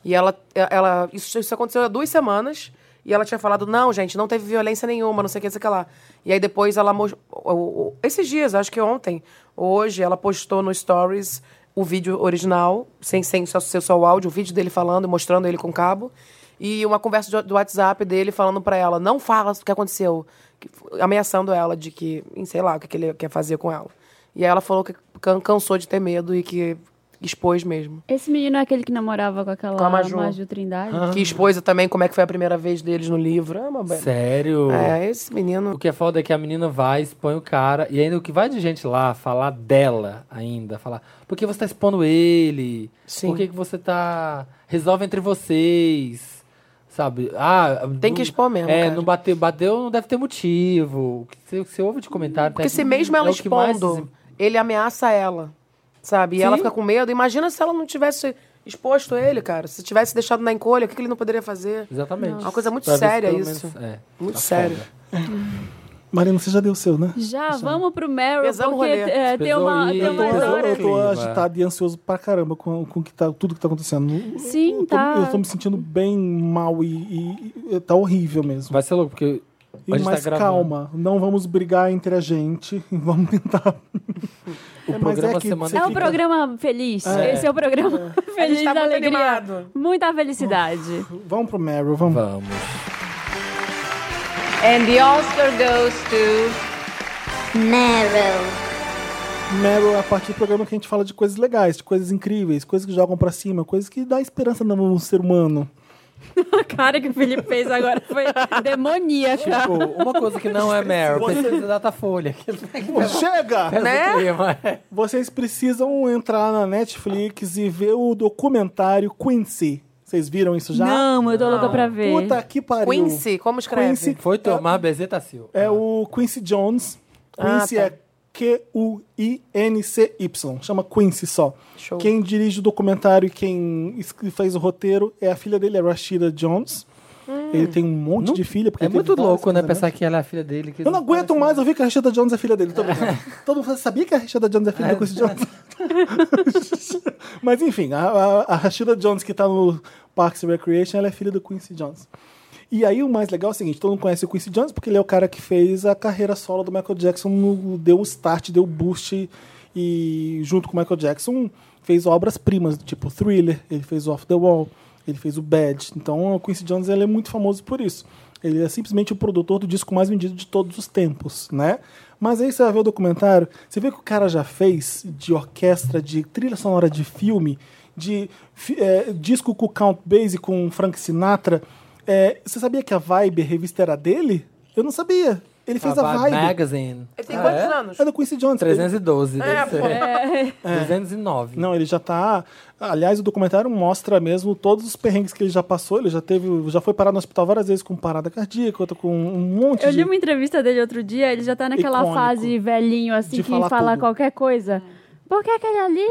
S3: E ela, ela isso, isso aconteceu há duas semanas. E ela tinha falado, não, gente, não teve violência nenhuma, não sei o que, não sei o que lá. E aí depois ela... mos- o- o- Esses dias, acho que ontem, hoje, ela postou no Stories o vídeo original, sem, sem só, ser só o áudio, o vídeo dele falando, mostrando ele com o cabo. E uma conversa de- do WhatsApp dele falando pra ela, não fala o que aconteceu. que- Ameaçando ela de que, em sei lá, o que, que ele quer fazer com ela. E aí ela falou que can- cansou de ter medo e que expôs mesmo.
S2: Esse menino é aquele que namorava com aquela
S3: Com a Maju.
S2: Trindade.
S4: Ah.
S3: Que expôs também como é que foi a primeira vez deles no livro. É, uma be-
S4: Sério?
S3: é esse menino.
S4: O que é foda é que a menina vai, expõe o cara, e ainda o que vai de gente lá falar dela ainda, falar, por que você tá expondo ele?
S3: Sim.
S4: Por que, que você tá. Resolve entre vocês. Sabe? Ah,
S3: Tem que
S4: não-
S3: expor mesmo,
S4: É,
S3: cara.
S4: não bateu, bateu, não deve ter motivo. O que você, você ouve de comentário.
S3: Porque
S4: tá-
S3: se mesmo ela
S4: é o que mais
S3: expondo, ele ameaça ela. Sabe? E ela fica com medo. Imagina se ela não tivesse exposto ele, cara. Se tivesse deixado na encolha, o que, que ele não poderia fazer?
S4: Exatamente.
S3: É Uma coisa muito
S4: Pra ver se
S3: séria
S4: pelo
S3: isso.
S4: menos- é,
S3: Muito
S4: tá
S3: sério.
S4: foda.
S1: Marina, você já deu o seu, né?
S2: Já, vamos pro Meryl,
S3: Pesamos
S2: porque
S3: rolê.
S2: é, tem uma,
S4: Pesou
S2: tem
S4: aí.
S2: uma É
S4: Pesou
S1: Eu,
S2: hora.
S1: eu tô
S4: Clima.
S1: agitado e ansioso pra caramba com, com que tá, tudo que tá acontecendo. Eu-
S2: Sim,
S1: eu tô,
S2: tá.
S1: Eu tô me sentindo bem mal e, e- e tá horrível mesmo.
S4: Vai ser louco, porque. a
S1: E
S4: gente tá
S1: mais
S4: gravando.
S1: calma, não vamos brigar entre a gente, vamos tentar.
S4: O
S1: mas
S4: programa
S1: é que
S4: semana
S1: você
S2: É um
S1: fica-
S2: programa feliz. Esse é o programa
S3: A
S2: feliz
S3: gente tá
S2: da
S3: muito
S2: alegria.
S3: animado.
S2: Muita felicidade.
S1: Vamos pro Meryl, vamos.
S4: Vamos.
S5: And the Oscar goes to
S6: Meryl.
S1: Meryl é a partir do programa que a gente fala de coisas legais, de coisas incríveis, coisas que jogam pra cima, coisas que dá esperança no ser humano.
S2: A cara que o Felipe fez agora foi demoníaca.
S4: Tipo, uma coisa que não é Meryl, precisa da Folha. né?
S1: Pô, chega!
S3: Né?
S1: Vocês precisam entrar na Netflix e ver o documentário Quincy. Vocês viram isso já?
S2: Não, eu tô louca pra ver.
S1: Puta que pariu.
S3: Quincy, como escreve?
S1: Quincy
S4: Foi tomar Bezetacil.
S1: é o Quincy Jones.
S3: Ah,
S1: Quincy
S3: tá.
S1: é Q-U-I-N-C-Y. Chama Quincy só.
S3: Show.
S1: Quem dirige o documentário e quem escre- fez o roteiro é a filha dele, a Rashida Jones.
S3: Hum.
S1: Ele tem um monte de filha. Porque
S4: É
S1: ele teve
S4: muito
S1: vários
S4: louco, né?
S1: casamentos.
S4: Pensar que ela é a filha dele. que um
S1: Eu não aguento mais ouvir que a Rashida Jones é filha dele. Tô brincando. Todo mundo sabia que a Rashida Jones é filha do Quincy Jones. Mas enfim, a, a, a Rashida Jones que tá no Parks and Recreation, ela é filha do Quincy Jones. E aí o mais legal é o seguinte, todo mundo conhece o Quincy Jones porque ele é o cara que fez a carreira solo do Michael Jackson, no- deu o start, deu o boost e junto com o Michael Jackson fez obras-primas, tipo Thriller, ele fez Off the Wall, ele fez o Bad. Então o Quincy Jones ele é muito famoso por isso. Ele é simplesmente o produtor do disco mais vendido de todos os tempos, né? Mas aí você vai ver o documentário, você vê que o cara já fez de orquestra, de trilha sonora de filme, de fi- eh, disco com Count Basie, com Frank Sinatra. Eh, você sabia que a Vibe, a revista, era dele? Eu não sabia. Ele fez a, Vibe.
S4: Magazine.
S3: Ele tem
S4: Ah,
S3: quantos anos?
S1: É do Quincy Jones. Ele-
S4: 312, deve ser. 209.
S1: Não, ele já tá. Aliás, o documentário mostra mesmo todos os perrengues que ele já passou. Ele já teve, já foi parar no hospital várias vezes com parada cardíaca, outra com um monte
S2: Eu
S1: de.
S2: li uma entrevista dele outro dia, ele já tá naquela
S1: Icônico.
S2: fase velhinho, assim,
S1: De
S2: que
S1: falar
S2: fala
S1: tudo.
S2: qualquer coisa. Por que aquele ali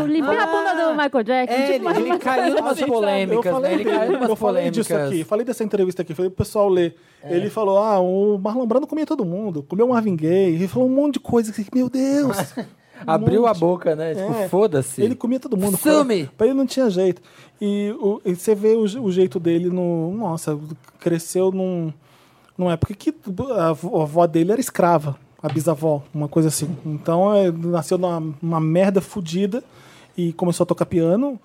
S2: eu limpei a bunda do Michael Jackson?
S4: É,
S2: tipo,
S4: ele, ele caiu
S1: Ah,
S4: numas
S1: gente, eu
S4: polêmicas,
S1: falei
S4: né? Ele
S1: dele,
S4: caiu
S1: eu
S4: numas
S1: falei disso
S4: polêmicas. É.
S1: aqui, falei dessa entrevista aqui, falei pro pessoal ler. Ele falou: ah, o Marlon Brando comia todo mundo, comeu Marvin Gaye, ele falou um monte de coisa que, meu Deus!
S4: Abriu
S1: um monte.
S4: a boca, né? Tipo,
S1: É.
S4: foda-se.
S1: Ele comia todo mundo.
S4: Some!
S1: Pra, pra ele não tinha jeito. E, o- e você vê o, je- o jeito dele no. Nossa, cresceu num, numa época que a avó a avó dele era escrava, a bisavó, uma coisa assim. Então é, nasceu numa uma merda fodida e começou a tocar piano.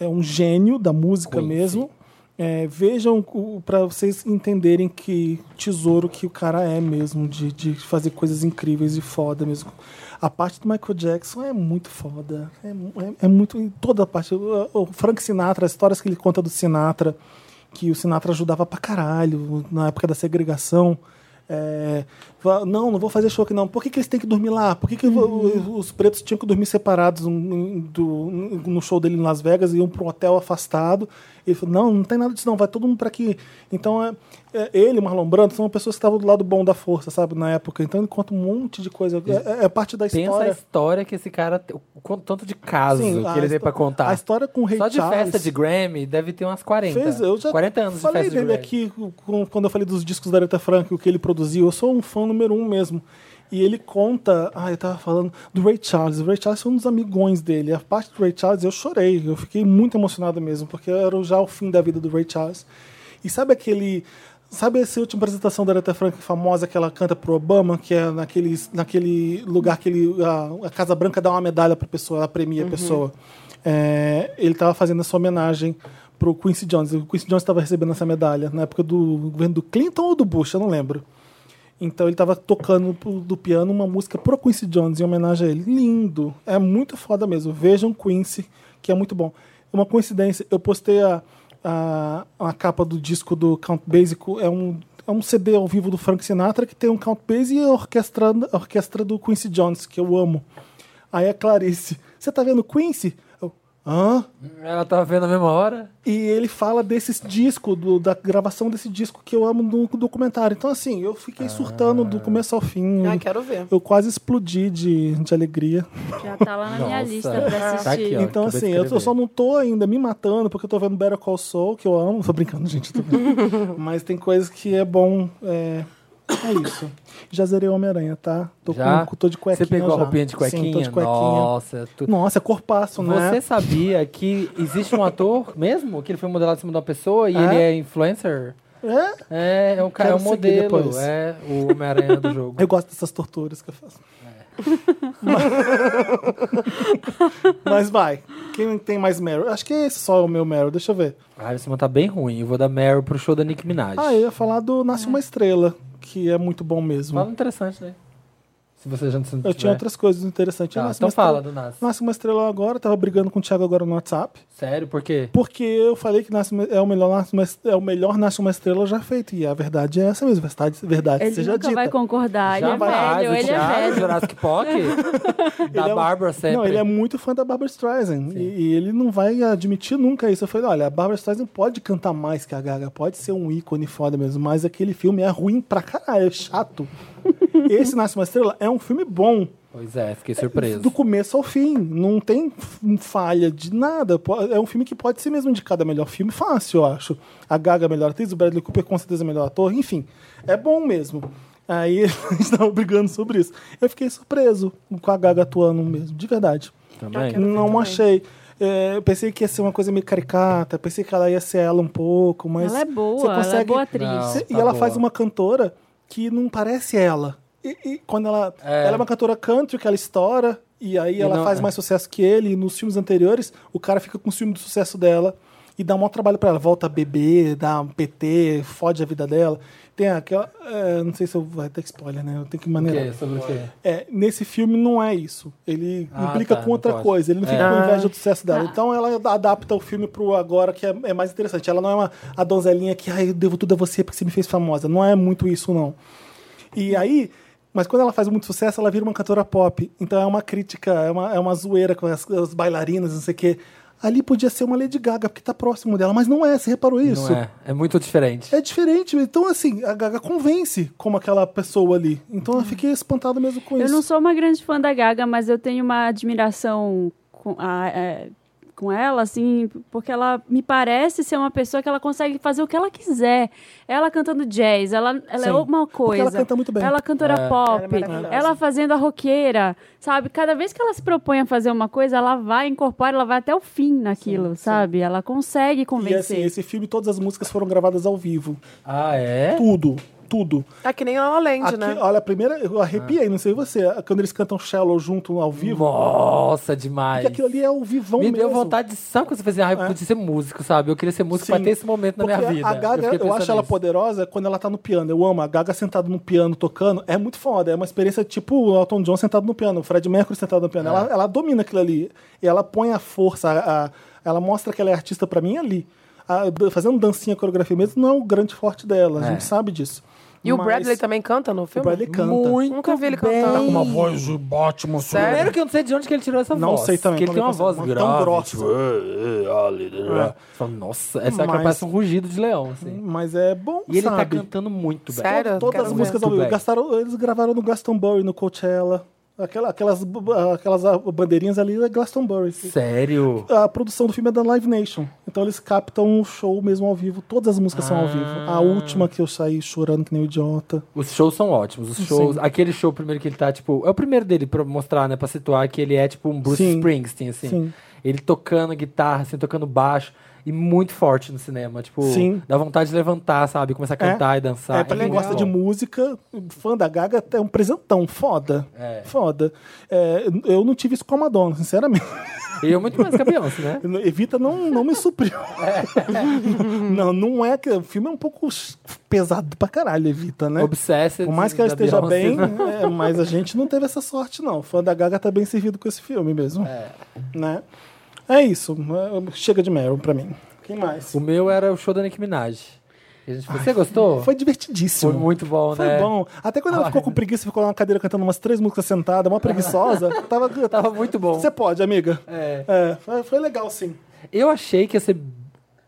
S1: É um gênio da música mesmo. É, vejam o- pra vocês entenderem que tesouro que o cara é mesmo, de, de fazer coisas incríveis e foda mesmo. A parte do Michael Jackson é muito foda. É, mu- é, é muito. em Toda a parte. O, o Frank Sinatra, as histórias que ele conta do Sinatra, que o Sinatra ajudava pra caralho na época da segregação. É, fala, não, não vou fazer show aqui não. Por que, que eles têm que dormir lá? Por que, que
S4: Uhum.
S1: o- os pretos tinham que dormir separados um- um- do- um- no show dele em Las Vegas e iam para um hotel afastado? Ele falou: não, não tem nada disso, não. Vai todo mundo para aqui. Então, é, é, ele, Marlon Brando, são pessoas que estavam do lado bom da força, sabe, na época. Então, ele conta um monte de coisa. É- É, é parte da
S4: Pensa a
S1: história.
S4: história que esse cara. te- O quanto- tanto de caso
S1: Sim, a
S4: que ele tem
S1: histó-
S4: pra contar.
S1: a história com o Ray
S4: Só de
S1: Charles.
S4: festa de Grammy deve ter umas 40.
S1: Fez, eu já
S4: 40 anos de
S1: falei
S4: festa de
S1: dele
S4: Grammy.
S1: aqui com- quando eu falei dos discos da Aretha Franklin, o que ele produziu. Eu sou um fã número um mesmo. E ele conta, ah, eu tava falando do Ray Charles. O Ray Charles foi um dos amigões dele. A parte do Ray Charles eu chorei, eu fiquei muito emocionado mesmo, porque era já o fim da vida do Ray Charles. E sabe aquele Sabe essa última apresentação da Aretha Franklin famosa que ela canta pro Obama, que é naquele, naquele lugar que ele, a, a Casa Branca dá uma medalha pra pessoa, ela premia
S4: Uhum.
S1: a pessoa? É, ele tava fazendo essa homenagem pro Quincy Jones. O Quincy Jones estava recebendo essa medalha na época do governo do Clinton ou do Bush, eu não lembro. Então ele tava tocando pro- do piano uma música pro Quincy Jones em homenagem a ele. Lindo. É muito foda mesmo. Vejam Quincy, que é muito bom. Uma coincidência, eu postei a, a, a capa do disco do Count Basie. co- É um, é um CD ao vivo do Frank Sinatra que tem um Count Basie e a orquestra, a orquestra do Quincy Jones, que eu amo. Aí a Clarice, você tá vendo Quincy? Eu, hã?
S4: Ela tava vendo a mesma hora.
S1: E ele fala desse disco, do- da gravação desse disco que eu amo no documentário. Então, assim, eu
S4: Ah.
S1: fiquei surtando do começo ao fim.
S3: Ah, quero ver.
S1: Eu quase explodi de, de alegria.
S4: Ah,
S2: Já tá lá na minha
S4: Nossa.
S2: lista pra assistir.
S4: Tá aqui, ó.
S1: então,
S4: acabei
S1: assim,
S4: de
S1: eu,
S4: escrever.
S1: eu só não tô ainda me matando porque eu tô vendo Better Call Saul, que eu amo. Tô brincando, gente. Tô brincando. Mas tem coisas que é bom. É, é isso. Já zerei Homem-Aranha, tá? Tô,
S4: Já?
S1: Com, tô de cuequinha.
S4: Você pegou
S1: já.
S4: a roupinha de cuequinha?
S1: Sim, tô de cuequinha.
S4: Nossa, tu...
S1: Nossa, corpaço, né?
S4: Você sabia que existe um ator mesmo? Que ele foi modelado em cima de uma pessoa e
S1: É?
S4: ele é influencer?
S1: É?
S4: É, é um, cara, é um
S1: Quero seguir
S4: modelo.
S1: depois.
S4: É o Homem-Aranha do jogo.
S1: Eu gosto dessas torturas que eu faço.
S4: É.
S1: Mas... Mas vai. Quem tem mais Meryl? Acho que esse só é o meu Meryl. Deixa eu ver.
S4: Ah, esse uma tá bem ruim. Eu vou dar Meryl pro show da Nick Minaj.
S1: Ah, eu ia falar do Nasce Uma Estrela, que é muito bom
S4: É. Fala
S1: mesmo.
S4: interessante, né? Se você já não se não
S1: Eu
S4: tiver.
S1: tinha outras coisas interessantes.
S4: Tá,
S1: Nasce
S4: então
S1: Uma Estrela-
S4: fala do Nas.
S1: Nasce Uma Estrela agora. Tava brigando com o Thiago agora no WhatsApp.
S4: Sério, por quê?
S1: Porque eu falei que nasce Uma- é o melhor Nasce Uma, Est- é o melhor nasce uma Estrela já feito. E a verdade é essa mesmo. Verdade, verdade
S2: Ele
S1: seja
S2: nunca
S1: dita.
S2: vai concordar. ele é
S4: Jamais,
S2: velho,
S4: o
S2: ele
S4: Thiago,
S2: é velho.
S4: Jurassic Park, da
S1: Ele é um-
S4: Bárbara sempre.
S1: Não, ele é muito fã da Barbara Streisand. E, e ele não vai admitir nunca isso. Eu falei, olha, a Barbara Streisand pode cantar mais que a Gaga, pode ser um ícone foda mesmo, mas aquele filme é ruim pra caralho, é chato. Esse Nasce Uma Estrela é um filme bom.
S4: Pois é, fiquei surpreso.
S1: Do começo ao fim. Não tem f- falha de nada. Po- É um filme que pode ser mesmo indicado a melhor filme fácil, eu acho. A Gaga é a melhor atriz, o Bradley Cooper com certeza é o melhor ator. Enfim, é bom mesmo. Aí a gente tava brigando sobre isso. Eu fiquei surpreso com a Gaga atuando mesmo, de verdade.
S2: Tá,
S4: Também.
S1: Não achei. É, eu pensei que ia ser uma coisa meio caricata, pensei que ela ia ser ela um pouco, mas.
S2: Ela é boa,
S1: você
S2: ela é boa atriz.
S4: Não,
S1: Você- e
S4: tá
S1: ela
S4: boa.
S1: faz uma cantora que não parece ela. E, e quando ela.
S4: É.
S1: Ela é uma cantora country que ela estoura, e aí
S4: E
S1: ela
S4: não- é.
S1: faz mais sucesso que ele. E nos filmes anteriores, o cara fica com o ciúme do sucesso dela e dá um maior trabalho pra ela. Volta a beber, dá um PT, fode a vida dela. Tem aquela. é, não sei se eu vai ter spoiler, né? Eu tenho que
S4: O
S1: maneirar.
S4: quê? Sobre o quê?
S1: É, nesse filme não é isso. Ele
S4: Ah,
S1: implica
S4: tá,
S1: com outra
S4: não pode.
S1: coisa. Ele não
S4: É.
S1: fica com inveja do sucesso
S2: Ah.
S1: dela. Então ela adapta o filme pro agora, que é, é mais interessante. Ela não é uma a donzelinha que, ai, eu devo tudo a você porque você me fez famosa. Não é muito isso, não. E aí. Mas quando ela faz muito sucesso, ela vira uma cantora pop. Então é uma crítica, é uma, é uma zoeira com as, as bailarinas, não sei o quê. ali podia ser uma Lady Gaga, porque tá próximo dela, mas não é, você reparou isso?
S4: Não é. É muito diferente.
S1: É diferente. Então, assim, a Gaga convence como aquela pessoa ali. Então eu fiquei espantado mesmo com
S2: Hum. Eu
S1: isso.
S2: não sou uma grande fã da Gaga, mas eu tenho uma admiração com, a- é, com ela, assim, porque ela me parece ser uma pessoa que ela consegue fazer o que ela quiser. Ela cantando jazz, ela, ela
S1: Sim,
S2: é uma
S1: porque
S2: coisa.
S1: ela canta muito bem.
S2: Ela cantora
S4: É.
S2: pop,
S3: Ela é maravilhosa.
S2: ela fazendo a roqueira, sabe? Cada vez que ela se propõe a fazer uma coisa, ela vai incorporar, ela vai até o fim naquilo, sabe? Ela consegue
S1: E assim,
S2: convencer.
S1: esse filme, todas as músicas foram gravadas ao vivo.
S4: Ah, é?
S1: Tudo, tudo.
S3: É que nem a La La Land,
S1: Aqui,
S3: né?
S1: Olha, a primeira, eu arrepiei, não sei você, quando eles cantam Shallow junto ao vivo,
S4: Nossa, demais.
S1: porque aquilo ali é o vivão
S4: Me
S1: mesmo. É.
S4: deu vontade de sabe quando você fez, ah, eu podia ser músico, sabe? Eu queria ser músico pra
S1: Sim.
S4: ter esse momento na
S1: Porque
S4: minha vida.
S1: A Gaga,
S4: fiquei
S1: eu, acho
S4: pensando
S1: ela
S4: nisso.
S1: poderosa quando ela tá no piano. Eu amo. A Gaga sentada no piano, tocando, é muito foda. É uma experiência tipo o Elton John sentado no piano, o Fred Mercury sentado no
S4: É.
S1: piano. Ela, ela domina aquilo ali. E ela põe a força, a- a- ela mostra que ela é artista pra mim ali. A- d- fazendo dancinha, coreografia mesmo, não é o grande forte dela.
S4: É.
S1: A gente sabe disso.
S3: E o
S1: Mas
S3: Bradley também canta no
S1: O
S3: filme?
S1: Bradley canta.
S4: Muito
S3: Nunca vi ele
S4: bem.
S3: cantando.
S7: Tá Uma voz ótima,
S4: Primeiro
S3: Sério?
S4: que eu não sei de onde que ele tirou essa
S1: Não
S4: voz.
S1: sei também
S4: Porque
S1: como
S4: ele tem uma
S1: ele
S4: voz
S1: consegue uma tão
S4: grave.
S1: grossa. É.
S4: tipo, "Ei, ei, ali, né?" Você fala, Nossa, essa é que
S1: Mas-
S4: parece um rugido de leão, assim.
S1: Mas é bom,
S4: E ele tá
S1: sabe?
S4: cantando muito bem.
S3: Sério? Eu
S1: Todas
S3: quero
S1: as
S3: ver.
S1: músicas ao
S4: Muito
S1: vivo.
S4: bem.
S1: Gastaram, eles gravaram no Glastonbury, no Coachella. Aquela- Aquelas, b- aquelas ah, bandeirinhas ali é Glastonbury.
S4: Sério?
S1: A produção do filme é da Live Nation. Então eles captam o show mesmo ao vivo. Todas as músicas são ao vivo.
S4: Ah.
S1: A última que eu saí chorando que nem um idiota.
S4: Os shows são ótimos. Os shows, aquele show primeiro que ele tá, tipo, é o primeiro dele pra mostrar, né, pra situar que ele é tipo um Bruce
S1: Sim.
S4: Springsteen, assim.
S1: Sim.
S4: Ele tocando guitarra, assim, tocando baixo e muito forte no cinema, tipo,
S1: Sim.
S4: dá vontade de levantar, sabe, começar a cantar e dançar.
S1: é, pra quem
S4: muito
S1: gosta
S4: bom.
S1: de música, fã da Gaga, é um presentão. Foda.
S4: É.
S1: Foda. É, eu não tive isso com a Madonna, sinceramente.
S4: E eu muito mais que a Beyoncé, né?
S1: Evita não, não me supriu. não, não é que. O filme é um pouco pesado pra caralho, Evita, né?
S4: Obsessed.
S1: Por mais que ela
S4: da
S1: esteja
S4: Beyoncé. né?
S1: bem, é, mas a gente não teve essa sorte, não. O fã da Gaga tá bem servido com esse filme mesmo. É. Né? É isso. É, Chega de Meryl pra mim. Quem mais?
S4: O meu era o show da Nicki Minaj. E a gente falou, você gostou?
S1: Foi divertidíssimo.
S4: Foi muito bom,
S1: Foi
S4: né?
S1: bom. Até quando ela ficou com preguiça, ficou lá na cadeira cantando umas três músicas sentada, uma preguiçosa. tava,
S4: Tava muito Tá bom.
S1: Você pode, amiga.
S4: É.
S1: É, foi, foi legal, sim.
S4: Eu achei que ia ser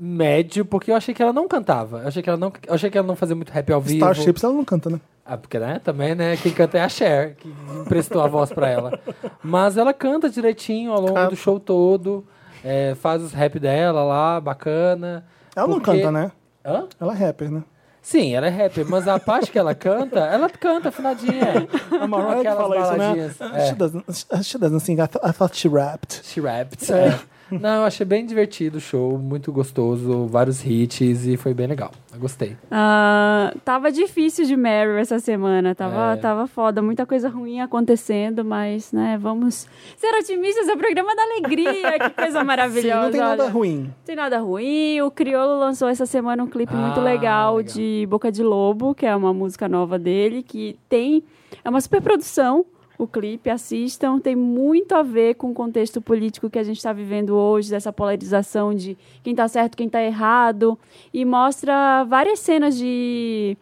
S4: médio, porque eu achei que ela não cantava. Eu achei que ela não, eu achei que ela não fazia muito rap ao vivo.
S1: Starships, ela não canta, né?
S4: Ah, porque, né, também, né, quem canta é a Cher, que emprestou a voz pra ela. Mas ela canta direitinho ao longo do show todo, é, faz os rap dela lá, bacana.
S1: Ela não
S4: Porque-
S1: canta, né?
S4: Hã?
S1: Ela é rapper, né?
S4: Sim, ela é rapper, mas a parte que ela canta, ela canta afinadinha.
S1: A Mariah que
S4: Aquelas
S1: É, fala isso,
S4: baladinhas. é.
S1: né? She, doesn't, she doesn't sing. I, th I thought she rapped.
S4: She rapped. É. Não, eu achei bem divertido o show, muito gostoso, vários hits e foi bem legal. Eu gostei.
S2: Ah, tava difícil de Meryl essa semana, tava,
S4: É.
S2: tava foda, muita coisa ruim acontecendo, mas, né, vamos ser otimistas, é o programa da alegria, que coisa
S1: Sim,
S2: maravilhosa.
S1: não tem nada
S2: olha.
S1: ruim.
S2: Não tem nada ruim, o Criolo lançou essa semana um clipe
S4: Ah,
S2: muito legal,
S4: legal.
S2: de Boca de Lobo, que é uma música nova dele, que tem, é uma super produção, o clipe, assistam, tem muito a ver com o contexto político que a gente está vivendo hoje, dessa polarização de quem está certo, quem está errado, e mostra várias cenas de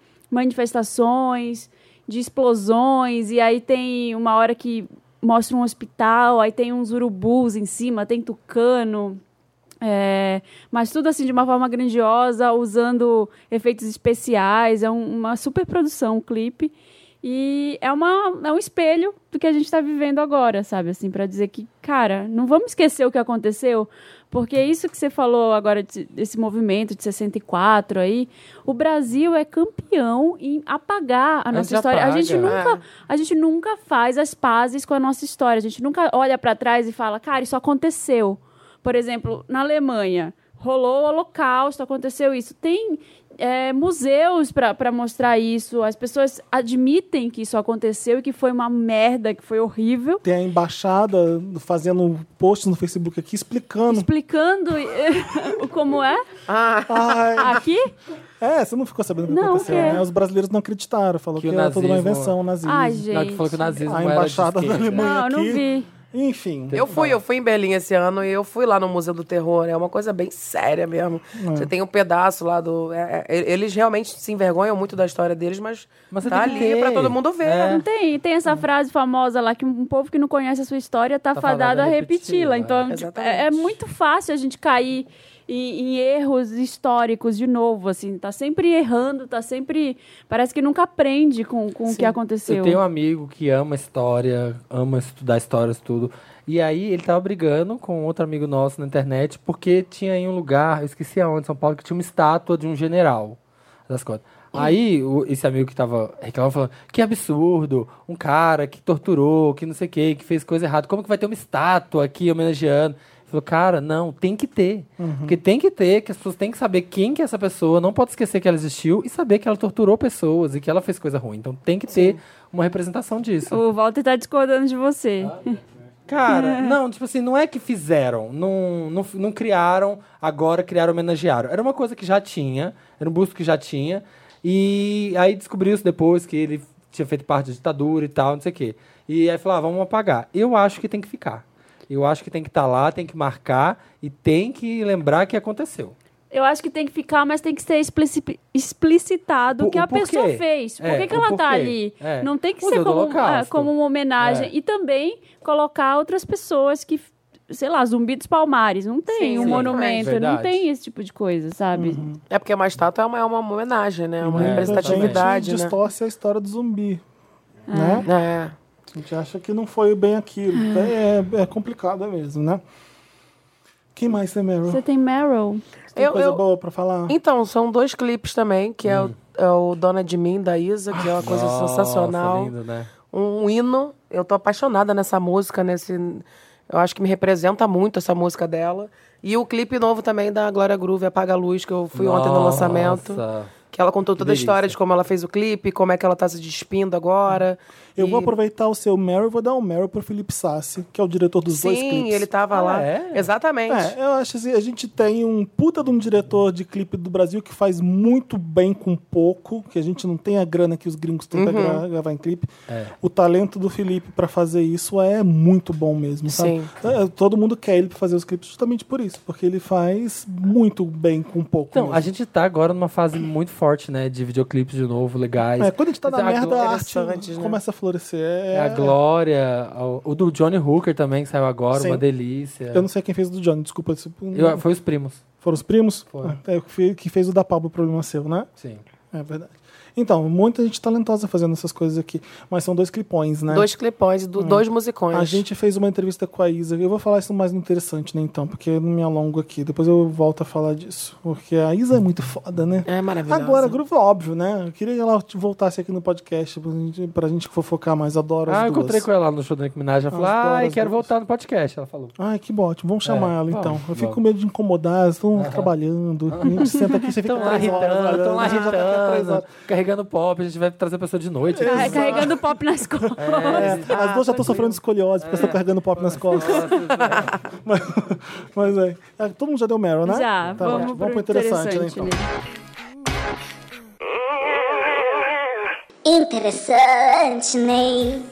S2: manifestações, de explosões, e aí tem uma hora que mostra um hospital, aí tem uns urubus em cima, tem tucano, é, mas tudo assim de uma forma grandiosa, usando efeitos especiais, é um- uma super produção o clipe. E é, uma, é um espelho do que a gente está vivendo agora, sabe? Assim, para dizer que, cara, não vamos esquecer o que aconteceu, porque isso que você falou agora de- desse movimento de 64 aí, o Brasil é campeão em apagar a
S4: gente
S2: nossa história. A gente
S4: apaga.
S3: É.
S2: nunca a gente nunca faz as pazes com a nossa história. A gente nunca olha para trás e fala, cara, isso aconteceu. Por exemplo, na Alemanha, rolou o Holocausto, aconteceu isso. Tem é, museus para mostrar isso. As pessoas admitem que isso aconteceu e que foi uma merda, que foi horrível.
S1: Tem a embaixada fazendo um post no Facebook aqui explicando.
S2: Explicando eh, como é
S1: Ai,
S2: aqui.
S1: é, você não ficou sabendo o que
S2: Ah, Não,
S1: aconteceu,
S2: o quê?
S1: né? Os brasileiros não acreditaram, falou
S4: Que
S1: que,
S4: o
S1: era toda uma
S4: nazismo-
S1: invenção, nazismo.
S2: Ai,
S4: Não, que falou que o
S2: gente.
S4: nazismo
S1: A
S4: era de
S1: embaixada da
S4: esquerda.
S1: Alemanha
S2: Não, eu não
S1: aqui
S2: vi.
S1: Enfim.
S3: Eu fui, eu fui em Berlim esse ano e eu fui lá no Museu do Terror. É uma coisa bem séria mesmo.
S4: É.
S3: Você tem um pedaço lá do. é- é- eles realmente se envergonham muito da história deles, mas,
S4: Mas você
S3: tá
S4: tem que
S3: ali
S4: ter.
S3: pra todo mundo ver.
S4: É.
S2: Não tem, tem essa frase famosa lá que um povo que não conhece a sua história tá,
S4: Tá
S2: fadado
S4: fadado
S2: a
S4: a
S2: repeti-la.
S4: repeti-la,
S2: Então,
S3: é.
S2: tipo, é, é
S3: Exatamente.
S2: muito fácil a gente cair em, em erros históricos de novo, assim, tá sempre errando, tá sempre. Parece que nunca aprende com, com o que aconteceu.
S4: Eu tenho um amigo que ama história, ama estudar histórias, tudo. E aí ele tava brigando com outro amigo nosso na internet, porque tinha em um lugar, eu esqueci aonde, em São Paulo, que tinha uma estátua de um general das contas. Aí o- esse amigo que tava reclamando falando, que absurdo, um cara que torturou, que não sei o que, que fez coisa errada, como que vai ter uma estátua aqui homenageando? Ele Falou, cara, não, tem que ter. Porque tem que ter, que as pessoas têm que saber quem que é essa pessoa, não pode esquecer que ela existiu e saber que ela torturou pessoas e que ela fez coisa ruim. Então tem que ter uma representação disso.
S2: O Walter tá discordando de
S4: Ah,
S2: você.
S4: Cara, não, tipo assim, não é que fizeram, não, não, não criaram, agora criaram, homenagearam. Era uma coisa que já tinha, era um busto que já tinha. E aí descobriu-se depois que ele tinha feito parte da ditadura e tal, não sei o quê. E aí falou, ah, vamos apagar. Eu acho que tem que ficar. Eu acho que tem que estar lá, tem que marcar e tem que lembrar que aconteceu.
S2: Eu acho que tem que ficar, mas tem que ser explici- explicitado o
S4: Por-
S2: que a
S4: o porquê.
S2: pessoa fez. Por
S4: É,
S2: que, que
S4: o
S2: ela tá
S4: porquê.
S2: ali?
S4: É.
S2: Não tem que
S4: Museu
S2: ser
S4: do
S2: como,
S4: Holocausto.
S2: é, como uma homenagem.
S4: É.
S2: E também colocar outras pessoas que, sei lá, zumbi dos palmares. Não tem
S3: Sim,
S2: um
S3: sim,
S2: monumento, não
S4: É verdade. Uhum.
S2: tem esse tipo de coisa, sabe?
S3: É porque uma estátua é uma, é uma homenagem, né? É uma
S1: Muita
S3: representatividade,
S1: gente
S3: né?
S1: distorce a história do zumbi. Né?
S3: É.
S1: A gente acha que não foi bem aquilo. É, é complicado mesmo, né? Quem mais tem Meryl?
S2: Você tem Meryl.
S1: Tem
S3: Eu-
S1: coisa
S3: eu-
S1: boa pra falar?
S3: Então, são dois clipes também, que é, o, é o Dona de Mim, da Isa, que é uma coisa
S4: Hum. Nossa,
S3: sensacional.
S4: lindo, né?
S3: um hino. Eu tô apaixonada nessa música, nesse. Eu acho que me representa muito essa música dela. E o clipe novo também da Glória Groove, Apaga a Luz, que eu fui ontem no
S4: Nossa.
S3: lançamento. Que ela contou toda a
S4: delícia.
S3: história de como ela fez o clipe, como é que ela tá se despindo agora.
S1: Eu
S3: E-
S1: vou aproveitar o seu Meryl e vou dar um Meryl pro Felipe Sassi, que é o diretor dos dois
S3: Sim,
S1: clipes.
S3: ele tava
S4: Ah,
S3: lá.
S4: é?
S3: Exatamente.
S1: É, eu acho assim, a gente tem um puta de um diretor de clipe do Brasil que faz muito bem com pouco, que a gente não tem a grana que os gringos têm
S4: Uhum.
S1: pra gra- gravar em clipe.
S4: É.
S1: O talento do Felipe pra fazer isso é muito bom mesmo, sabe?
S3: Sim.
S1: É, Todo mundo quer ele pra fazer os clipes justamente por isso, porque ele faz muito bem com pouco.
S4: Então,
S1: mesmo.
S4: a gente tá agora numa fase muito forte, né? De videoclipes de novo, legais.
S1: É, quando a gente tá na
S4: Mas a
S1: merda, a arte
S3: interessante, né?
S1: começa a florescer.
S4: É
S1: É,
S4: a Glória, o- o do Johnny Hooker também, que saiu agora,
S1: Sim.
S4: uma delícia.
S1: Eu não sei quem fez o do Johnny, desculpa. se-
S4: é. Eu- foi os primos,
S1: Foram os primos?
S4: Foram.
S1: É, que fe- que fez o da Pablo Problema Seu, né?
S4: sim.
S1: É verdade. Então, muita gente talentosa fazendo essas coisas aqui. Mas são dois clipões, né?
S3: Dois clipões, do, dois musicões.
S1: A gente fez uma entrevista com a Isa. Eu vou falar isso mais no interessante, né? Então, porque eu não me alongo aqui. Depois eu volto a falar disso. Porque a Isa é muito foda, né?
S3: É maravilhosa.
S1: Agora, grupo óbvio, né? Eu queria que ela voltasse aqui no podcast pra gente, pra gente fofocar mais. Adoro as
S4: ah, eu
S1: duas.
S4: encontrei com ela no show da Nicki Minaj, ela falou,
S1: As
S4: ai,
S1: duas,
S4: quero
S1: duas.
S4: voltar no podcast, ela falou.
S1: Ai, que ótimo. Vamos chamar
S4: É,
S1: ela,
S4: vamos,
S1: então. eu fico
S4: vamos.
S1: com medo de incomodar. Elas estão trabalhando. A gente senta aqui, você fica
S4: Estão lá
S1: três horas
S4: irritando, estão
S1: olhando,
S4: lá
S1: a gente já tá aqui há três
S4: irritando,
S1: horas.
S4: carregando pop, a gente vai trazer a pessoa de noite.
S2: Car- Carregando pop nas costas.
S4: Tá
S1: É, as duas já estão sofrendo escoliose, porque
S4: É.
S1: estão carregando pop nas costas. Mas, mas é. É, Todo mundo já deu Meryl, né?
S2: Já,
S1: Tá
S2: vamos,
S1: ótimo.
S2: pro interessante,
S1: né, então.
S2: né?
S6: Interessante, Ney.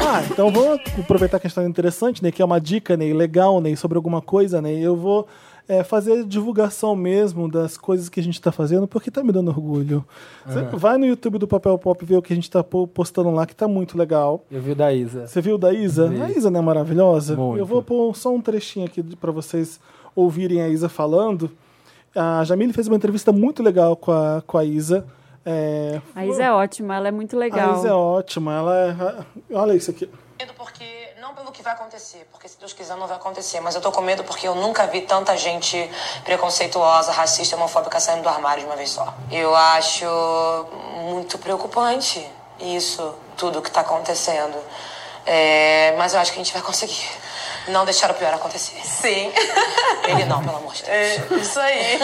S1: Ah, então vamos aproveitar que a gente tá no interessante, né? Que é uma dica, Ney, legal, Ney, sobre alguma coisa, Ney. Eu vou é, fazer divulgação mesmo das coisas que a gente tá fazendo, porque tá me dando orgulho. Cê Vai no YouTube do Papel Pop ver o que a gente tá po- postando lá, que tá muito legal.
S4: Eu vi o da Isa.
S1: Você viu da Isa? A Isa não é maravilhosa?
S4: Muito.
S1: Eu vou pôr só um trechinho aqui para vocês ouvirem a Isa falando. A Jamile fez uma entrevista muito legal com a, com a Isa. É,
S2: A Isa é ótima, ela é muito legal.
S1: a Isa é ótima. Ela é, olha isso aqui.
S7: medo porque não pelo que vai acontecer, porque se Deus quiser não vai acontecer, mas eu tô com medo porque eu nunca vi tanta gente preconceituosa, racista, homofóbica saindo do armário de uma vez só. Eu acho muito preocupante isso, tudo que tá acontecendo. É, mas eu acho que a gente vai conseguir não deixar o pior acontecer. Sim. Ele não, pelo amor de Deus. isso aí.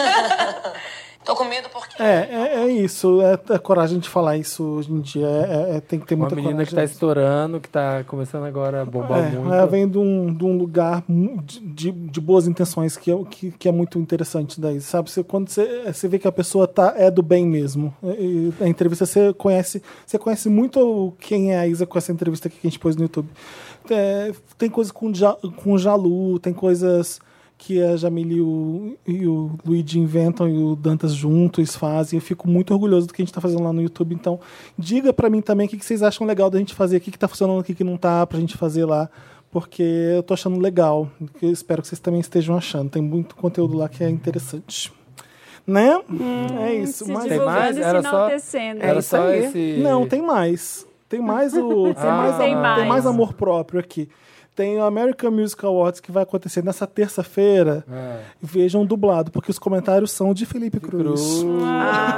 S7: tô com medo porque
S1: É, é, é isso. É, é coragem de falar isso hoje em dia. É, é- é- tem que ter
S4: Uma
S1: muita
S4: menina
S1: coragem.
S4: que tá estourando, que tá começando agora a bombar
S1: É,
S4: muito.
S1: ela vem de um, de um lugar mu- de, de- de boas intenções, que é, o que, que é muito interessante daí, sabe? Você, quando você, você vê que a pessoa tá, é do bem mesmo. E- e a entrevista você conhece, você conhece muito quem é a Isa com essa entrevista aqui que a gente pôs no YouTube. é, tem coisas com, Ja- com Jalu, tem coisas que a Jamile e o, e o Luigi inventam e o Dantas juntos fazem. Eu fico muito orgulhoso do que a gente está fazendo lá no YouTube. Então, diga para mim também o que, que vocês acham legal da gente fazer, o que está funcionando, o que, que não tá, para a gente fazer lá. Porque eu tô achando legal. Eu espero que vocês também estejam achando. Tem muito conteúdo lá que é interessante. Né? é isso.
S2: Se
S1: Mas-
S4: Tem mais?
S2: divulgando e se
S4: Era só- É.
S2: enaltecendo.
S4: Era
S3: isso
S4: só
S3: aí.
S4: esse.
S1: É Não, tem mais. Tem mais o. Tem,
S4: Ah,
S1: mais,
S4: tem
S1: am-
S2: mais.
S1: tem mais amor próprio aqui. Tem o American Music Awards que vai acontecer nessa terça-feira. Vejam dublado, porque os comentários são de Felipe Cruz.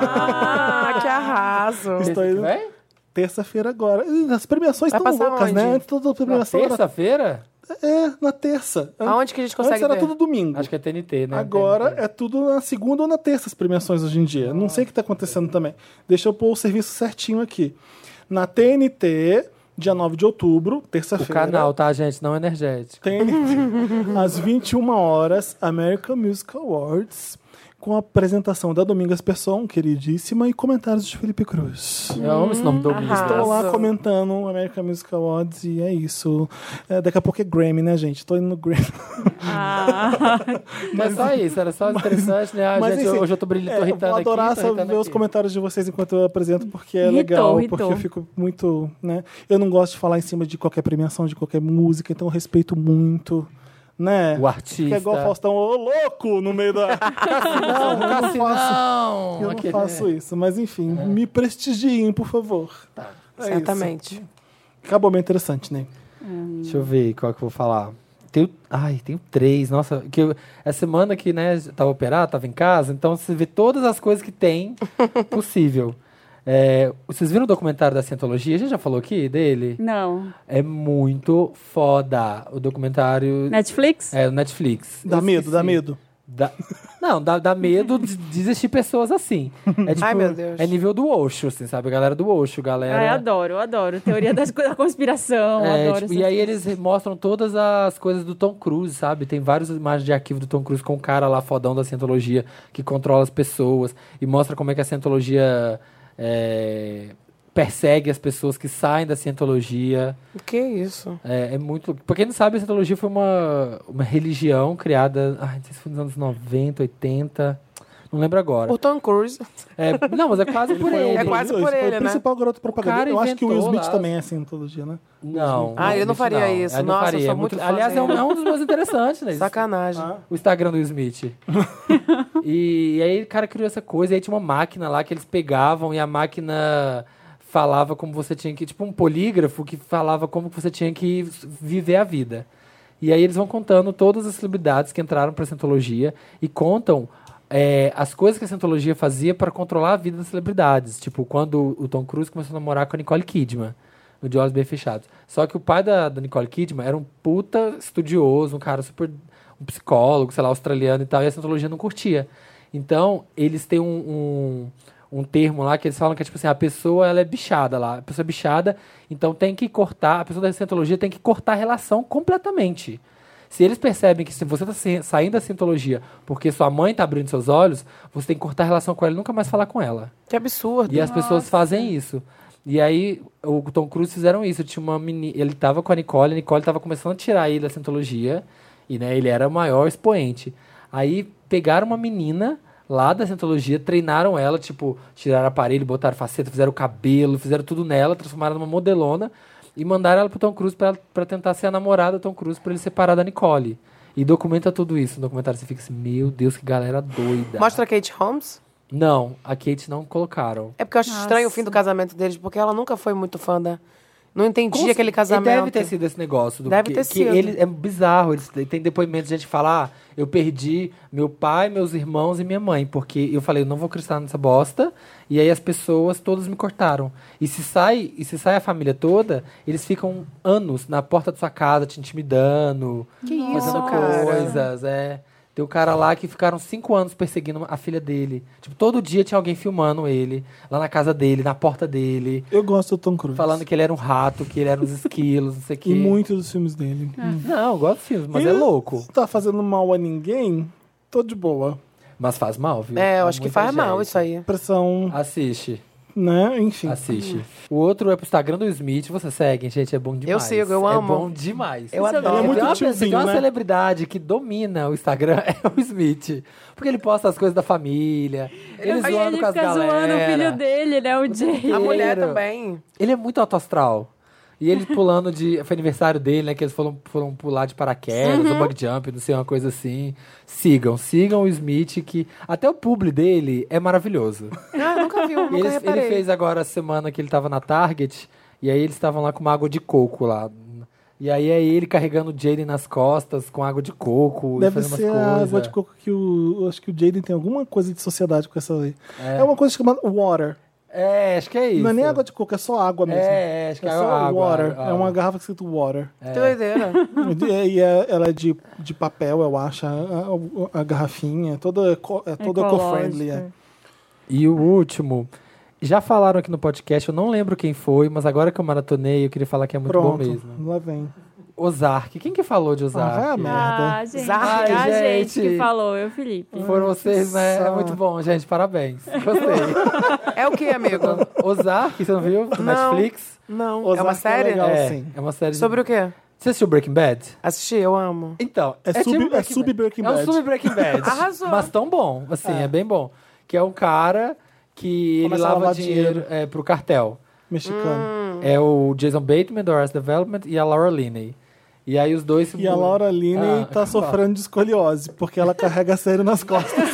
S3: Ah, que arraso.
S1: Estou
S4: Esse que
S1: indo
S4: vem?
S1: terça-feira agora. Ih, As premiações
S3: Vai
S1: estão
S3: passar
S1: loucas, né?
S3: onde?
S1: Antes Toda a
S4: Na
S1: premiação era-
S4: terça-feira?
S1: É, na terça. An-
S3: Aonde que a gente consegue
S1: Antes era
S3: ver?
S1: tudo domingo.
S4: Acho que é TNT, né?
S1: Agora
S4: TNT.
S1: é tudo na segunda ou na terça as premiações hoje em dia. Não sei o que está acontecendo também. Deixa eu pôr o serviço certinho aqui. Na TNT, dia 9 de outubro,
S4: O
S1: terça-feira.
S4: canal, tá, gente? Não energético.
S1: TNT, às 21 horas, American Music Awards, com a apresentação da Domingas Pesson, queridíssima, e comentários de Felipe Cruz.
S4: Eu amo esse nome do
S3: Arrasa.
S1: Estou
S4: Douglas.
S1: lá comentando o American Music Awards e é isso. É, daqui a pouco é Grammy, né, gente? Tô indo no Grammy.
S4: Mas é só isso, era só interessante, né? Ah,
S1: Mas,
S4: gente,
S1: enfim,
S4: hoje eu tô brilhando,
S1: É,
S4: tô
S1: eu
S4: irritando
S1: vou adorar
S4: aqui, tô
S1: só ver
S4: irritando
S1: os
S4: aqui.
S1: comentários de vocês enquanto eu apresento, porque é
S2: Irritou,
S1: legal,
S2: irritou.
S1: porque eu fico muito, né? Eu não gosto de falar em cima de qualquer premiação, de qualquer música, então eu respeito muito, né?
S4: O artista.
S1: Que é igual o Faustão, ô louco, no meio da. não, eu não faço,
S4: Não,
S1: eu não
S4: aquele-
S1: faço isso. Mas enfim,
S4: É.
S1: me prestigiem, por favor.
S4: Tá.
S1: É isso.
S3: Certamente.
S1: Acabou bem interessante, né?
S4: Deixa eu ver qual que eu vou falar. Tenho, ai, tenho três. Nossa, que eu- essa semana que, né, tava operado, tava em casa, então você vê todas as coisas que tem possível. É, vocês viram o documentário da Cientologia? A gente já falou aqui dele?
S2: Não.
S4: É muito foda o documentário.
S2: Netflix?
S4: É, o Netflix.
S1: Dá
S4: Eu
S1: medo, dá
S4: esqueci.
S1: medo.
S4: Dá- Não, dá, dá medo de de existir pessoas assim. É tipo,
S3: Ai, meu Deus.
S4: É nível do Osho, assim, sabe? A galera do Osho, galera.
S2: Ah, eu adoro, eu adoro. Teoria das co- da conspiração,
S4: É,
S2: adoro.
S4: tipo,
S2: essas
S4: e aí eles mostram todas as coisas do Tom Cruise, sabe? Tem várias imagens de arquivo do Tom Cruise com o cara lá fodão da Cientologia que controla as pessoas e mostra como é que a Cientologia é, persegue as pessoas que saem da Cientologia.
S3: O que é isso?
S4: É, é muito. Pra quem não sabe, a Cientologia foi uma, uma religião criada. Ai, não sei se foi nos anos 90, 80. Não lembro agora.
S3: O Tom Cruise.
S4: É, não, mas é quase por
S1: Foi
S4: ele.
S1: um
S3: É
S1: dos
S3: quase
S1: dois,
S3: por
S1: foi
S3: ele,
S1: o
S3: né?
S1: principal garoto propaganda.
S4: cara
S1: Eu acho que o Will
S4: inventou
S1: Smith
S4: lá-
S1: também é assim todo dia, né?
S4: Não.
S3: Ah, ele não
S4: obviamente
S3: faria isso.
S4: Ele
S3: Nossa, eu
S4: faria.
S3: sou
S4: É
S3: muito fã
S4: Aliás, é um,
S3: dele.
S4: é um dos mais interessantes, né?
S3: Sacanagem.
S1: Ah.
S4: O Instagram do Will Smith. e, aí o cara criou essa coisa, e aí tinha uma máquina lá que eles pegavam e a máquina falava como você tinha que. Tipo um polígrafo que falava como você tinha que viver a vida. E aí eles vão contando todas as celebridades que entraram pra Scientologia e contam. é, as coisas que a Scientologia fazia para controlar a vida das celebridades. Tipo, quando o Tom Cruise começou a namorar com a Nicole Kidman no De Olhos Bem Fechados. Só que o pai da, da Nicole Kidman era um puta estudioso, um cara super. um psicólogo, sei lá, australiano e tal, e a Scientologia não curtia. Então, eles têm um, um, um termo lá que eles falam que é tipo assim: a pessoa ela é bichada lá, a pessoa é bichada, então tem que cortar, a pessoa da Scientologia tem que cortar a relação completamente. Se eles percebem que se você está saindo da Scientologia porque sua mãe está abrindo seus olhos, você tem que cortar a relação com ela e nunca mais falar com ela.
S3: Que absurdo.
S4: E as pessoas fazem isso. E aí, o Tom Cruise fizeram isso. Tinha uma meni... Ele tava com a Nicole, a Nicole tava começando a tirar ele da Scientologia. E né, ele era o maior expoente. Aí pegaram uma menina lá da Scientologia, treinaram ela, tipo, tiraram aparelho, botaram faceta, fizeram o cabelo, fizeram tudo nela, transformaram numa modelona e mandaram ela pro Tom Cruise pra, pra tentar ser a namorada do Tom Cruise pra ele separar da Nicole. E documenta tudo isso no documentário. Você fica assim, meu Deus, que galera doida.
S3: Mostra a Kate Holmes.
S4: Não, a Kate não colocaram.
S3: É porque eu acho estranho o fim do casamento deles, porque ela nunca foi muito fã da. Não entendi
S4: Com-
S3: aquele casamento.
S4: E deve ter sido esse negócio. Do,
S3: Deve
S4: que,
S3: ter
S4: que
S3: sido.
S4: ele- é bizarro. Eles, tem depoimentos de gente que fala, ah, eu perdi meu pai, meus irmãos e minha mãe. Porque eu falei, eu não vou acreditar nessa bosta. E aí as pessoas todas me cortaram. E se sai, e se sai a família toda, eles ficam anos na porta da sua casa te intimidando. Que fazendo
S3: isso, cara?
S4: coisas, é. Tem um cara lá que ficaram cinco anos perseguindo a filha dele. Tipo, todo dia tinha alguém filmando ele, lá na casa dele, na porta dele.
S1: Eu gosto do Tom Cruise.
S4: Falando que ele era um rato, que ele era uns esquilos, não sei o quê.
S1: E muitos dos filmes dele.
S4: Não, eu gosto de filmes, mas
S1: Ele
S4: é louco.
S1: Não tá fazendo mal a ninguém, tô de boa.
S4: Mas faz mal, viu?
S3: É, eu
S4: Pra
S3: acho que
S4: muita
S3: faz
S4: gente.
S3: mal isso aí.
S1: Pressão.
S4: Assiste.
S1: né? Enfim.
S4: Assiste. O outro é pro Instagram do Smith. Você segue, gente. É bom demais.
S3: sigo, eu amo.
S4: É bom demais.
S3: Eu adoro.
S1: Ele é muito
S4: Tem uma,
S1: tiozinho,
S4: tem uma
S1: né?
S4: celebridade que domina o Instagram é o Smith. Porque ele posta as coisas da família. Ele,
S2: Aí
S4: zoando
S2: ele
S4: com as
S2: fica
S4: galera.
S2: zoando o filho dele, né? O Jay.
S3: A mulher
S4: Dinheiro.
S3: também.
S4: Ele é muito alto astral. E ele pulando de. Foi aniversário dele, né? Que eles foram, foram pular de paraquedas,
S3: Uhum.
S4: ou bug jump, não sei, uma coisa assim. Sigam, sigam o Smith, que até o publi dele é maravilhoso.
S3: Ah, nunca vi, nunca
S4: ele, ele
S3: reparei.
S4: fez agora a semana que ele tava na Target, e aí eles estavam lá com uma água de coco lá. E aí é ele carregando o Jaden nas costas com água de coco e
S1: Deve
S4: fazendo
S1: ser
S4: umas
S1: a
S4: coisas.
S1: água de coco que o. eu Acho que o Jaden tem alguma coisa de sociedade com essa aí. É, uma coisa chamada water.
S4: É, acho que é isso.
S1: Não é nem água de coco, é só água mesmo.
S4: É, é, acho que é
S1: só
S4: água,
S1: water.
S4: água,
S1: É uma
S4: água.
S1: garrafa escrito water.
S3: Que doideira.
S1: E, e é- ela é de, de papel, eu acho, a, a- a garrafinha. é Toda, eco- é toda eco-friendly. é.
S4: E o último. Já falaram aqui no podcast, eu não lembro quem foi, mas agora que eu maratonei, eu queria falar que é muito bom
S1: Pronto,
S4: mesmo.
S1: lá vem.
S4: Ozark. Quem que falou de Ozark?
S1: vai a merda.
S2: Ah, gente.
S3: Ai,
S2: a gente.
S4: gente.
S2: que falou, eu, Felipe.
S4: Foram vocês, né? É
S1: saco.
S4: muito bom, gente. Parabéns. Gostei.
S3: É o que, amigo?
S4: Ozark, você não viu? Do
S3: Não.
S4: Netflix?
S3: Não. é
S1: Ozark
S3: uma
S1: é
S3: série?
S1: legal.
S4: é,
S1: sim.
S4: é uma série de-
S3: Sobre o quê?
S4: Você assistiu Breaking Bad?
S3: Assisti, eu amo.
S4: Então,
S1: É,
S4: tipo
S1: sub, é
S4: Breaking
S1: sub
S4: Bad.
S1: Breaking
S4: É um
S1: Bad.
S4: sub Breaking Bad.
S3: Arrasou.
S4: Mas tão bom, assim, é, bem bom. Que é um cara que ele
S1: Começa a
S4: lava
S1: lavar
S4: dinheiro, É, pro cartel.
S1: Mexicano.
S4: É o Jason Bateman, do Arrested Development, e a Laura Linney. E aí os dois se
S1: E a Laura Linney
S4: Ah,
S1: tá sofrendo de escoliose, porque ela carrega a série nas costas.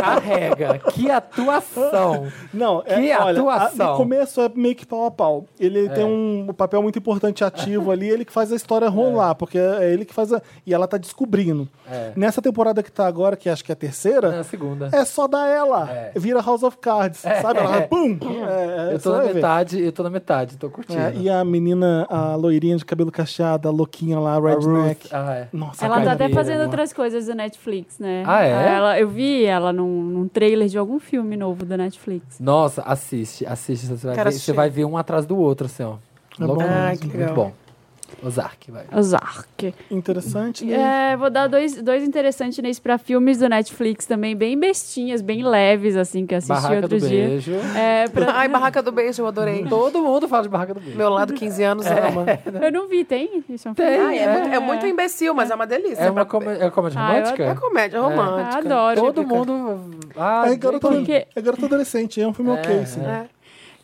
S4: Carrega. tá que atuação.
S1: Não, é,
S4: Que
S1: olha, a-
S4: atuação.
S1: no começo é meio que pau a pau. Ele tem um papel muito importante ativo ali, ele que faz a história rolar, porque é ele que faz a. E ela tá descobrindo.
S4: É.
S1: Nessa temporada que tá agora, que acho que é a terceira,
S4: É a segunda.
S1: é só dar ela.
S4: É.
S1: Vira House of Cards, sabe? Ela vai, pum! É, é,
S4: eu
S1: você
S4: tô na
S1: vai ver.
S4: metade, eu tô na metade, tô curtindo.
S1: É, e a menina, a loirinha de cabelo cacheado, a louquinha lá, a
S4: A Ruth,
S1: redneck.
S4: ah, é.
S1: Nossa,
S2: Ela tá
S1: cara,
S2: até
S4: Sacaneira,
S2: fazendo
S4: amor.
S2: outras coisas do Netflix, né?
S4: Ah, é?
S2: Ela, eu vi ela num, num trailer de algum filme novo do Netflix.
S4: Nossa, assiste, assiste. Você vai,
S3: Quero
S4: ver, você
S3: assistir.
S4: vai ver um atrás do outro, assim, ó.
S1: É
S4: Loucura.
S1: bom.
S3: Ah, que legal.
S4: Muito bom. Ozark, vai.
S2: Ozark.
S1: Interessante. né?
S2: É, vou dar dois, dois interessantes nesse pra filmes do Netflix também, bem bestinhas, bem leves, assim, que eu assisti
S4: Barraca
S2: outro
S4: do
S2: dia.
S4: Beijo.
S2: É, pra-
S3: Ai, Barraca do Beijo, eu adorei.
S4: Todo mundo fala de Barraca do Beijo.
S3: Meu lado 15 anos
S4: É.
S3: ama.
S2: eu não vi, tem? Isso é um
S4: Tem,
S3: Ai, é, muito, é muito imbecil, mas é uma delícia.
S4: é,
S3: pra-
S4: uma comé- é uma comédia
S2: Ah, eu
S4: romântica?
S3: É comédia
S2: Ah,
S3: romântica.
S2: adoro.
S4: Todo mundo. Ah,
S1: É garoto,
S2: Porque-
S1: é garoto adolescente, é um filme ok, assim.
S3: É.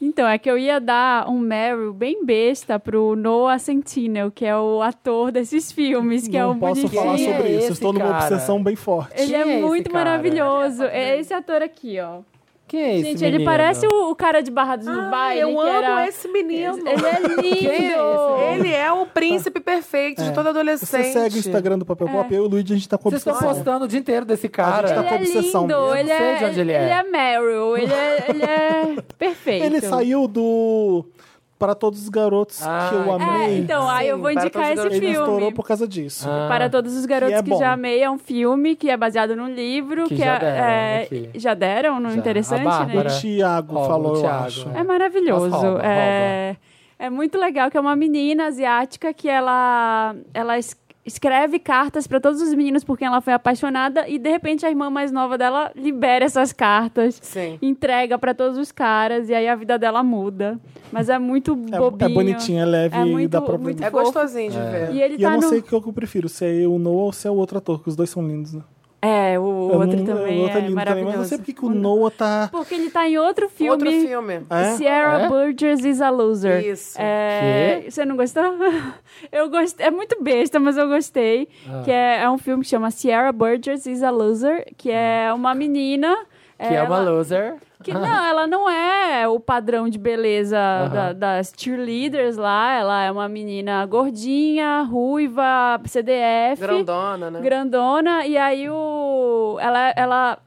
S2: Então, é que eu ia dar um Meryl bem besta pro Noah Centineo, que é o ator desses filmes, que é
S1: não
S2: um
S1: posso
S2: bonitinho.
S1: falar
S4: Quem é
S1: sobre isso,
S4: esse
S1: estou numa
S4: cara?
S1: obsessão bem forte.
S2: Ele é,
S4: Quem é esse
S2: muito
S4: cara?
S2: maravilhoso. É esse ator aqui, ó.
S4: Quem é esse
S2: Gente,
S4: menino?
S2: ele parece o, o cara de Barra do
S3: Ah,
S2: Dubai.
S3: eu
S2: ele
S3: amo
S2: que era...
S3: esse menino.
S2: Ele é lindo!
S3: Ele é o príncipe perfeito
S2: É.
S3: de todo
S1: Você
S3: adolescente.
S1: segue o Instagram do Papel Pop, eu e o Luigi, a gente tá com
S4: Vocês estão
S1: obsessão.
S4: postando o dia inteiro desse cara.
S1: A gente tá
S2: Ele
S1: com
S2: é
S1: obsessão
S2: lindo,
S1: mesmo.
S2: ele
S4: Sei de
S2: é,
S4: onde
S2: ele
S4: ele é.
S2: é Meryl, ele é, ele é perfeito.
S1: Ele saiu do Para Todos os Garotos
S4: Ah,
S1: que eu
S2: É,
S1: amei.
S2: então, aí eu vou
S3: Sim, para
S2: indicar
S3: todos os
S2: esse
S1: Ele estourou
S2: filme.
S1: por causa disso.
S4: Ah.
S2: Para todos os garotos
S1: Que é
S2: que,
S1: bom.
S2: já amei, é um filme que é baseado num livro
S4: Que
S2: que,
S4: já
S2: é-
S4: deram
S2: é,
S4: aqui.
S2: já deram, não é
S4: Já. A
S2: interessante,
S1: O
S4: Bárbara.
S2: né?
S4: Agora-
S1: Thiago
S4: Ó, o
S1: falou, eu
S4: Thiago,
S1: acho.
S4: é.
S2: É maravilhoso.
S4: Mas rouba,
S2: é, é muito legal que é uma menina asiática que ela ela es- escreve cartas para todos os meninos por quem ela foi apaixonada e de repente a irmã mais nova dela libera essas cartas.
S3: Sim.
S2: Entrega para todos os caras e aí a vida dela muda. Mas é muito
S1: É-
S2: bobinho.
S1: É bonitinho, é leve
S2: É
S1: e
S2: muito-
S1: dá pra
S2: muito
S3: É gostosinho de ver.
S2: E ele
S1: E
S2: tá
S1: eu não
S2: no
S1: sei o que eu prefiro, se é o Noah ou se é o outro ator, que os dois são lindos, né?
S2: É, o
S1: Eu
S2: outro
S1: não-
S2: também
S1: o outro lindo
S2: é
S1: também,
S2: maravilhoso.
S1: mas eu não sei porque que o Noah tá...
S2: Porque ele tá em outro filme.
S3: Outro filme.
S1: É?
S2: Sierra
S4: É?
S2: Burgess is a Loser.
S3: Isso.
S2: É, Você não gostou? Eu gostei. É muito besta, mas eu gostei.
S4: Ah.
S2: Que é, é um filme que chama Sierra Burgess is a Loser, que é uma menina.
S4: Ah. Que é uma loser.
S2: Que não, ela não é o padrão de beleza da- das cheerleaders lá. Ela é uma menina gordinha, ruiva, CDF
S3: Grandona, né?
S2: grandona e aí o ela ela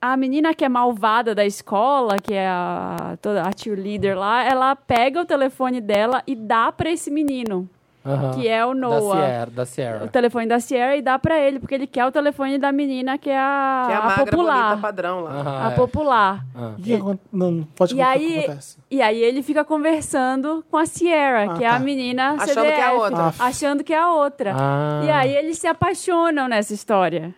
S2: a menina que é malvada da escola, que é a toda a cheerleader lá, ela pega o telefone dela e dá pra esse menino.
S3: Ah,
S4: Aham.
S2: que é o Noah.
S4: Da Sierra. Da Sierra.
S2: O telefone da Sierra e dá pra ele, porque ele quer o telefone da menina que é a,
S3: Que é a,
S2: a
S3: magra
S2: popular.
S3: bonita Ah, padrão lá.
S4: Aham,
S2: a
S4: é.
S2: popular.
S1: E agora- não, pode
S2: é. E
S1: contar o que
S2: aí,
S1: acontece.
S2: e aí ele fica conversando com a Sierra,
S1: Ah,
S2: que é a
S1: tá.
S2: menina
S3: Achando
S2: CDF,
S3: que é a outra.
S1: Ah,
S2: achando que é a outra.
S4: Ah.
S2: E aí eles se apaixonam nessa história.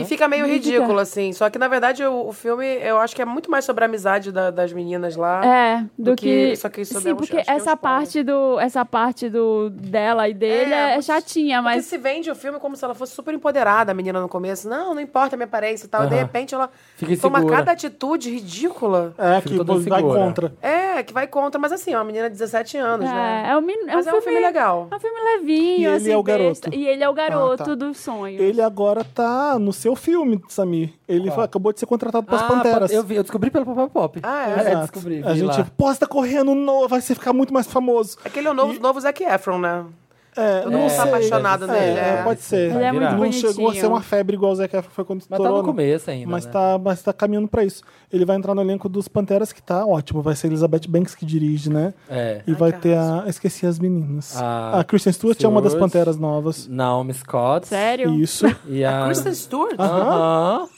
S3: E fica meio
S2: Fica.
S3: ridículo, assim. Só que, na verdade, o, o filme, eu acho que é muito mais sobre a amizade da- das meninas lá.
S2: É, do,
S3: Tá? Do
S2: que,
S3: que- só que isso
S2: Sim,
S3: dá um-
S2: porque
S3: acho que é um
S2: essa
S3: spoiler.
S2: parte do essa parte do dela e dele é,
S3: muito-
S2: chatinha,
S3: Porque
S2: mas
S3: se vende o filme como se ela fosse super empoderada, a menina no começo. Não, não importa a minha aparência e tal. De
S4: Aham.
S3: repente, ela
S4: Fica
S3: toma
S4: insegura.
S3: cada atitude ridícula.
S1: É,
S4: Fica
S1: que
S4: toda
S1: vai
S4: insegura.
S1: contra.
S3: É, que vai contra. Mas assim, é uma menina de 17 anos, né?
S2: é, é um, min- é um
S3: Mas
S2: filme,
S3: é um filme legal.
S2: É um filme levinho,
S1: E ele
S2: assim,
S1: é o
S2: besta.
S1: garoto.
S2: E ele é o garoto
S1: Ah, tá.
S2: do sonho.
S1: Ele agora tá no seu filme, Samir. Ele
S4: Qual?
S1: acabou de ser contratado pelas
S4: Ah,
S1: Panteras.
S4: Eu, vi, eu descobri pelo Pop Pop.
S3: Ah, é?
S1: Exato.
S4: descobri.
S1: A
S4: vi
S1: gente,
S4: lá.
S1: pô, você tá correndo, no, vai você ficar muito mais famoso.
S3: Aquele é o novo, novo Zac Efron, né?
S1: É,
S3: Todo
S1: não
S4: mundo
S1: sei.
S4: tá apaixonado
S1: É,
S4: nele,
S1: é,
S4: é.
S1: Pode ser.
S2: Ele é
S4: muito
S1: não chegou a
S2: bonitinho.
S1: ser uma febre igual o Zac Efron foi quando
S4: Mas tá
S1: estourou,
S4: no
S1: né?
S4: começo ainda.
S1: Mas,
S4: né?
S1: tá, mas tá caminhando pra isso. Ele vai entrar no elenco dos Panteras, que tá ótimo. Vai ser Elizabeth Banks que dirige, né?
S4: É.
S1: E vai ter a. Esqueci as meninas.
S4: A
S1: a Kristen Stewart é uma das
S4: Stewart.
S1: Panteras novas.
S4: Naomi Scott.
S2: Sério?
S1: Isso.
S4: E a.
S3: Kristen Stewart?
S4: Ah. Aham.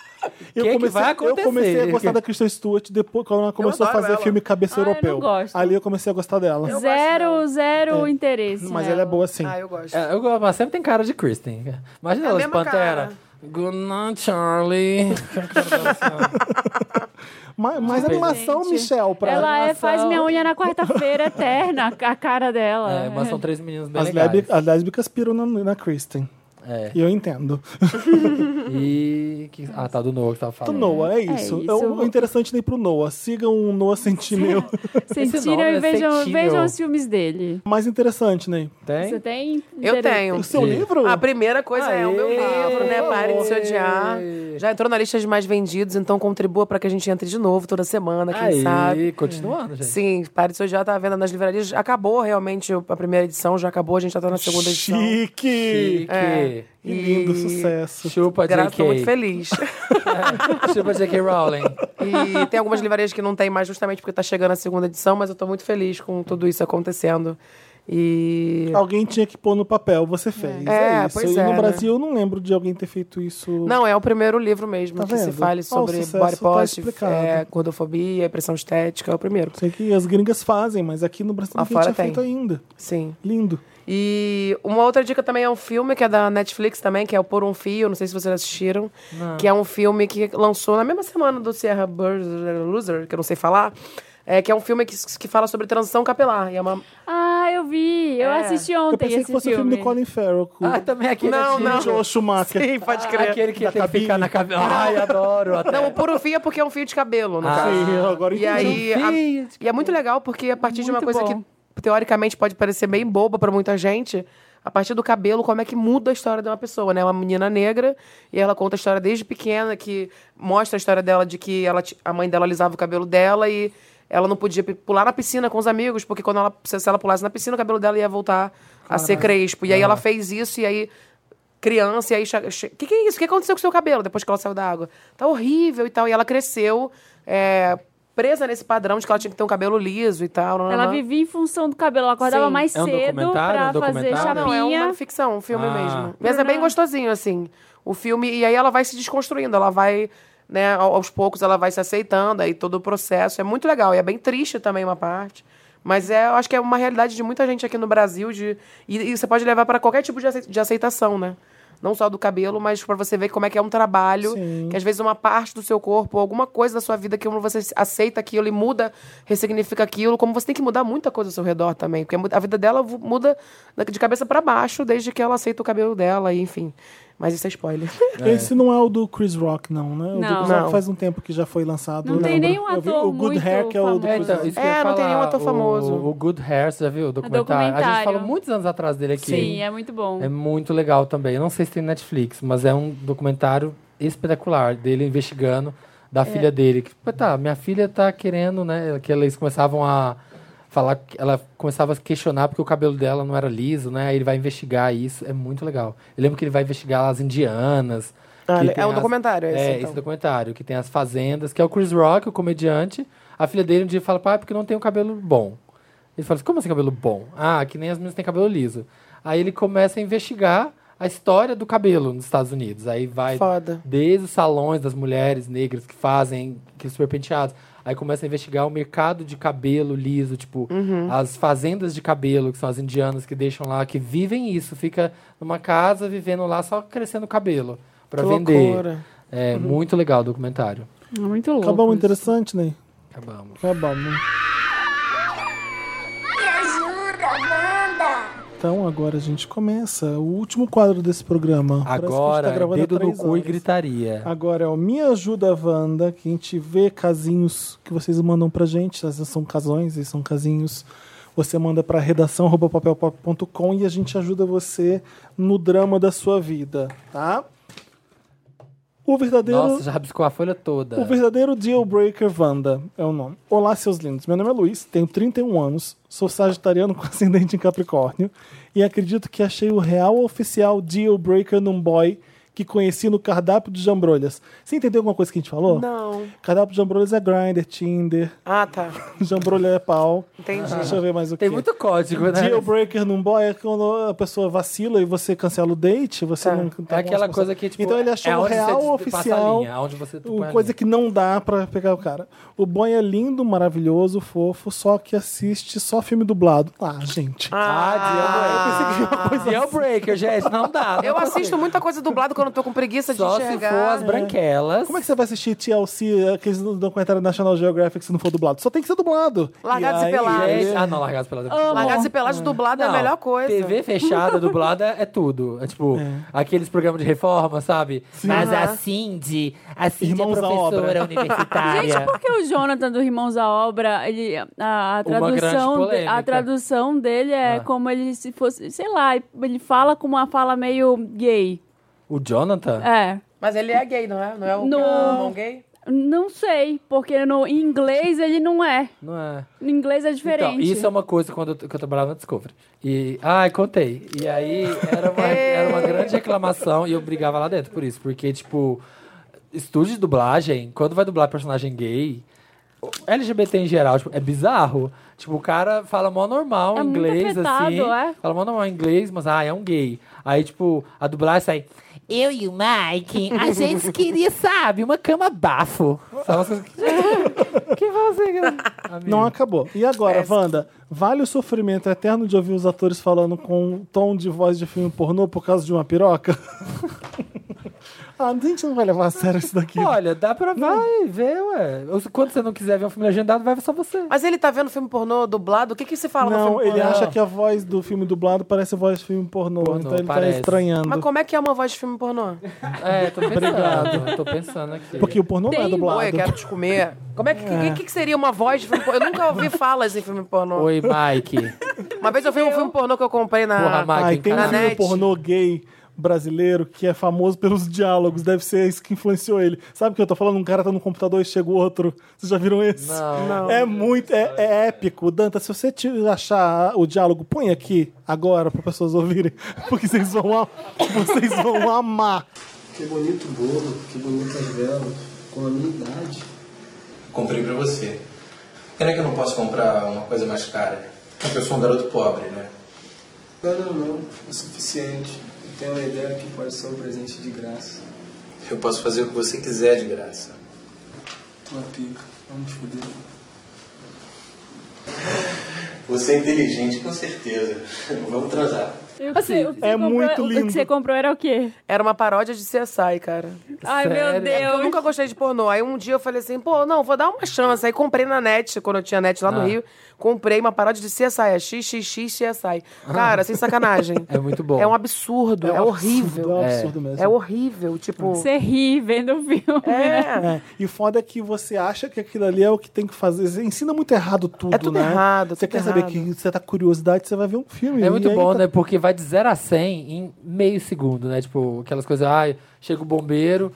S1: Eu
S4: Que que
S1: comecei,
S4: vai
S1: eu comecei a
S4: acontecer?
S1: gostar da Kristen Stewart depois quando ela começou a
S3: adoro
S1: fazer
S3: ela.
S1: filme Cabeça
S2: Ah, eu não
S1: Europeu.
S2: gosto.
S1: Ali eu comecei a gostar dela.
S3: Eu gosto
S2: Zero,
S3: dela.
S2: zero interesse.
S1: Mas
S2: nela.
S1: ela é boa sim.
S3: Ah, eu gosto.
S4: É, eu gosto, mas sempre tem cara de Kristen. Imagina
S3: É a
S4: ela de
S3: mesma
S4: Pantera.
S3: cara.
S4: Good night, Charlie.
S1: Ma- Mas, é animação,
S2: Gente,
S1: Michel, pra
S2: Ela é,
S4: animação.
S2: faz minha unha na quarta-feira eterna, a cara dela.
S4: é, mas são três meninos bem
S1: As,
S4: legais.
S1: lésbi- as lésbicas piram na, na Kristen.
S4: É.
S1: E eu entendo.
S4: E... que- Ah, tá, do Noah que tava
S1: Do
S4: falando.
S1: Noah, é
S2: É
S1: isso.
S2: isso.
S1: É o o interessante nem pro Noah. Sigam o Noah Sentinel.
S4: Esse
S2: Sentiram
S4: nome
S2: e
S4: é
S2: vejam,
S4: Sentinel.
S2: vejam os filmes dele.
S1: Mais interessante, Ney.
S2: Você
S4: Tem?
S2: tem?
S3: Eu
S2: interesse?
S3: tenho.
S1: O seu
S4: Sim.
S1: livro?
S3: A primeira coisa é o meu
S4: Aê!
S3: livro, né? Pare de se odiar. Já entrou na lista de mais vendidos, então contribua pra que a gente entre de novo toda semana, quem
S4: Aí,
S3: sabe.
S4: continuando, gente.
S3: Sim, Pare de se odiar tá à venda nas livrarias. Acabou realmente a primeira edição, já acabou, a gente já tá na segunda edição.
S1: Chique!
S4: Chique.
S3: É.
S1: Que lindo
S3: E-
S1: sucesso.
S4: Chupa,
S3: Graças, tô muito
S4: JK.
S3: feliz.
S4: Chupa, J.K. Rowling.
S3: E tem algumas livrarias que não tem mais, justamente porque tá chegando a segunda edição, mas eu tô muito feliz com tudo isso acontecendo. E.
S1: Alguém tinha que pôr no papel, você fez.
S3: É,
S1: isso.
S3: pois
S1: e
S3: é,
S1: no
S3: né?
S1: Brasil eu não lembro de alguém ter feito isso.
S3: Não, é o primeiro livro mesmo
S1: Tá
S3: que se
S1: vendo?
S3: fale
S1: Ó,
S3: sobre
S1: o sucesso
S3: body
S1: tá
S3: positive,
S1: explicado.
S3: é, gordofobia, pressão estética, é o primeiro.
S1: Sei que as gringas fazem, mas aqui no Brasil ninguém
S3: Afora
S1: tinha
S3: tem.
S1: feito ainda.
S3: Sim.
S1: Lindo.
S3: E uma outra dica também é um filme que é da Netflix também, que é o Por um Fio, não sei se vocês assistiram, que é um filme que lançou na mesma semana do Sierra Burns Loser, que eu não sei falar, é, que é um filme que, que fala sobre transição capilar. E é uma...
S2: Ah, eu vi. Eu
S3: É.
S2: assisti
S1: Eu
S2: ontem
S1: pensei
S2: esse
S1: que fosse o
S2: filme.
S1: filme do Colin Farrell. Com
S4: Ah, também aquele
S3: Não,
S4: de-
S3: não.
S1: Joel Schumacher.
S3: tá. Sim, pode crer.
S4: Aquele que
S1: Da
S4: tem que
S1: cabine.
S4: ficar na cabine. Ai, adoro. Até.
S3: Não, o Por um Fio é porque é um fio de cabelo, no
S4: Ah.
S3: caso.
S1: Sim, eu agora
S3: E
S1: entendi.
S3: aí, a- e é muito legal porque a partir de uma
S2: tipo, Muito
S3: coisa
S2: bom.
S3: que teoricamente pode parecer bem boba pra muita gente, a partir do cabelo, como é que muda a história de uma pessoa, né? Uma menina negra e ela conta a história desde pequena que mostra a história dela de que ela ti- a mãe dela alisava o cabelo dela e ela não podia pi- pular na piscina com os amigos, porque quando ela se se ela pulasse na piscina, o cabelo dela ia voltar a ser crespo. E aí ela fez isso e aí criança, e aí. O que, que é isso? O que aconteceu com o seu cabelo depois que ela saiu da água? Tá horrível e tal. E ela cresceu é, presa nesse padrão de que ela tinha que ter um cabelo liso e tal. nananã.
S2: Ela vivia em função do cabelo. Ela acordava
S3: Sim.
S2: mais
S4: É um
S2: cedo
S4: documentário?
S2: pra
S4: É um
S2: fazer
S4: documentário?
S2: chapinha.
S3: Não, é uma ficção, um filme
S4: Ah.
S3: mesmo. Mas é
S2: Bruna.
S3: bem gostosinho, assim. O filme. E aí ela vai se desconstruindo, ela vai. Né, ao- aos poucos ela vai se aceitando, aí todo o processo. É muito legal. E é bem triste também uma parte. Mas é, eu acho que é uma realidade de muita gente aqui no Brasil. De, e, e você pode levar para qualquer tipo de acei- de aceitação, né? Não só do cabelo, mas para você ver como é que é um trabalho.
S1: Sim.
S3: Que às vezes uma parte do seu corpo, alguma coisa da sua vida que você aceita aquilo e muda, ressignifica aquilo, como você tem que mudar muita coisa ao seu redor também, porque mu- a vida dela vu- muda da- de cabeça pra baixo desde que ela aceita o cabelo dela e enfim. Mas isso é spoiler.
S1: Esse não é o do Chris Rock, não, né? O do
S2: Não.
S1: Chris Rock
S3: Não.
S1: faz um tempo que já foi lançado. né?
S2: Não
S1: eu
S2: tem
S1: lembro.
S2: nenhum
S1: Eu vi
S2: ator
S1: O Good
S2: muito
S1: Hair, que é o do
S2: famoso.
S4: É,
S1: Chris
S4: então,
S1: Rock.
S4: isso que
S3: É,
S4: eu ia
S3: não tem
S4: falar,
S3: nenhum ator
S4: o-
S3: famoso.
S4: O, Good Hair, você já viu o documentário? A gente
S2: É documentário.
S4: falou muitos anos atrás dele aqui.
S2: Sim, é muito bom.
S4: É muito legal também. Eu não sei se tem Netflix, mas é um documentário espetacular dele investigando da filha dele. Que, pô, tá, minha filha tá querendo, né? Que eles começavam a falar, que ela começava a questionar porque o cabelo dela não era liso, né? Aí ele vai investigar isso. É muito legal. Eu lembro que ele vai investigar as indianas.
S3: Ah,
S4: que
S3: é
S4: tem
S3: um documentário esse,
S4: É,
S3: então.
S4: esse documentário, que tem as fazendas, que é o Chris Rock, o comediante. A filha dele um dia fala, pai, porque eu não tenho cabelo bom. Ele fala assim, como assim cabelo bom? Ah, que nem as meninas têm cabelo liso. Aí ele começa a investigar a história do cabelo nos Estados Unidos. Aí vai
S3: Foda.
S4: desde os salões das mulheres negras que fazem aqueles super penteados. Aí começa a investigar o mercado de cabelo liso, tipo,
S1: Uhum.
S4: as fazendas de cabelo, que são as indianas que deixam lá, que vivem isso, fica numa casa vivendo lá só crescendo cabelo pra
S3: Que
S4: vender.
S3: loucura.
S1: Uhum.
S4: É muito legal o documentário.
S2: Muito louco.
S1: Acabamos interessante, Ney.
S4: Acabamos.
S1: Acabamos.
S6: Me ajuda, Wanda!
S1: Então agora a gente começa o último quadro desse programa. Parece que a gente
S4: Agora,
S1: tá gravando há
S4: dedo no
S1: três
S4: cu e
S1: horas.
S4: gritaria.
S1: Agora é o Me Ajuda Wanda, que a gente vê casinhos que vocês mandam pra gente, essas são casões e são casinhos. Você manda pra redação papelpop.com e a gente ajuda você no drama da sua vida, tá? O verdadeiro
S4: Nossa, já rabiscou a folha toda.
S1: o verdadeiro deal breaker Wanda é o nome. Olá, seus lindos. Meu nome é Luiz, tenho 31 anos, sou sagitariano com ascendente em Capricórnio e acredito que achei o real oficial deal breaker num boy que conheci no cardápio de jambrolhas. Você entendeu alguma coisa que a gente falou?
S3: Não.
S1: Cardápio de jambrolhas é grinder, Tinder,
S3: Ah, tá.
S1: jambrolha é pau.
S3: Entendi.
S1: Deixa eu ver mais o é.
S4: Tem
S1: quê.
S4: muito código, né?
S1: Deal breaker num boy é quando a pessoa vacila e você cancela o date, você
S3: Tá.
S1: não
S4: É
S1: tá
S4: aquela
S1: com
S4: coisa que, tipo,
S1: Então ele achou
S4: é
S1: o
S4: onde você
S1: real
S4: passa a
S1: oficial.
S4: linha, onde você tu põe
S1: Uma
S4: a
S1: coisa
S4: linha.
S1: que não dá pra pegar o cara. O boy é lindo, maravilhoso, fofo, só que assiste só filme dublado. Ah, gente.
S3: Ah,
S4: Ah, deal breaker. Deal
S1: assim.
S4: breaker, gente, não dá. não
S3: Eu
S4: dá.
S3: assisto muita coisa dublada quando eu tô com preguiça de né?
S4: Só se
S3: enxergar.
S4: for as branquelas.
S1: Como é que você vai assistir TLC, aqueles documentários National Geographic, se não for dublado? Só tem que ser dublado. é
S3: Largados e Pelados.
S4: Gente, ah, não, largados pelas
S3: Largados e pelados dublado é a melhor coisa.
S4: TV fechada, dublada, é tudo. É tipo, aqueles programas de reforma, sabe? Mas a Cindy, a Cindy
S1: Irmãos
S4: é
S1: à
S4: professora
S1: obra.
S4: universitária.
S3: Ah, é.
S2: Gente, por que o Jonathan do Irmãos à Obra, ele, a, a
S4: grande
S2: tradução, de-
S4: polêmica.
S2: a tradução dele é
S4: Ah.
S2: como ele se fosse, sei lá, ele fala com uma fala meio gay.
S4: O Jonathan?
S2: É.
S3: Mas ele é gay, não é? Não é o
S2: Não.
S3: não. gay?
S2: Não sei, porque no, em inglês ele não é.
S4: Não é.
S2: Em inglês é diferente.
S4: Então, isso é uma coisa quando eu, que eu trabalhava na Discovery. E, ai, contei. E aí era uma, era uma grande
S2: É.
S4: reclamação e eu brigava lá dentro por isso. Porque, tipo, estúdio de dublagem, quando vai dublar personagem gay, o LGBT em geral, tipo, é bizarro. Tipo, o cara fala mó normal
S2: É
S4: em
S2: muito
S4: inglês,
S2: afetado,
S4: assim.
S2: é.
S4: Fala mó normal em inglês, mas, ah, é um gay. Aí, tipo, a dublagem sai... Eu e o Mike, a gente queria, sabe, uma cama bafo. Sabe umas coisas que... que você...
S1: Não acabou. E agora, Wanda? Vale o sofrimento eterno de ouvir os atores falando com um tom de voz de filme pornô por causa de uma piroca? ah, a gente não vai levar a sério isso daqui.
S4: Olha, dá pra vai, ver, ué. Ou se- Quando você não quiser ver um filme legendado, vai só você.
S3: Mas ele tá vendo filme pornô dublado? O que que se fala no
S1: Não,
S3: filme
S1: ele
S3: pornô?
S1: acha que a voz do filme dublado parece a voz de filme pornô,
S4: Pornô,
S1: então ele
S4: parece.
S1: tá estranhando.
S3: Mas como é que é uma voz de filme pornô?
S4: É, tô pensando. Obrigado. Tô pensando aqui.
S1: Porque o pornô não é
S2: Tem
S1: dublado.
S3: Oi, quero te comer. Como é que, que, que seria uma voz de filme pornô? Eu nunca ouvi falas em filme pornô.
S4: Oi, Mike.
S3: Uma vez eu vi um filme pornô que eu comprei na...
S4: Porra, Mike.
S1: Ai, tem um
S4: cara.
S1: filme
S3: Net.
S1: pornô gay brasileiro que é famoso pelos diálogos, deve ser isso que influenciou ele. Sabe o que eu tô falando? Um cara tá no computador e chega o outro. Vocês já viram esse?
S4: Não.
S1: É muito, é, é épico. Danta, se você te achar o diálogo, põe aqui agora para pessoas ouvirem, porque vocês vão, a- vocês vão amar.
S8: Que bonito bolo, que bonitas velas, com a minha idade.
S9: Comprei pra você. Pena que eu não posso comprar uma coisa mais cara. Porque eu sou um garoto pobre, né?
S8: Não, não, não, é suficiente. Eu tenho uma ideia que pode ser um presente de graça.
S9: Eu posso fazer o que você quiser de graça.
S8: Tua pica, vamos foder.
S9: Você é inteligente, com certeza. Vamos transar.
S2: E o que você- o que
S1: é
S2: você comprou-
S1: muito
S2: O
S1: lindo.
S2: que você comprou era o quê?
S3: Era uma paródia de CSI, cara.
S2: Ai, meu
S3: Eu
S2: Deus.
S3: nunca gostei de pornô. Aí um dia eu falei assim, pô, não, vou dar uma chance. Aí comprei na net, quando eu tinha net lá no
S4: Ah.
S3: Rio, comprei uma paródia de CSI, é XXX CSI. Cara, sem sacanagem.
S4: É muito bom.
S3: É um absurdo, é,
S1: um
S3: horrível.
S1: absurdo, É um absurdo mesmo.
S3: É horrível, tipo...
S2: Você ri vendo o filme, né?
S3: É,
S1: É, E o foda é que você acha que aquilo ali é o que tem que fazer. Você ensina muito errado tudo,
S3: É tudo
S1: né?
S3: errado,
S1: Você
S3: tudo
S1: quer saber
S3: errado.
S1: que você tá com curiosidade, você vai ver um filme.
S4: É muito
S1: e aí
S4: bom,
S1: tá-
S4: né? Porque vai de 0 a 100 em meio segundo, né? Tipo, aquelas coisas, ai, chega o bombeiro,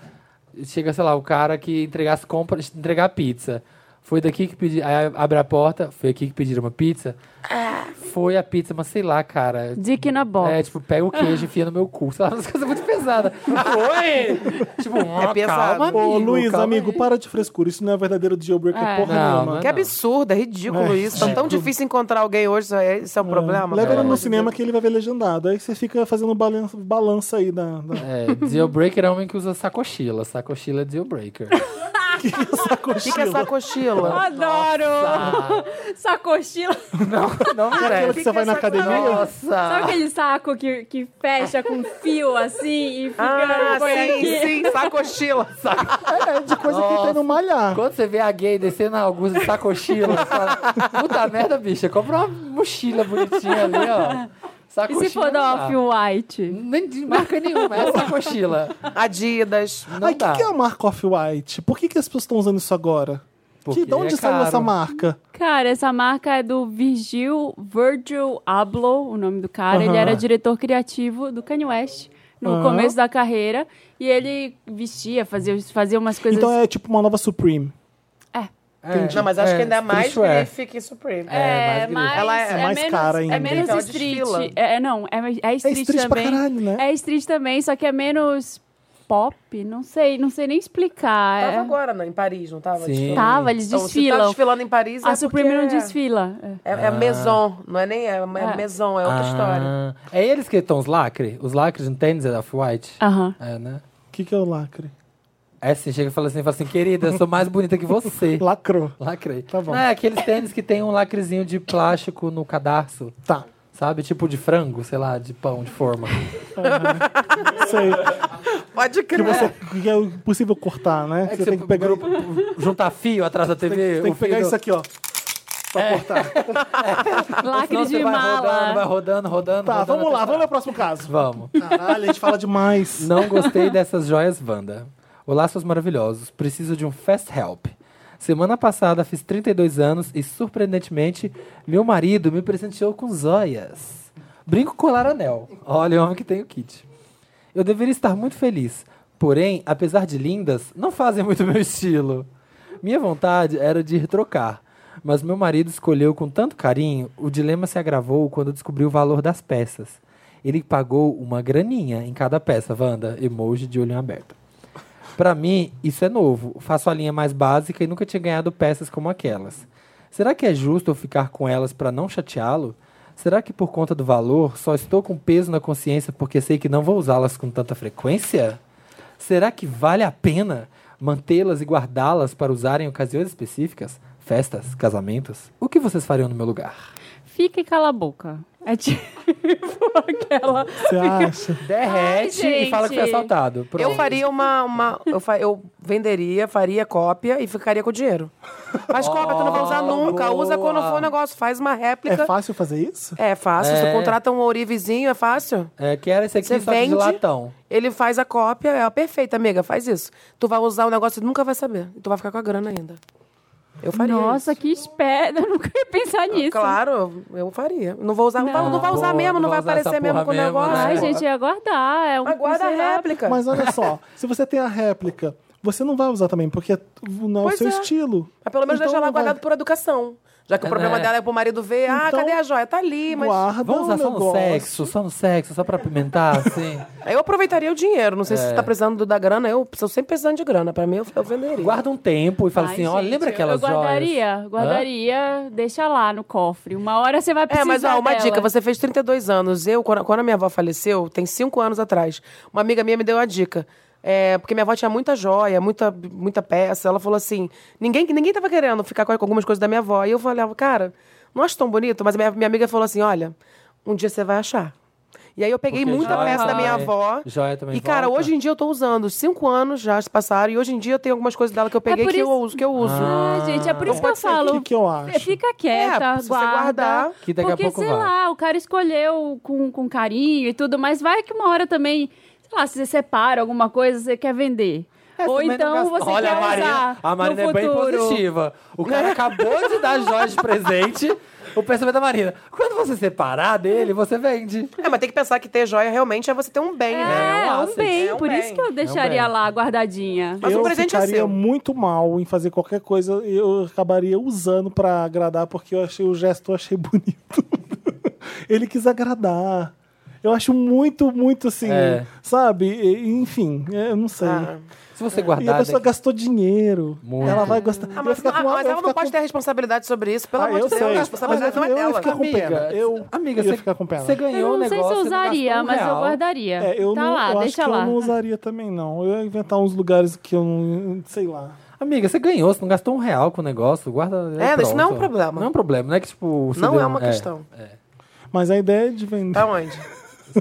S4: chega, sei lá, o cara que entregar as compras, entregar a pizza. Foi daqui que pediram, aí abre a porta, foi aqui que pediram uma pizza. foi a pizza, mas sei lá, cara.
S2: Dick na box.
S4: É, tipo, pega o queijo e enfia no meu cu. Sei lá, umas coisas muito pesadas. Foi! tipo, é
S3: pesado.
S4: pesado.
S1: Ô, Luiz, amigo, para de frescura. Isso não é verdadeiro jailbreak,
S2: É.
S1: é porra
S4: Não,
S1: nenhuma.
S4: não
S3: Que absurdo, é ridículo isso. Tão, tão difícil encontrar alguém hoje, isso é, isso é um problema.
S1: Leva
S3: cara.
S1: ele no cinema que ele vai ver legendado. Aí você fica fazendo balança, balança aí da, da
S4: É, deal breaker é homem que usa sacochila. Sacochila é deal breaker.
S3: O que, que é sacochila?
S2: Adoro! Sacochila.
S4: não,
S3: Ah,
S4: não
S3: é
S1: Aquela
S4: merece.
S1: que você vai na academia.
S2: Sabe
S4: Nossa!
S2: aquele saco que, que fecha com fio assim e fica.
S3: Ah,
S2: põe
S3: sim,
S2: aqui?
S3: sim, sacochila.
S1: É de coisa que tem no malhar.
S4: Quando você vê a gay descendo na Augusta de sacochila, você fala, puta merda, bicha, compra uma mochila bonitinha ali, ó.
S2: E
S4: Sacochila.
S2: se for da
S4: não dá.
S2: Off-White?
S4: Nem de marca nenhuma, é sacochila.
S3: Adidas.
S4: Não
S1: Aí o
S4: dá.
S1: que, que é a marca Off-White? Por que, que as pessoas estão usando isso agora?
S4: Porque
S1: Que, de onde
S4: é
S1: saiu
S4: caro.
S1: essa marca?
S2: Cara, essa marca é do Virgil Virgil Abloh, o nome do cara.
S1: Aham.
S2: Ele era diretor criativo do Kanye West no
S1: Aham.
S2: começo da carreira. E ele vestia, fazia, fazia umas coisas.
S1: Então é tipo uma nova Supreme.
S4: É,
S3: Não, mas acho
S4: é,
S3: que ainda é mais
S4: streetwear.
S3: Griffith que Supreme.
S4: É,
S2: É,
S4: mais
S2: mais,
S3: Ela é
S2: é,
S1: mais
S2: menos,
S1: cara ainda.
S2: É menos
S3: Então, ela desfila.
S2: street. É, não, é, é
S1: É
S2: street,
S1: street pra
S2: também.
S1: caralho, né?
S2: É street também, só que é menos pop. Não sei, não sei nem explicar.
S3: Tava
S2: É-
S3: agora né, em Paris, não tava?
S4: Sim.
S3: Desfilando.
S2: Tava, eles
S3: Então, se tá
S2: desfilam.
S3: desfilando em Paris, é
S2: A Supreme
S3: porque
S2: não
S3: é-
S2: desfila. É.
S3: É, é maison, não é nem é, é maison, é outra história.
S4: Ah, É eles que estão os lacres? Os lacres no tênis é da Off-White?
S2: Aham.
S4: É, né?
S1: O que, que é o lacre?
S4: É assim, chega e fala assim, fala assim, querida, eu sou mais bonita que você.
S1: Lacrou.
S4: Lacrei.
S1: Tá bom.
S4: Não, é aqueles tênis que tem um lacrezinho de plástico no cadarço,
S1: Tá,
S4: sabe? Tipo de frango, sei lá, de pão, de forma.
S1: sei.
S3: Pode
S1: Que
S3: crer.
S1: você que é impossível cortar, né?
S4: É
S1: você tem que pegar,
S4: grupo, juntar fio atrás da TV.
S1: tem, tem
S4: o
S1: que tá pegar
S4: fio do-
S1: isso aqui, ó. Pra cortar.
S4: Senão
S2: Lacre
S4: você
S2: de
S4: vai rodando, vai
S2: mala.
S4: rodando, rodando.
S1: Tá,
S4: rodando
S1: vamos
S4: até
S1: lá,
S4: chegar.
S1: vamos ao próximo caso.
S4: Vamos.
S1: Caralho, a gente fala demais.
S4: Não gostei dessas joias Wanda. Olá, seus maravilhosos. Preciso de um fast help. Semana passada fiz 32 anos e, surpreendentemente, meu marido me presenteou com joias. Brinco colar anel. Olha o homem que tem o kit. Eu deveria estar muito feliz. Porém, apesar de lindas, não fazem muito meu estilo. Minha vontade era de ir trocar. Mas meu marido escolheu com tanto carinho, o dilema se agravou quando descobriu o valor das peças. Ele pagou uma graninha em cada peça, Wanda, emoji de olho aberto. Pra mim, isso é novo. Faço a linha mais básica e nunca tinha ganhado peças como aquelas. Será que é justo eu ficar com elas pra não chateá-lo? Será que por conta do valor, só estou com peso na consciência porque sei que não vou usá-las com tanta frequência? Será que vale a pena mantê-las e guardá-las para usar em ocasiões específicas? Festas, casamentos? O que vocês fariam no meu lugar?
S2: Fica e cala a boca. É tipo aquela.
S1: Você acha?
S4: Derrete e
S2: gente.
S4: fala que foi assaltado. Pronto.
S3: Eu faria uma. uma eu, fa- eu venderia, faria cópia e ficaria com o dinheiro. Mas cópia, tu não vai usar
S4: Oh,
S3: nunca. Usa
S4: boa.
S3: quando for um negócio, faz uma réplica.
S1: É fácil fazer isso?
S3: É fácil.
S4: É.
S3: Você contrata um ourivezinho, é fácil.
S4: É, que era esse aqui
S3: Você
S4: só que de
S3: vende,
S4: latão.
S3: ele faz a cópia, é a perfeita, amiga, faz isso. Tu vai usar o negócio e nunca vai saber. E tu vai ficar com a grana ainda. Eu faria.
S2: Nossa,
S3: isso.
S2: que esperta. Eu nunca ia pensar nisso.
S3: Ah, Claro, eu faria. Não vou usar, não, vai- não vai usar
S4: Boa,
S3: mesmo,
S4: não
S3: não vai
S4: vai usar essa
S3: aparecer mesmo
S4: porra
S3: com o
S4: mesmo,
S3: negócio.
S4: né?
S2: Ai,
S4: Porra.
S2: gente, ia guardar. É um
S3: Aguarda a
S2: sei lá.
S3: réplica.
S1: Mas olha só, se você tem a réplica, você não vai usar também, porque não é o
S3: Pois
S1: seu
S3: é.
S1: estilo.
S3: Mas pelo menos
S1: Então
S3: deixa lá
S1: não vai.
S3: guardado por educação. Já que o problema
S4: né?
S3: dela é pro marido ver, ah,
S1: Então,
S3: cadê a joia? Tá ali, mas.
S1: Guarda
S4: Vamos usar
S1: o
S4: só no
S1: negócio.
S4: sexo, só no sexo, só pra apimentar, assim.
S3: Eu aproveitaria o dinheiro. Não sei se você
S4: É.
S3: tá precisando da grana. Eu estou sempre precisando de grana. Pra mim, eu, eu venderia.
S4: Guarda um tempo e fala
S2: Ai,
S4: assim, ó,
S2: gente,
S4: lembra aquelas
S2: Eu guardaria,
S4: joias?
S2: guardaria, deixa lá no cofre. Uma hora você vai
S3: É,
S2: precisar
S3: mas ó, uma
S2: dela.
S3: dica, você fez 32 anos. Eu, quando, quando a minha avó faleceu, tem 5 anos atrás, uma amiga minha me deu a dica. É, porque minha avó tinha muita joia, muita, muita peça. Ela falou assim: ninguém, ninguém tava querendo ficar com algumas coisas da minha avó. E eu falava, cara, não acho tão bonito, mas a minha, minha amiga falou assim: olha, um dia você vai achar. E aí eu peguei
S4: Porque
S3: muita
S4: joia
S3: peça da minha
S4: vai,
S3: avó.
S4: joia também
S3: E, cara,
S4: volta.
S3: hoje em dia eu tô usando. Cinco anos já se passaram, e hoje em dia eu tenho algumas coisas dela que eu peguei
S2: É por
S3: que eu
S2: isso-
S3: uso, que eu uso.
S2: Ah, gente, é por isso que eu
S1: Pode ser,
S2: falo.
S1: O que, que eu acho?
S2: Fica quieta,
S3: Tá É,
S2: guarda.
S3: se você guardar,
S4: que daqui a
S2: porque,
S4: pouco
S2: sei
S4: vai.
S2: lá, o cara escolheu com, com carinho e tudo, mas vai que uma hora também, sei lá, se você separa alguma coisa, você quer vender. Ou
S4: É, também não
S2: então
S4: gasta-
S2: você
S4: Olha,
S2: quer
S4: a Marina,
S2: usar
S4: a Marina
S2: no
S4: é bem
S2: futuro. Né?
S4: positiva. O cara acabou de dar joias de presente. O pensamento da Marina. Quando você separar dele, você vende.
S3: É, mas tem que pensar que ter joia realmente é você ter um bem, né?
S2: É,
S4: um
S2: um
S4: asset,
S2: bem,
S3: é um
S2: por
S3: bem.
S2: isso que eu deixaria
S4: bem.
S2: lá guardadinha.
S3: Mas o
S1: eu
S3: presente é
S1: ficaria
S3: seu.
S1: muito mal em fazer qualquer coisa, eu acabaria usando pra agradar, porque eu achei o gesto, eu achei bonito. Ele quis agradar. Eu acho muito, muito assim,
S4: É.
S1: sabe? E- Enfim, é, eu não sei.
S3: Ah.
S4: Se
S1: É.
S4: você
S1: E a
S4: guardar.
S1: pessoa
S4: daqui-
S1: gastou dinheiro.
S4: Muito.
S1: Ela vai gastar.
S3: Ah,
S1: vai
S3: mas,
S1: ficar
S3: ah,
S1: Então com-
S3: mas
S1: vai
S3: ela não
S1: ficar
S3: pode
S1: com-
S3: ter responsabilidade sobre isso, pelo
S1: Ah,
S3: amor
S1: eu
S3: de Deus.
S1: sei.
S3: A
S1: Mas
S3: responsabilidade não
S1: eu
S3: é
S1: ia
S3: dela.
S1: ficar com
S4: Amiga,
S1: pena. Eu,
S4: Amiga,
S1: ia
S4: você,
S1: ficar com pena.
S4: você ganhou
S2: eu
S4: o
S2: não sei
S4: negócio.
S2: se eu
S4: você gastou
S2: usaria,
S4: um
S2: mas eu
S4: real.
S2: guardaria.
S1: É, eu
S2: tá
S1: não,
S2: lá,
S1: eu
S2: deixa
S1: acho
S2: lá.
S1: que eu não usaria também, não. Eu ia inventar uns lugares que eu não. sei lá.
S4: Amiga, você ganhou, você não gastou um real com o negócio, guarda.
S3: É,
S4: pronto.
S3: isso não é um problema.
S4: Não é um problema, não é que tipo. você
S3: Não
S4: deu
S3: é
S4: um-
S3: uma questão.
S1: Mas a ideia é de vender.
S3: Tá onde?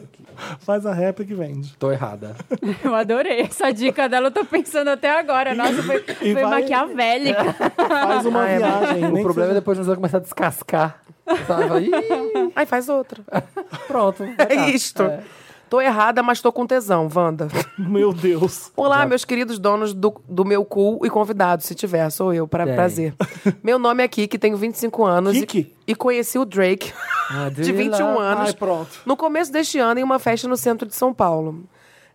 S1: Faz a réplica e vende.
S4: Tô errada.
S2: Eu adorei essa dica dela, eu tô pensando até agora. Nossa, foi, foi
S1: vai-
S2: maquiavélica.
S1: Faz uma
S3: Ah, é, mas-
S1: viagem. nem
S4: o
S1: que
S4: problema é
S1: seja-
S4: depois nós vamos começar a descascar. Sabe? Aí,
S3: Aí faz outra.
S1: É
S4: pronto. vai
S3: É
S4: dar.
S3: isto.
S4: É.
S3: Tô errada, mas tô com tesão, Wanda.
S1: é, Meu Deus.
S3: Olá, meus queridos donos do, do meu cu e convidados, se tiver, sou eu, pra,
S4: Tem.
S3: prazer. Meu nome é Kiki, tenho 25 anos e-
S1: Kiki?
S3: E, conheci o Drake
S4: Ah,
S3: de
S4: diga
S3: 21
S4: lá.
S3: anos
S1: Ai, pronto.
S3: no começo deste ano em uma festa no centro de São Paulo.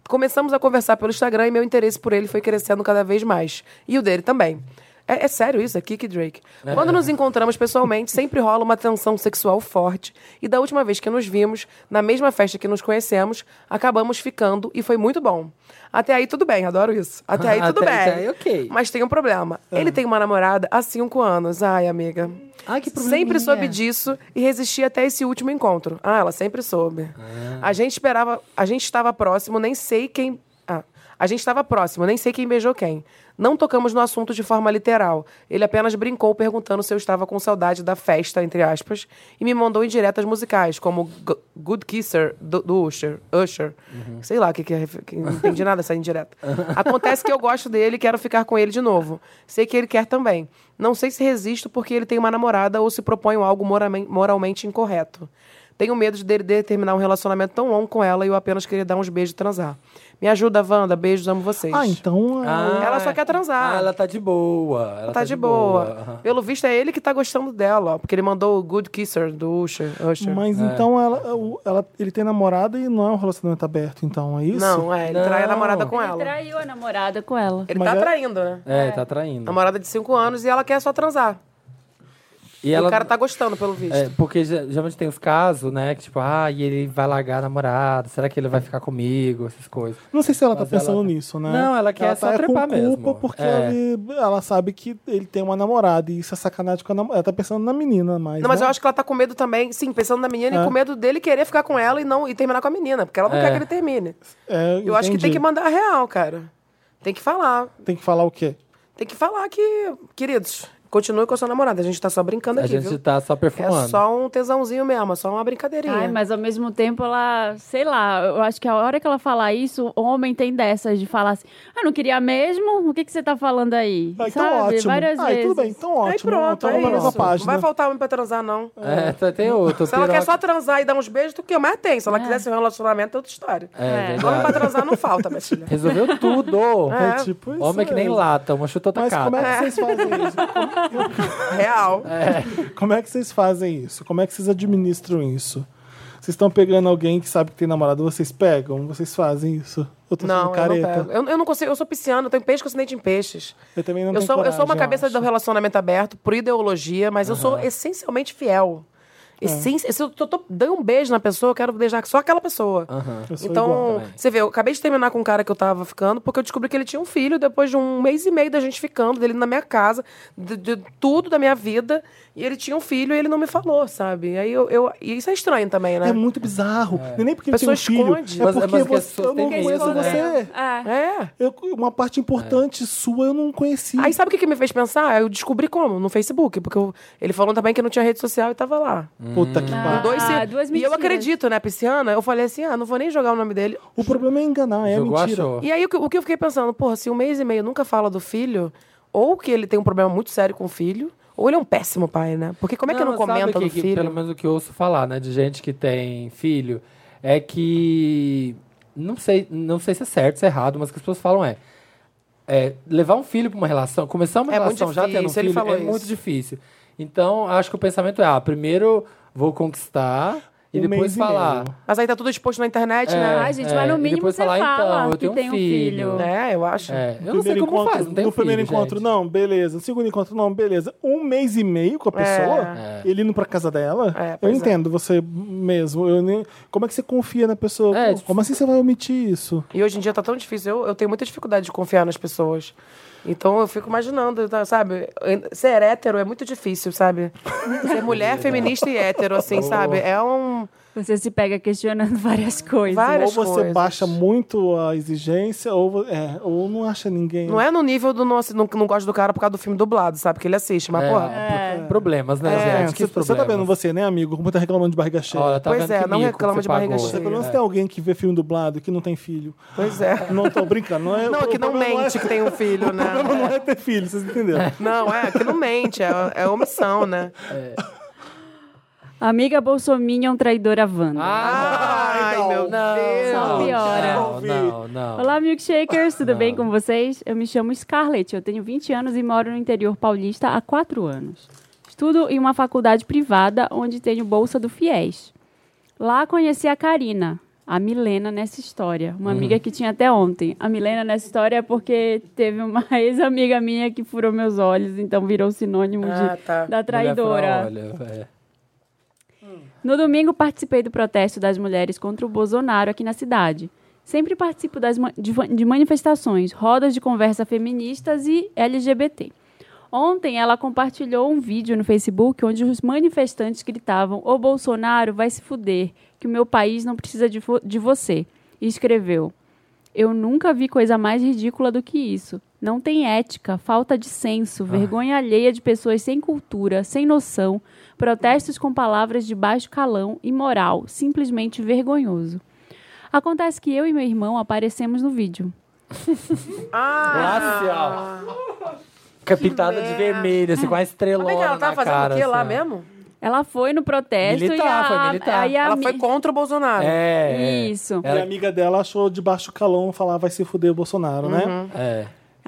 S3: Começamos a conversar pelo Instagram e meu interesse por ele foi crescendo cada vez mais. E o dele também. É, é sério isso, é Kiki Drake. Quando nos encontramos pessoalmente, sempre rola uma tensão sexual forte. E da última vez que nos vimos, na mesma festa que nos conhecemos, acabamos ficando e foi muito bom. Até aí tudo bem, adoro isso. Até aí tudo
S4: Até-
S3: bem.
S4: até aí, ok.
S3: Mas tem um problema.
S4: Ah.
S3: Ele tem uma namorada há cinco anos. Ai, amiga.
S4: Ai, que
S3: Sempre
S4: probleminha.
S3: soube disso e resisti até esse último encontro. Ah, ela sempre soube.
S4: Ah.
S3: A gente esperava, a gente estava próximo, nem sei quem. Ah, a gente estava próximo, nem sei quem beijou quem. Não tocamos no assunto de forma literal. Ele apenas brincou perguntando se eu estava com saudade da festa, entre aspas, e me mandou indiretas musicais, como G- Good Kisser, do, do Usher. Usher. Sei lá o que, que é. ref- que- Não entendi nada dessa indireta. Acontece que eu gosto dele e quero ficar com ele de novo. Sei que ele quer também. Não sei se resisto porque ele tem uma namorada ou se propõe algo moramen- moralmente incorreto. Tenho medo de dele de terminar um relacionamento tão longo com ela e eu apenas queria dar uns beijos e transar. Me ajuda, Wanda. Beijos, amo vocês.
S1: Ah, então.
S4: Ah,
S3: Ela só quer transar.
S4: Ah, ela tá de boa. Ela
S3: Tá, de boa. Pelo visto, é ele que tá gostando dela, ó, porque ele mandou o Good Kisser do Usher. Usher.
S1: Mas então ela, o- ela, ele tem namorada e não é um relacionamento aberto, então é isso?
S3: Não, é, ele trai a
S4: Não.
S3: namorada com
S2: Ele
S3: ela.
S2: traiu a namorada com ela.
S3: Ele
S1: Mas
S3: tá
S1: é-
S3: traindo, né?
S4: É, tá traindo.
S3: Namorada de 5 anos e ela quer só transar.
S4: E
S3: E
S4: ela.
S3: o cara tá gostando, pelo visto.
S4: É, porque ge- geralmente tem os casos, né? Que tipo, ah, e ele vai largar a namorada, será que ele vai ficar comigo? Essas coisas.
S1: Não sei se ela tá
S4: Mas ela-
S1: pensando nisso, né?
S4: Não, ela quer só
S1: tá
S4: trepar
S1: com culpa
S4: mesmo.
S1: porque
S4: É.
S1: ele- ela sabe que ele tem uma namorada e isso é sacanagem com a namorada. Ela tá pensando na menina mais.
S3: Não, mas
S1: né?
S3: eu acho que ela tá com medo também, sim, pensando na menina e
S1: É.
S3: com medo dele querer ficar com ela e não e terminar com a menina, porque ela não
S4: É.
S3: quer que ele termine.
S1: É,
S3: Eu acho que tem
S1: entendi.
S3: que mandar a real, cara. Tem que falar.
S1: Tem que falar o quê?
S3: Tem que falar que, queridos, continue com a sua namorada. A gente tá só brincando
S4: A
S3: aqui,
S4: gente
S3: viu?
S4: tá só perfumando.
S3: É só um tesãozinho mesmo, é só uma brincadeirinha.
S2: Ai, mas ao mesmo tempo ela, sei lá, eu acho que a hora que ela falar isso, homem tem dessas de falar assim, ah, não queria mesmo? O que, que você tá falando aí?
S1: Ah, então
S2: Sabe?
S1: ótimo.
S2: Várias
S1: ah,
S2: vezes.
S1: tudo bem, então
S3: Aí
S1: ótimo.
S3: pronto,
S1: Estamos
S3: é
S1: na mesma
S3: isso. Não
S1: página.
S3: vai faltar homem pra transar, não.
S4: É, tá- tem outro.
S3: um. Se ela quer
S4: piroca-
S3: só transar e dar uns beijos, tu que mais tem. Se ela quisesse um relacionamento, é outra história.
S4: É,
S2: É.
S3: Homem pra
S4: verdade.
S3: transar não falta, minha filha.
S4: Resolveu tudo.
S1: É,
S3: É.
S1: tipo isso.
S4: Homem que nem
S1: mesmo.
S4: lata, uma chutou
S1: Mas
S4: tacada.
S1: como é que vocês fazem isso?
S3: Real.
S1: Como é que vocês fazem isso? Como é que vocês administram isso? Vocês estão pegando alguém que sabe que tem namorado, vocês pegam? Vocês fazem isso? Eu tô
S3: Não,
S1: sendo
S3: eu não
S1: careta.
S3: pego. né? Eu, eu não consigo, eu sou pisciana, eu tenho peixe com acidente em peixes.
S1: Eu também não
S3: eu
S1: tenho
S3: sou, Eu sou uma
S1: coragem, eu
S3: cabeça
S1: acho.
S3: do relacionamento aberto, por ideologia, mas eu sou essencialmente fiel.
S1: É.
S3: Essen- Se eu tô, tô dando um beijo na pessoa, eu quero beijar só aquela pessoa.
S1: Eu sou igual
S3: Então,
S4: também.
S3: você vê, eu acabei de terminar com um cara que eu tava ficando, porque eu descobri que ele tinha um filho depois de um mês e meio da gente ficando, dele na minha casa, de, de tudo da minha vida. E ele tinha um filho e ele não me falou, sabe? Aí eu, eu- e isso é estranho também, né?
S1: É muito bizarro. Não é Nem porque
S3: A pessoa
S1: ele tem um filho.
S3: esconde.
S1: É
S4: Mas-
S1: porque
S4: mas que as
S1: você,
S4: pessoas
S1: eu não
S4: têm medo,
S1: conheço
S4: né?
S1: você.
S2: É.
S3: É.
S1: Eu- uma parte importante sua eu não conheci.
S3: Aí sabe o que, que me fez pensar? Eu descobri como, no Facebook, porque eu- ele falou também que não tinha rede social e tava lá.
S1: Puta que
S2: Ah,
S1: pariu.
S3: Dois se-
S2: duas
S3: e eu
S2: mentiras.
S3: acredito, né, pisciana? Eu falei assim, ah, não vou nem jogar o nome dele.
S1: O problema é enganar, é
S4: Jogou,
S1: mentira.
S4: achou.
S3: E aí o que, o que eu fiquei pensando, porra, se um mês e meio nunca fala do filho, ou que ele tem um problema muito sério com o filho, ou ele é um péssimo pai, né? Porque como é que eu não
S4: sabe
S3: comenta
S4: que-
S3: do
S4: que
S3: filho?
S4: Pelo menos o que eu ouço falar, né, de gente que tem filho, é que não sei, não sei se é certo, se é errado, mas o que as pessoas falam é, é, levar um filho pra uma relação, começar uma
S3: É muito
S4: relação já tendo um
S3: difícil, ele
S4: filho
S3: falou
S4: é
S3: isso.
S4: muito difícil. Então, acho que o pensamento é, ah, primeiro vou conquistar E
S1: Um
S4: depois
S1: mês e
S4: falar.
S1: meio.
S3: Mas aí tá tudo exposto na internet, né?
S2: Ai, gente, mas
S4: é,
S2: no
S4: e
S2: mínimo
S4: depois
S2: você
S4: falar,
S2: fala
S4: então, eu
S2: que
S4: tenho um
S2: tem um
S4: filho.
S2: filho.
S3: É, eu acho.
S4: É, eu não sei como faz, não tem
S1: no primeiro
S4: filho,
S1: encontro,
S4: gente.
S1: não, beleza. No segundo encontro, não, beleza. Um mês e meio com a pessoa,
S4: É.
S1: ele indo pra casa dela.
S3: É,
S1: eu
S3: pois é.
S1: entendo você mesmo. Eu nem- como é que você confia na pessoa?
S4: É,
S1: Pô, como assim você vai omitir isso?
S3: E hoje em dia tá tão difícil. Eu, eu tenho muita dificuldade de confiar nas pessoas. Então eu fico imaginando, tá, sabe? Ser hétero é muito difícil, sabe? Ser mulher feminista e hétero, assim, sabe? É um.
S2: Você se pega questionando várias coisas.
S3: Várias
S1: ou você
S3: coisas.
S1: baixa muito a exigência, ou, vo- é, ou não acha ninguém.
S3: Não é no nível do nosso. Não, não gosto do cara por causa do filme dublado, sabe? Que ele assiste, mas,
S4: É,
S3: porra.
S4: pro- Problemas, né,
S1: É,
S4: gente?
S1: você,
S4: Que
S1: você tá vendo
S4: problemas.
S1: você, né, amigo? Como tá reclamando de barriga cheia.
S4: Olha, é. tá
S3: Pois
S4: vendo
S3: é,
S4: que
S3: não
S4: mico
S3: reclama
S4: que você
S3: de barriga
S4: pagou.
S1: Você,
S3: cheia.
S1: pelo menos tem alguém que vê filme dublado que não tem filho.
S3: Pois é.
S1: Não tô brincando, não é.
S3: Não,
S1: o
S3: que não
S1: problema
S3: mente
S1: é-
S3: que tem um
S1: O
S3: filho,
S1: problema não
S3: né?
S1: é ter filho, vocês entenderam?
S3: Não, é, que não mente, é, é omissão, né?
S2: Amiga é Bolsominion traidora Wanda.
S4: Ah,
S3: Ai, meu
S4: não,
S3: Deus.
S2: Só piora.
S4: não, não, não.
S2: Olá, milkshakers, tudo bem com vocês? Eu me chamo Scarlett, eu tenho 20 anos e moro no interior paulista há 4 anos. Estudo em uma faculdade privada onde tenho bolsa do FIES. Lá conheci a Karina, a Milena nessa história,
S4: Hum.
S2: uma amiga que tinha até ontem. A Milena nessa história é porque teve uma ex-amiga minha que furou meus olhos, então virou sinônimo de-
S3: Ah, tá.
S2: da
S4: Mulher pra
S2: traidora.
S4: Olha, é.
S2: No domingo, participei do protesto das mulheres contra o Bolsonaro aqui na cidade. Sempre participo das ma- de, va- de manifestações, rodas de conversa feministas e LGBT. Ontem, ela compartilhou um vídeo no Facebook onde os manifestantes gritavam: Ô Bolsonaro, vai se fuder, que o meu país não precisa de, vo- de você. E escreveu: Eu nunca vi coisa mais ridícula do que isso. Não tem ética, falta de senso, vergonha alheia de pessoas sem cultura, sem noção, protestos com palavras de baixo calão, imoral, simplesmente vergonhoso. Acontece que eu e meu irmão aparecemos no vídeo.
S3: Ah.
S4: Glacial. Fica pintada de vermelho, assim, com a estrelona
S3: Amiga, ela
S4: na
S3: tava fazendo
S4: cara,
S3: o quê lá
S4: assim, ó.
S3: mesmo?
S2: Ela foi no protesto e
S4: Militar,
S2: a,
S4: foi militar.
S2: aí a
S3: Ela
S2: mi-
S3: foi contra o Bolsonaro. Tá.
S4: É, é.
S2: Isso.
S1: E a amiga dela achou de baixo calão falar vai se fuder o Bolsonaro, né?
S4: É.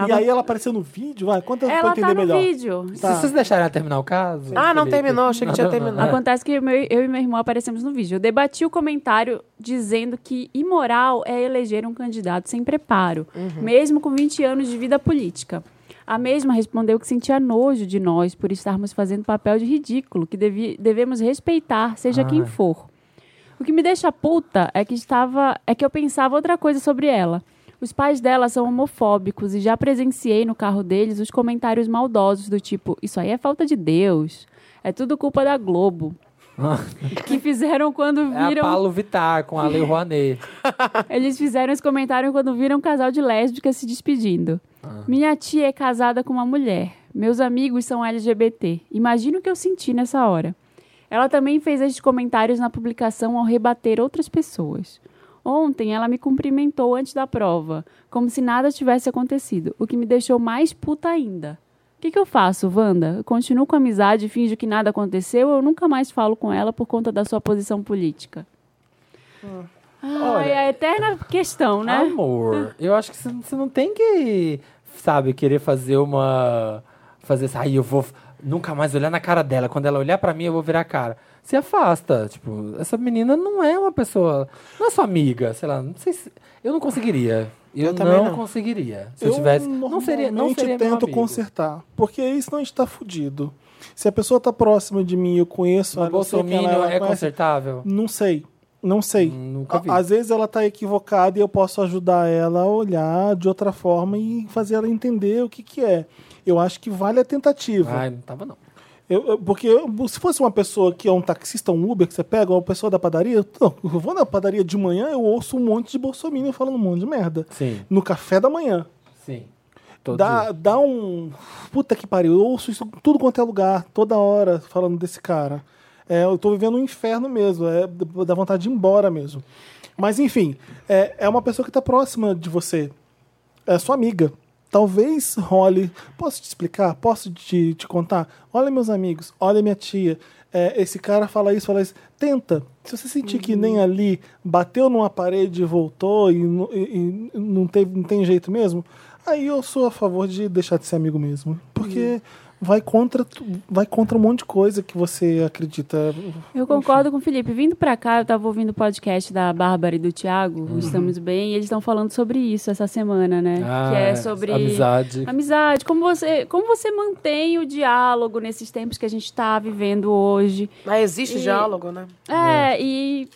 S1: E aí ela apareceu no vídeo, vai, conta É. pra eu
S2: Uhum. Ela
S1: entender
S2: tá no
S1: melhor.
S2: vídeo.
S1: Tá.
S4: Se vocês deixarem ela terminar o caso...
S3: Ah, não
S4: Felipe?
S3: terminou, achei que tinha terminado.
S2: Acontece que meu- eu e meu irmão aparecemos no vídeo. Eu debati o comentário dizendo que imoral é eleger um candidato sem preparo, mesmo com 20 anos de vida política. A mesma respondeu que sentia nojo de nós por estarmos fazendo papel de ridículo, que devi- devemos respeitar, seja quem for. O que me deixa puta é que estava, é que eu pensava outra coisa sobre ela. Os pais dela são homofóbicos e já presenciei no carro deles os comentários maldosos do tipo: isso aí é falta de Deus, é tudo culpa da Globo. que fizeram quando
S4: Ah. É a
S2: viram,
S4: Paulo Vittar com a Lei Rouanet.
S2: eles fizeram esse comentário quando viram um casal de lésbicas se despedindo. Minha tia é casada com uma mulher. Meus amigos são LGBT. Imagina o que eu senti nessa hora. Ela também fez estes comentários na publicação ao rebater outras pessoas. Ontem ela me cumprimentou antes da prova, como se nada tivesse acontecido, o que me deixou mais puta ainda. O que, que eu faço, Wanda? Eu continuo com a amizade e finjo que nada aconteceu ou eu nunca mais falo com ela por conta da sua posição política? Ai,
S4: Olha-
S2: a eterna questão, né?
S4: Amor, eu acho que você- você não tem que, sabe, querer fazer uma. Fazer assim, ai, eu vou f- nunca mais olhar na cara dela. Quando ela olhar pra mim, eu vou virar a cara. Se afasta. Tipo, essa menina não é uma pessoa. Não é sua amiga, sei lá. Não sei se. Eu não conseguiria. Eu,
S3: também
S4: não,
S3: não.
S4: conseguiria. Se eu, tivesse. Não seria. Não
S1: normalmente
S4: seria meu
S1: tento
S4: amigo.
S1: consertar, porque aí senão a gente tá fudido. Se a pessoa tá próxima de mim, eu conheço
S4: O
S1: ela, eu sei quem ela,
S4: Bolsonaro
S1: ela
S4: é
S1: conhece,
S4: consertável?
S1: Não sei. Não sei.
S4: Nunca
S1: A-
S4: vi.
S1: Às vezes ela tá equivocada e eu posso ajudar ela a olhar de outra forma e fazer ela entender o que que é. Eu acho que vale a tentativa.
S4: Ai, não tava não.
S1: Eu- eu- porque eu- se fosse uma pessoa que é um taxista, um Uber que você pega, uma pessoa da padaria, eu, não, eu vou na padaria de manhã, eu ouço um monte de bolsominion falando um monte de merda.
S4: Sim.
S1: No café da manhã.
S4: Sim. Todo
S1: Dá,
S4: dia.
S1: dá um. Puta que pariu, eu ouço isso em tudo quanto é lugar, toda hora, falando desse cara. É, eu tô vivendo um inferno mesmo, é, dá vontade de ir embora mesmo. Mas enfim, é, é uma pessoa que tá próxima de você. É sua amiga. Talvez role. Posso te explicar? Posso te, te contar? Olha, meus amigos, olha minha tia. É, esse cara fala isso, fala isso. Tenta. Se você sentir que
S2: Uhum.
S1: nem ali bateu numa parede e voltou e, nu- e-
S2: Uhum.
S1: e não, teve, não tem jeito mesmo, aí eu sou a favor de deixar de ser amigo mesmo. Porque vai contra, tu- vai contra um monte de coisa que você acredita.
S2: Eu concordo com o Felipe. Vindo pra cá, eu tava ouvindo o podcast da Bárbara e do Thiago,
S4: Uhum.
S2: o Estamos Bem, e eles estão falando sobre isso essa semana, né?
S4: Ah,
S2: que é sobre
S4: amizade.
S2: Amizade, como você, como você mantém o diálogo nesses tempos que a gente tá vivendo hoje?
S3: Mas Ah, existe
S2: E-
S3: diálogo, né?
S2: É, e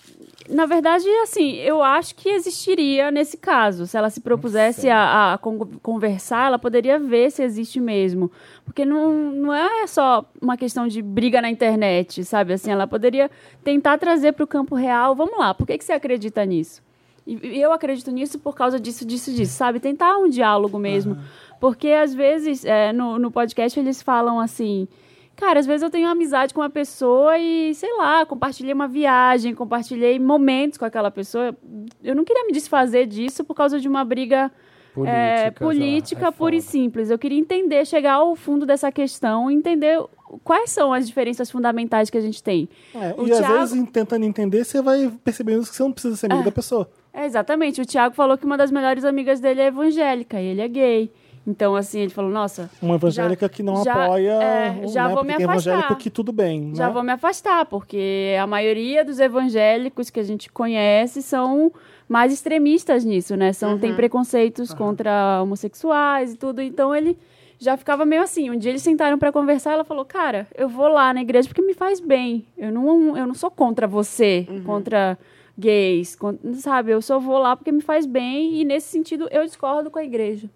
S2: na verdade, assim, eu acho que existiria nesse caso. Se ela se propusesse a, a con- conversar, ela poderia ver se existe mesmo. Porque não, não é só uma questão de briga na internet, sabe? Assim, ela poderia tentar trazer para o campo real. Vamos lá, por que, que você acredita nisso? E e eu acredito nisso por causa disso, disso, disso, sabe? Tentar um diálogo mesmo. Porque às vezes, é, no, no podcast, eles falam assim. Cara, às vezes eu tenho amizade com uma pessoa e, sei lá, compartilhei uma viagem, compartilhei momentos com aquela pessoa. Eu não queria me desfazer disso por causa de uma briga
S4: Política,
S2: é,
S4: sei lá,
S2: política
S4: é
S2: pura e
S4: foda.
S2: simples. Eu queria entender, chegar ao fundo dessa questão, e entender quais são as diferenças fundamentais que a gente tem.
S1: É,
S2: O
S1: e
S2: Thiago-
S1: às vezes, tentando entender, você vai percebendo que você não precisa ser amigo da pessoa.
S2: É, exatamente. O Thiago falou que uma das melhores amigas dele é evangélica e ele é gay. Então, assim, ele falou, nossa,
S1: Uma evangélica
S2: Já-
S1: que não
S2: já-
S1: apoia.
S2: é,
S1: o-
S2: já
S1: né,
S2: vou
S1: porque
S2: me
S1: tem
S2: afastar.
S1: evangélico que tudo bem.
S2: já
S1: né?
S2: vou me afastar, porque a maioria dos evangélicos que a gente conhece são mais extremistas nisso, né? São, Tem preconceitos contra homossexuais e tudo. Então ele já ficava meio assim. Um dia eles sentaram pra conversar, ela falou: Cara, eu vou lá na igreja porque me faz bem. Eu não, eu não sou contra você, contra gays, con- sabe? Eu só vou lá porque me faz bem e nesse sentido eu discordo com a igreja.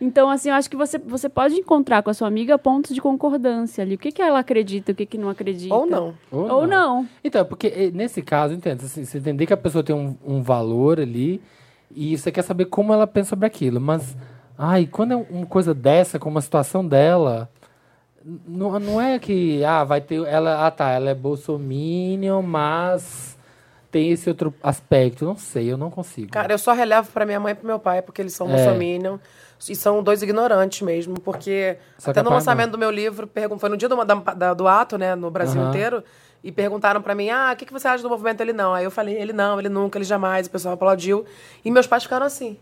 S2: Então, assim, eu acho que você, você pode encontrar com a sua amiga pontos de concordância ali. O que, que ela acredita, o que, que não acredita.
S3: Ou não.
S2: Ou não.
S4: Então, porque eh, nesse caso, entende? Assim, você entender que a pessoa tem um, um valor ali e você quer saber como ela pensa sobre aquilo. Mas, ai, quando é uma coisa dessa, como a situação dela, n- não, não é que, ah, vai ter. Ela, ah, tá, ela é bolsominion, mas tem esse outro aspecto. Não sei, eu não consigo. né? É.
S3: Cara, eu só relevo pra minha mãe e pro meu pai, porque eles são muçulmanos. E são dois ignorantes mesmo, porque
S4: Só que
S3: até no
S4: pai não.
S3: lançamento do meu livro, pergun- foi no dia do, da- da- do ato, né, no Brasil
S4: Aham.
S3: inteiro, e perguntaram pra mim, ah, o que, que você acha do movimento? Ele não. Aí eu falei, ele não, ele nunca, ele jamais. O pessoal aplaudiu. E meus pais ficaram assim,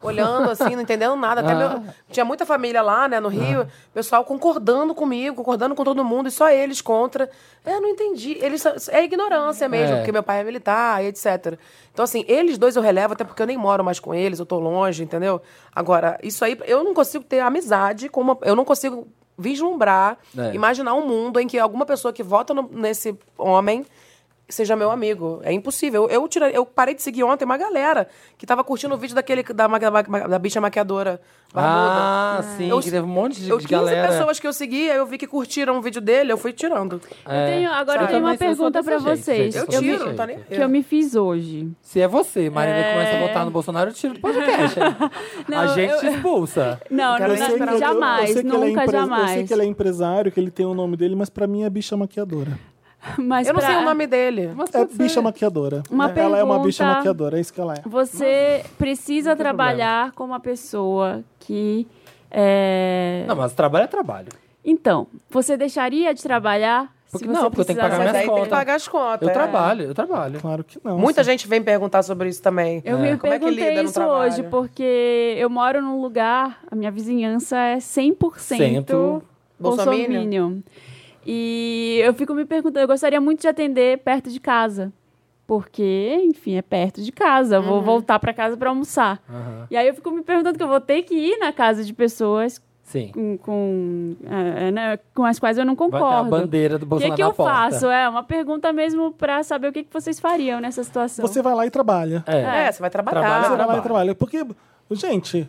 S3: olhando assim, não entendendo nada. Até
S4: Ah.
S3: meu- tinha muita família lá, né, no Rio, o pessoal concordando comigo, concordando com todo mundo, e só eles contra. Eu não entendi. Eles, são- é ignorância mesmo,
S4: É.
S3: porque meu pai é militar e etc. Então, assim, eles dois eu relevo, até porque eu nem moro mais com eles, eu tô longe, entendeu? Agora, isso aí, eu não consigo ter amizade com uma. Eu não consigo vislumbrar,
S4: É.
S3: imaginar um mundo em que alguma pessoa que vota no- nesse homem seja meu amigo. É impossível. Eu, eu, tirei- eu parei de seguir ontem uma galera que tava curtindo o vídeo daquele da, ma- ma- ma- da bicha maquiadora. Barbuda.
S4: ah, sim,
S3: Eu-
S4: que teve um monte de,
S3: eu,
S4: de
S3: 15
S4: galera.
S3: pessoas que eu segui, aí eu vi que curtiram o vídeo dele, eu fui tirando.
S4: É.
S2: Eu tenho, agora eu
S4: Sabe?
S2: tenho uma
S4: Também sou
S2: pergunta
S4: desse
S2: pra
S4: jeito,
S2: vocês.
S4: tipo gente,
S3: Eu
S4: sou desse
S3: tiro, não
S4: jeito.
S3: tá nem.
S2: Que eu me fiz hoje.
S4: Se é você, Marina, começa a votar
S2: É.
S4: no Bolsonaro, eu tiro do podcast. a
S2: Não,
S4: gente
S2: eu-
S4: te expulsa.
S2: Não,
S3: Cara,
S1: Eu sei
S3: eu
S1: que ele-
S2: não,
S1: eu- eu
S2: jamais,
S1: sei que ele é
S2: nunca,
S1: empre- Eu sei
S2: jamais.
S1: que ele é empresário, que ele tem o nome dele, mas pra mim é bicha maquiadora.
S2: Mas
S3: Eu não
S2: pra-
S3: sei o nome dele.
S1: É bicha maquiadora.
S2: Uma
S1: ela é uma bicha
S2: pergunta-
S1: maquiadora, é isso que ela é.
S2: Você precisa trabalhar com uma pessoa que. é,
S4: Não, mas trabalho é trabalho.
S2: Então, você deixaria de trabalhar?
S4: Porque-
S2: se você
S4: não, porque eu tenho que pagar
S3: Mas
S4: minhas
S3: aí
S2: precisasse-
S3: tem que
S4: contas.
S3: pagar as contas.
S4: Eu
S3: é.
S4: trabalho, assim. eu trabalho.
S1: Claro que não. assim.
S3: Muita gente vem perguntar sobre isso também.
S2: Eu me
S3: Como é que
S2: perguntei
S3: lida no
S2: isso
S3: trabalho?
S2: hoje, porque eu moro num lugar, a minha vizinhança é 100%
S4: Cento.
S3: Bolsominion.
S2: bolsominion. E eu fico me perguntando, eu gostaria muito de atender perto de casa. Porque, enfim, é perto de casa. eu Vou voltar pra casa pra almoçar.
S4: Aham,
S2: E aí eu fico me perguntando que eu vou ter que ir na casa de pessoas
S4: Sim.
S2: com, com, é, né, com as quais eu não
S4: Vai ter a
S2: concordo.
S4: bandeira do
S2: O que,
S4: Bolsonaro
S2: que
S4: na
S2: eu
S4: porta.
S2: faço? É uma pergunta mesmo pra saber o que, que vocês fariam nessa situação.
S1: Você vai lá e trabalha.
S4: É.
S3: É, você vai trabalhar.
S4: Trabalha,
S1: Você
S4: trabalha.
S1: vai lá e trabalha. Porque, gente,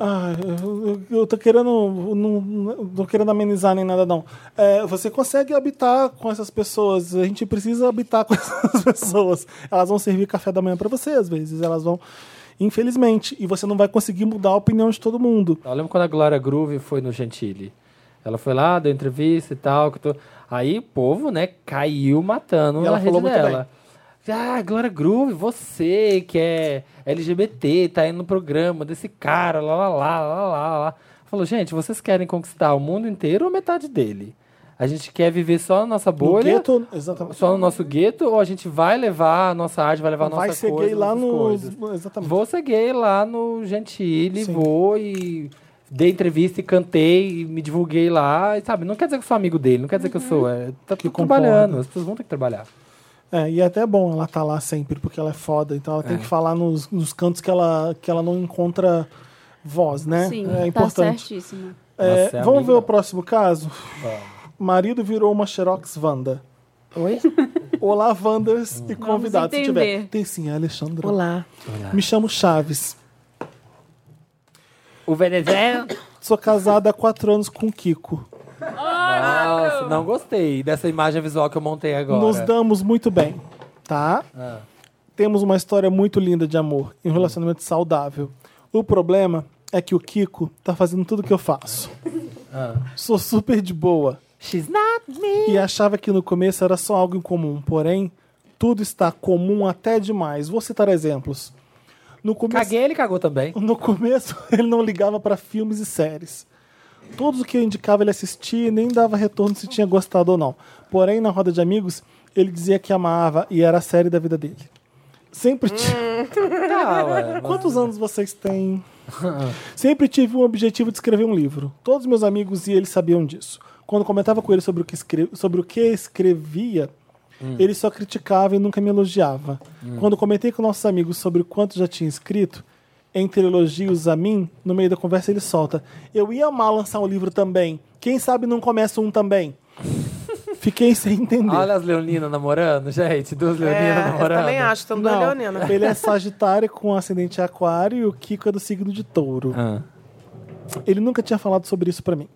S1: ah, eu, eu- eu tô querendo. Não, não tô querendo amenizar nem nada, não. É, você consegue habitar com essas pessoas. A gente precisa habitar com essas pessoas. Elas vão servir café da manhã para você, às vezes. Elas vão. Infelizmente. E você não vai conseguir mudar a opinião de todo mundo.
S4: Eu lembro quando a Glória Groove foi no Gentili. Ela foi lá, deu entrevista e tal. que tô- Aí o povo, né, caiu matando
S1: E
S4: na
S1: ela
S4: rede
S1: falou muito
S4: dela. Ah, Glória Groove, você que é LGBT, tá indo no programa desse cara, lá, lá, lá, lá, lá, lá. Falou, gente, vocês querem conquistar o mundo inteiro ou metade dele? A gente quer viver só na nossa
S1: No
S4: bolha,
S1: gueto- exatamente.
S4: só no nosso gueto, ou a gente vai levar a nossa arte, vai levar a nossa
S1: Vai ser
S4: coisa,
S1: gay lá
S4: nossas
S1: no.
S4: coisas?
S1: Exatamente.
S4: Vou ser gay lá no Gentile,
S1: Sim.
S4: vou e dei entrevista e cantei e me divulguei lá, e, sabe? Não quer dizer que eu sou amigo dele, não quer dizer que eu sou. É, tá
S1: Que
S4: trabalhando,
S1: concorda.
S4: as pessoas vão ter que trabalhar.
S1: É, e é até bom ela tá lá sempre, porque ela é foda. Então ela tem que falar nos, nos cantos que ela, que ela não encontra voz, né?
S2: Sim,
S1: é
S2: tá
S1: importante.
S2: certíssimo.
S1: É,
S4: Nossa, é
S1: vamos
S4: amiga.
S1: ver o próximo caso? Marido virou uma Xerox Wanda.
S3: Oi?
S1: Olá, Wanders e convidados. Se tiver.
S2: entender.
S1: Tem sim, a Alexandra.
S3: Olá.
S1: Me chamo Chaves.
S4: O Venezuela.
S1: Sou casada há quatro anos com o Kiko.
S4: Nossa, não gostei dessa imagem visual que eu montei agora.
S1: Nos damos muito bem, tá? Temos uma história muito linda de amor e um relacionamento saudável. O problema é que o Kiko tá fazendo tudo que eu faço. Sou super de boa.
S4: She's not me.
S1: E achava que no começo era só algo em comum, porém, tudo está comum até demais. Vou citar exemplos. No começo,
S4: Caguei, ele cagou também.
S1: no começo ele não ligava para filmes e séries. Todos o que eu indicava ele assistia e nem dava retorno se tinha gostado ou não. Porém, na roda de amigos, ele dizia que amava e era a série da vida dele. Sempre tinha.
S3: Tá,
S4: Ah, ué,
S1: Quantos anos vocês têm? Sempre tive um objetivo de escrever um livro. Todos meus amigos e eles sabiam disso. Quando comentava com ele sobre o que, escre- sobre o que escrevia, ele só criticava e nunca me elogiava. Quando comentei com nossos amigos sobre o quanto já tinha escrito, entre elogios a mim, no meio da conversa ele solta: Eu ia amar lançar um livro também. Quem sabe não começa um também? Fiquei sem entender.
S4: Olha as leoninas namorando, gente. Duas leoninas
S3: É, eu
S4: namorando.
S3: também acho, tanto da Leonina.
S1: ele é Sagitário com ascendente Aquário e o Kiko é do signo de Touro.
S4: Ah.
S1: Ele nunca tinha falado sobre isso pra mim.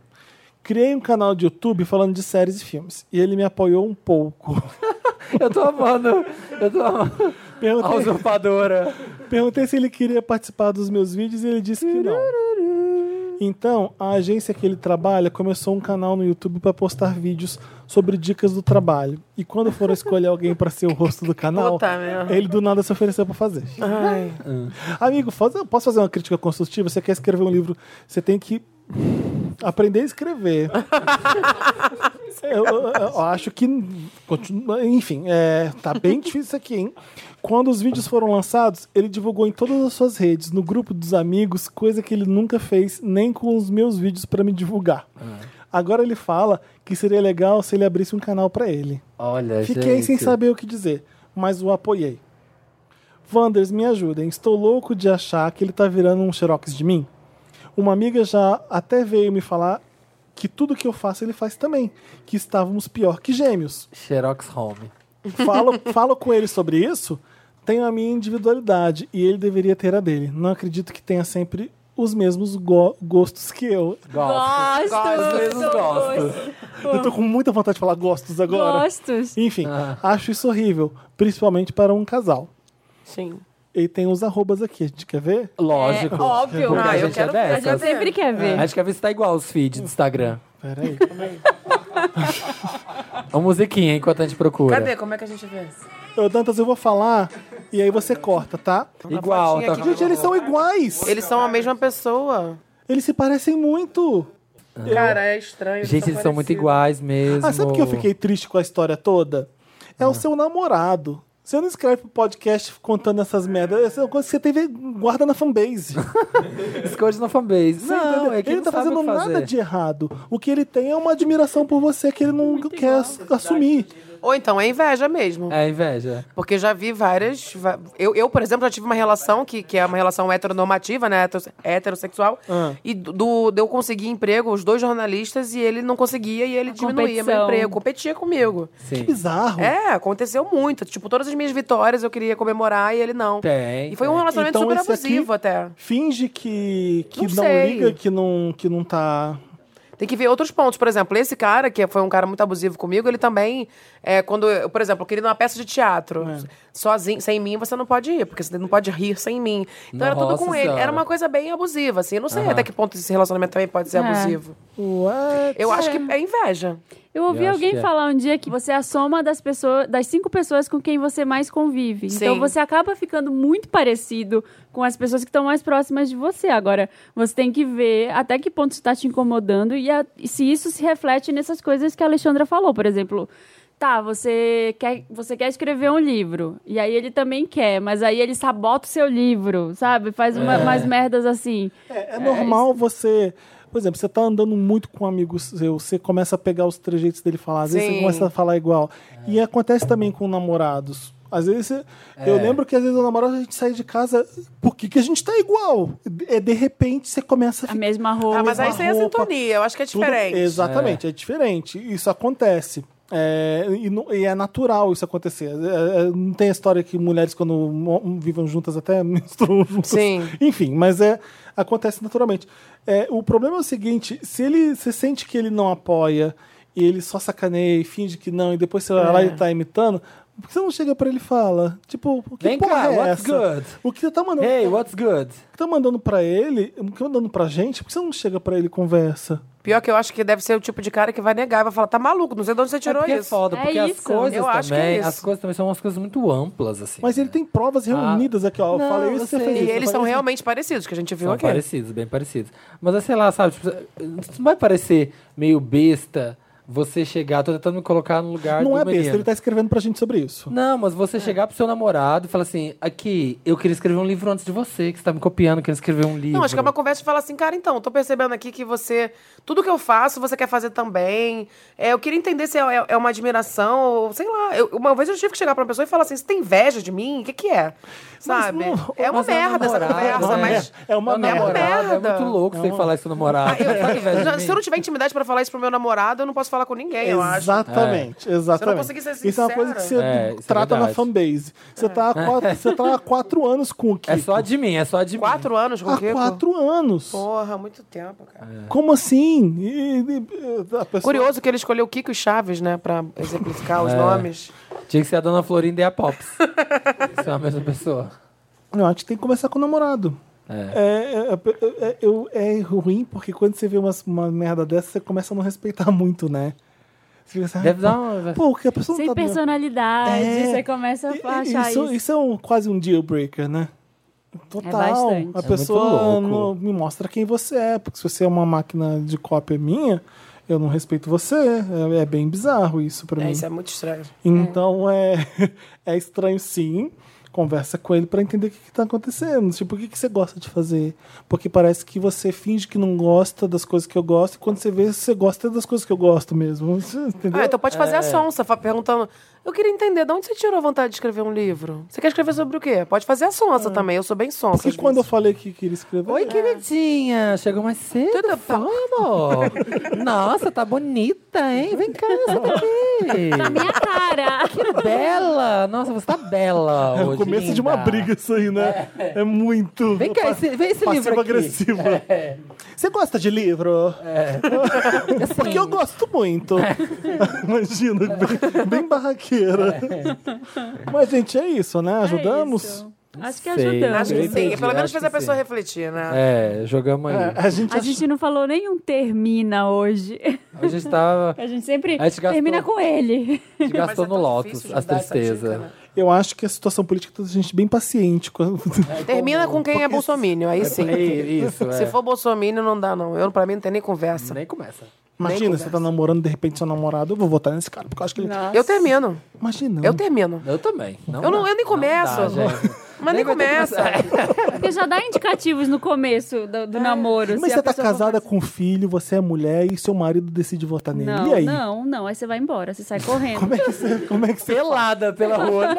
S1: Criei um canal de YouTube falando de séries e filmes. E ele me apoiou um pouco.
S4: Eu tô amando. Eu tô amando. A
S1: Perguntei,
S4: usurpadora.
S1: perguntei se ele queria participar dos meus vídeos e ele disse que não. Então, a agência que ele trabalha começou um canal no YouTube pra postar vídeos sobre dicas do trabalho. E quando foram escolher alguém pra ser o rosto do canal,
S3: Puta merda.
S1: ele do nada se ofereceu pra fazer. Ah.
S3: Ai.
S1: Amigo, faz- posso fazer uma crítica construtiva? Você quer escrever um livro, você tem que aprender a escrever. eu, eu- eu acho que. continua- Enfim, é, tá bem difícil isso aqui, hein? Quando os vídeos foram lançados, ele divulgou em todas as suas redes, no grupo dos amigos, coisa que ele nunca fez, nem com os meus vídeos pra me divulgar. Agora ele fala que seria legal se ele abrisse um canal pra ele.
S4: Olha,
S1: Fiquei
S4: gente.
S1: sem saber o que dizer, mas o apoiei. Wanders, me ajudem. Estou louco de achar que ele tá virando um xerox de mim. Uma amiga já até veio me falar que tudo que eu faço ele faz também, que estávamos pior que gêmeos.
S4: Xerox Home.
S1: Falo, falo com ele sobre isso, tenho a minha individualidade e ele deveria ter a dele. Não acredito que tenha sempre os mesmos go- gostos que eu.
S4: Gosto.
S2: Gosto!
S4: Às vezes
S2: sou
S4: gosto.
S1: Eu tô com muita vontade de falar gostos agora.
S2: Gostos.
S1: Enfim, acho isso horrível, principalmente para um casal.
S3: Sim.
S1: Ele tem os arrobas aqui, a gente quer ver?
S4: Lógico.
S2: É, óbvio.
S4: Porque
S3: Ah,
S4: a
S3: eu
S4: gente
S3: quero-
S4: é
S2: A
S4: dessas.
S2: gente sempre quer ver.
S4: Acho que a vista tá igual os feeds do Instagram.
S1: Peraí.
S4: Uma musiquinha enquanto a gente procura.
S3: Cadê? Como é que a gente vê?
S1: Eu, Dantas, eu vou falar e aí você corta, tá?
S4: Igual.
S3: fotinha
S4: Tá...
S3: aqui
S1: Gente, eles são iguais!
S3: Eles são a mesma pessoa.
S1: Eles se parecem muito!
S3: Cara, é estranho.
S4: Ah. Gente, eles são muito iguais mesmo.
S1: Ah, sabe por que eu fiquei triste com a história toda? É
S4: Ah.
S1: o seu namorado. Você não escreve pro podcast contando essas merdas. Essa é uma coisa que você teve, guarda na fanbase.
S4: Esconde na fanbase.
S1: Você entendeu?
S4: Não, é que
S1: ele
S4: não
S1: tá
S4: sabe o que
S1: fazendo
S4: fazer.
S1: nada de errado. O que ele tem é uma admiração por você que ele não quer ass- assumir.
S3: Ou então é inveja mesmo.
S4: É inveja.
S3: Porque já vi várias. va- Eu, eu, por exemplo, já tive uma relação que, que é uma relação heteronormativa, né? heteros- Heterossexual.
S4: Ah.
S3: E do, do, de eu conseguir emprego, os dois jornalistas, e ele não conseguia e ele diminuía meu
S2: competição.
S3: emprego, competia comigo.
S4: Sim.
S1: Bizarro.
S3: É, aconteceu muito. Tipo, todas as minhas vitórias eu queria comemorar e ele não.
S4: Tem,
S3: E foi um relacionamento
S1: Então
S3: super
S1: esse
S3: abusivo
S1: aqui
S3: até.
S1: Finge que, que
S3: Não
S1: não,
S3: sei.
S1: liga, que não, que não tá.
S3: Tem que ver outros pontos. Por exemplo, esse cara, que foi um cara muito abusivo comigo, ele também, é, quando, eu, por exemplo, eu queria ir numa peça de teatro.
S4: É.
S3: Sozinho, sem mim, você não pode ir, porque você não pode rir sem mim. Então era tudo
S4: Nossa
S3: com ele. Era
S4: Senhora.
S3: uma coisa bem abusiva, assim. Eu não sei
S4: Aham.
S3: até que ponto esse relacionamento também pode ser
S2: É.
S3: abusivo.
S1: What?
S3: Eu acho que é inveja.
S2: Eu ouvi
S4: Eu acho
S2: alguém
S4: que é.
S2: falar um dia que você é a soma das pessoas, das cinco pessoas com quem você mais convive.
S3: Sim.
S2: Então você acaba ficando muito parecido com as pessoas que estão mais próximas de você. Agora, você tem que ver até que tá ponto está te incomodando e, a- e se isso se reflete nessas coisas que a Alexandra falou, por exemplo. tá, você quer, você quer escrever um livro, e aí ele também quer, mas aí ele sabota o seu livro, sabe? Faz uma-
S4: É.
S2: umas merdas assim.
S1: É, é normal você. Por exemplo, você tá andando muito com um amigo seu, você começa a pegar os trejeitos dele falar, às vezes
S3: Sim.
S1: você começa a falar igual. E acontece também com namorados. Às vezes, você- eu lembro que às vezes o namorado a gente sai de casa, por que, que a gente tá igual? É de repente você começa a
S2: A
S1: ficar.
S2: mesma roupa.
S3: Ah, mas aí
S1: Mesma
S3: tem a
S1: roupa,
S3: sintonia, eu acho que é
S1: Tudo-
S3: diferente.
S1: Exatamente, é. diferente. Isso acontece. É, e, não- e é natural isso acontecer. É, é, não tem a história que mulheres, quando mo- vivem juntas, até menstruam juntas.
S3: Sim.
S1: Enfim, mas é, acontece naturalmente. É, o problema é o seguinte: se ele se sente que ele não apoia, e ele só sacaneia e finge que não, e depois você
S4: É.
S1: vai lá e tá imitando, por que você não chega pra ele e fala? Tipo, que
S4: Vem
S1: porra
S4: cá,
S1: é
S4: what's
S1: essa?
S4: good?
S1: O que você tá mandando?
S4: Hey, what's good?
S1: O que tá mandando pra ele, o que tá mandando pra gente, por que você não chega pra ele e conversa?
S3: Pior que eu acho que deve ser o tipo de cara que vai negar e vai falar, tá maluco, não sei de onde você tirou
S4: é porque é
S3: isso.
S4: foda,
S2: É
S4: porque as
S2: isso.
S4: coisas
S3: Eu acho que é
S4: também,
S3: isso.
S4: as coisas também são umas coisas muito amplas assim.
S1: Mas ele tem provas reunidas aqui, ó. Eu
S4: Não,
S1: falei
S4: eu
S1: isso, você
S4: sei.
S1: fez
S4: E
S1: isso.
S3: E
S1: eu
S3: eles são
S1: falei isso.
S3: realmente parecidos, que a gente viu
S4: São
S3: aqui.
S4: parecidos, bem parecidos. Mas é, sei lá, sabe, tipo, não vai parecer meio besta você chegar, tô tentando me colocar no lugar do
S1: Não é besta,
S4: menino.
S1: ele tá É. escrevendo pra gente sobre isso.
S4: Não, mas você chegar pro seu namorado e falar assim, aqui, eu queria escrever um livro antes de você, que você tá me copiando, querendo escrever um livro.
S3: Não, acho que é uma conversa de falar assim, cara, então, tô percebendo aqui que você. Tudo que eu faço, você quer fazer também. É, eu queria entender se é, é- é uma admiração, ou sei lá. Eu- uma vez eu tive que chegar pra uma pessoa e falar assim: você tem inveja de mim? O que, que é? Sabe?
S1: não-
S3: é uma
S4: Mas é
S3: merda essa
S4: namorado,
S3: conversa,
S4: né?
S3: mas.
S1: É uma
S4: Não,
S1: merda.
S4: namorado,
S3: merda. Ah,
S4: É muito louco você falar isso pro namorado.
S3: Eu-
S4: Tá com inveja de
S3: eu-
S4: mim?
S3: se eu não tiver intimidade pra falar isso pro meu namorado, eu não posso falar com ninguém, É, eu acho.
S1: Exatamente, exatamente.
S3: Se eu não conseguir ser
S1: Isso é uma
S3: sincera.
S1: coisa que você
S4: É, isso é
S1: trata na
S4: verdade.
S1: fanbase. Você tá, há quatro, você tá há quatro anos com o Kiko.
S4: É só de mim, é só de mim.
S3: Quatro anos com o
S1: Há
S3: Kiko?
S1: quatro anos.
S3: Porra, muito tempo, cara.
S4: É.
S1: Como assim? E- e- a pessoa-
S3: Curioso que ele escolheu o Kiko e Chaves, né? Pra exemplificar os nomes.
S4: Tinha que ser a dona Florinda e a Pops. São a mesma pessoa.
S1: Não, a gente tem que conversar com o namorado.
S4: É.
S1: É, é, é, é- eu- é ruim porque quando você vê umas- uma, merda dessa, você começa a não respeitar muito, né? Você fica assim,
S4: Deve
S1: ah,
S4: dar uma.
S1: Pô, que a pessoa
S2: Sem
S1: não tá me-
S2: personalidade,
S1: É.
S2: você começa
S1: E-
S2: a
S1: e-
S2: achar isso.
S1: isso, é um, quase um deal breaker, né? Total.
S2: bastante.
S1: a
S2: É
S1: pessoa
S4: muito
S1: não
S4: louco.
S1: me mostra quem você é, porque se você é uma máquina de cópia minha, eu não respeito você. É, é bem bizarro isso pra
S3: É,
S1: mim.
S3: isso é muito estranho.
S1: Então é. é estranho sim. Conversa com ele pra entender o que, que tá acontecendo. Tipo, o que, que você gosta de fazer? Porque parece que você finge que não gosta das coisas que eu gosto, e quando você vê, você gosta das coisas que eu gosto mesmo. Você Entendeu?
S3: Ah, então pode fazer a sonsa, fa- perguntando. Eu queria entender, de onde você tirou a vontade de escrever um livro? Você quer escrever sobre o quê? Pode fazer a sonsa também, eu sou bem sonsa.
S1: Porque
S3: às
S1: quando eu
S3: vezes.
S1: falei que queria escrever.
S4: Oi, queridinha! Chegou mais cedo?
S3: É. Tudo
S4: foi, amor? Nossa, tá bonita, hein? Vem cá,
S3: Tá
S4: senta
S2: Na
S4: aqui.
S2: minha cara.
S4: Bela! Nossa, você tá bela
S1: É
S4: hoje,
S1: o começo de
S4: linda.
S1: uma briga isso aí, né? É, muito.
S4: Vem cá, esse- vem esse livro aqui.
S1: Passivo-agressivo. Você gosta de livro? Porque eu gosto muito. Imagina, bem, bem barraqueira. Mas, gente, é isso, né? Ajudamos?
S2: É isso. Acho que
S4: Sei,
S2: ajudamos.
S3: Acho que
S4: Eu
S3: sim,
S4: entendi,
S3: pelo menos
S4: acho
S3: fez
S4: que
S3: a pessoa
S4: sim.
S3: refletir, né?
S4: É, jogamos aí.
S1: A gente,
S2: A gente não falou nenhum termina hoje.
S4: A gente tá tava.
S2: A gente sempre
S4: A gente gastou-
S2: termina com ele.
S4: A gente gastou
S3: é
S4: no
S3: tão
S4: Lotus
S3: difícil
S4: as
S3: de dar essa dica,
S4: tristezas.
S3: né?
S1: Eu acho que a situação política tá a gente bem paciente. quando-
S3: Termina com quem é bolsominion, aí sim.
S4: É isso, é.
S3: Se for bolsominion, não dá, não. Eu, pra mim, não tem nem conversa.
S4: Nem começa.
S1: Imagina, você tá namorando, de repente, seu namorado. Eu vou votar nesse cara, porque eu acho que ele...
S3: Eu termino.
S1: Imagina.
S3: Eu termino.
S4: Eu também. Não
S3: Eu, não,
S4: dá.
S3: eu nem começo.
S4: dá, gente.
S3: mas nem
S4: Nem vai ter
S3: começa.
S2: Porque já dá indicativos no começo do, do namoro.
S1: Mas
S2: se
S1: você
S2: a
S1: tá
S2: pessoa for-
S1: casada com um filho, você é mulher e seu marido decide votar nele.
S2: Não,
S1: e aí?
S2: não, não. Aí você vai embora, você sai correndo.
S1: Como é que você... Como é que você...
S4: Pelada pela rua.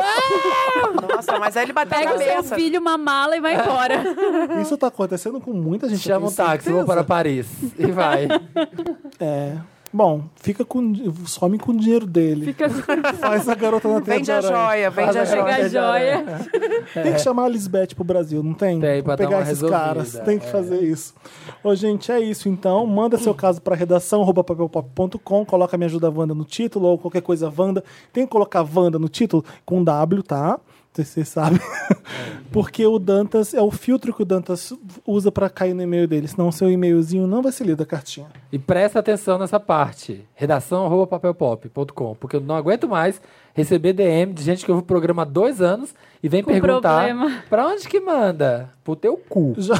S3: Nossa, mas aí ele
S1: é
S3: bateu a
S2: Pega o seu
S3: cabeça.
S2: filho, uma mala e vai embora.
S1: Isso tá acontecendo com muita gente. eu
S4: Chama um
S1: tenho
S4: táxi, vou para
S1: certeza.
S4: Paris. E vai.
S1: É. Bom, fica com. Some com o dinheiro dele.
S2: Fica com
S1: Faz a garota na teia
S3: Vende
S1: de
S3: a
S1: aranha.
S3: joia, vende a
S4: Faz a
S3: joia.
S2: a joia.
S1: Tem que chamar a Lisbeth pro Brasil, não tem?
S4: Tem, pra dar
S1: pegar
S4: uma
S1: esses
S4: resolvida,
S1: caras. Tem que
S4: é.
S1: fazer isso. Ô, gente, é isso então. Manda seu caso pra redação, arroba papelpop.com, coloca Me Ajuda Wanda no título ou qualquer coisa Wanda. Tem que colocar Wanda no título com W, tá? Você sabe. Porque o Dantas é o filtro que o Dantas usa pra cair no e-mail dele. Senão o seu e-mailzinho não vai ser lido a cartinha.
S4: E presta atenção nessa parte. Redação arroba papelpop.com. Porque eu não aguento mais receber DM de gente que eu vou programar dois anos e vem
S2: Com
S4: perguntar
S2: problema.
S1: é
S4: pra onde que manda? Pro teu cu.
S1: Já...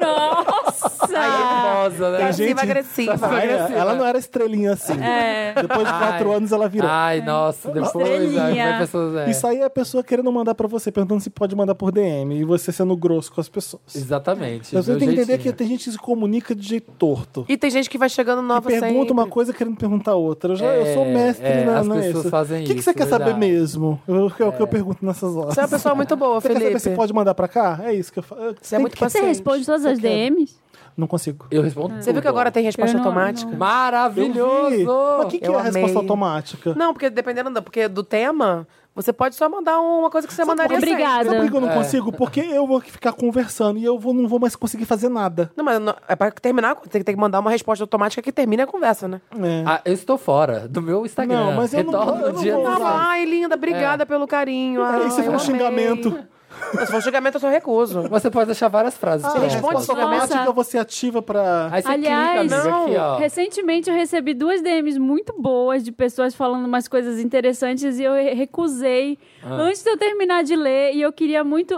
S2: Nossa! Nossa!
S3: Aí é nervosa, né?
S1: Tem
S3: Passiva
S1: Ah, gente-
S3: agressiva.
S1: Ai,
S3: né?
S1: ela não era estrelinha assim.
S2: É.
S1: Depois de quatro
S4: Ai.
S1: anos ela virou.
S3: Ah,
S4: Ai, nossa, depois aí
S2: Estrelinha.
S4: vai pessoas. É.
S1: Isso aí é a pessoa querendo mandar pra você, perguntando se pode mandar por DM. E você sendo grosso com as pessoas.
S4: Exatamente.
S1: Você
S4: do
S1: tem que entender que
S4: jeitinho.
S1: tem gente que se comunica de jeito torto.
S3: E tem gente que vai chegando nova
S1: pergunta
S3: sempre.
S1: uma coisa querendo perguntar outra. Eu, já,
S4: É,
S1: eu sou mestre
S4: é,
S1: na,
S4: as
S1: na
S4: pessoas
S1: isso.
S4: fazem
S1: O que, que você
S4: isso,
S1: quer saber
S4: verdade.
S1: mesmo? Eu- que é o que eu pergunto nessas horas.
S3: Você é uma pessoa muito boa,
S1: Você
S3: Felipe.
S1: quer saber se pode mandar pra cá? É isso que eu falo.
S3: Você é muito
S2: Você
S3: paciente.
S2: responde todas as DMs?
S1: Não consigo.
S4: Eu respondo.
S3: Você viu que agora tem um- resposta
S2: Eu não-
S3: automática?
S2: não.
S1: Eu vi. Mas o que,
S4: Maravilhoso!
S1: que é
S3: Eu
S1: a resposta
S3: amei.
S1: automática?
S3: Não, porque dependendo do, porque do tema, você pode só mandar uma coisa que você mandaria sempre.
S2: Obrigada.
S1: Sabe por que eu não
S4: É.
S1: consigo? Porque eu vou ficar conversando e eu vou- não vou mais conseguir fazer nada.
S3: Não, mas não- é pra terminar, tem que, tem que mandar uma resposta automática que termine a conversa, né?
S1: É.
S4: Ah, eu estou fora do meu Instagram.
S1: Não, mas eu não-
S4: Retorno
S1: eu não
S4: dia
S1: vou-
S3: Não,
S1: Exato.
S4: do-
S3: fala, Ah, ai, linda, obrigada pelo carinho.
S1: Aí
S3: ai,
S1: você
S3: eu
S1: for um
S3: amei."
S1: xingamento.
S3: Se for um xingamento, eu só recuso.
S4: Você pode deixar várias frases.
S1: Ah,
S4: diferentes.
S1: a resposta automática você ativa pra.
S4: Aí você
S2: Aliás,
S4: clica, amiga,
S3: não,
S4: aqui, ó.
S2: Recentemente eu recebi duas DMs muito boas de pessoas falando umas coisas interessantes e eu re- recusei
S4: Ah.
S2: antes de eu terminar de ler e eu queria muito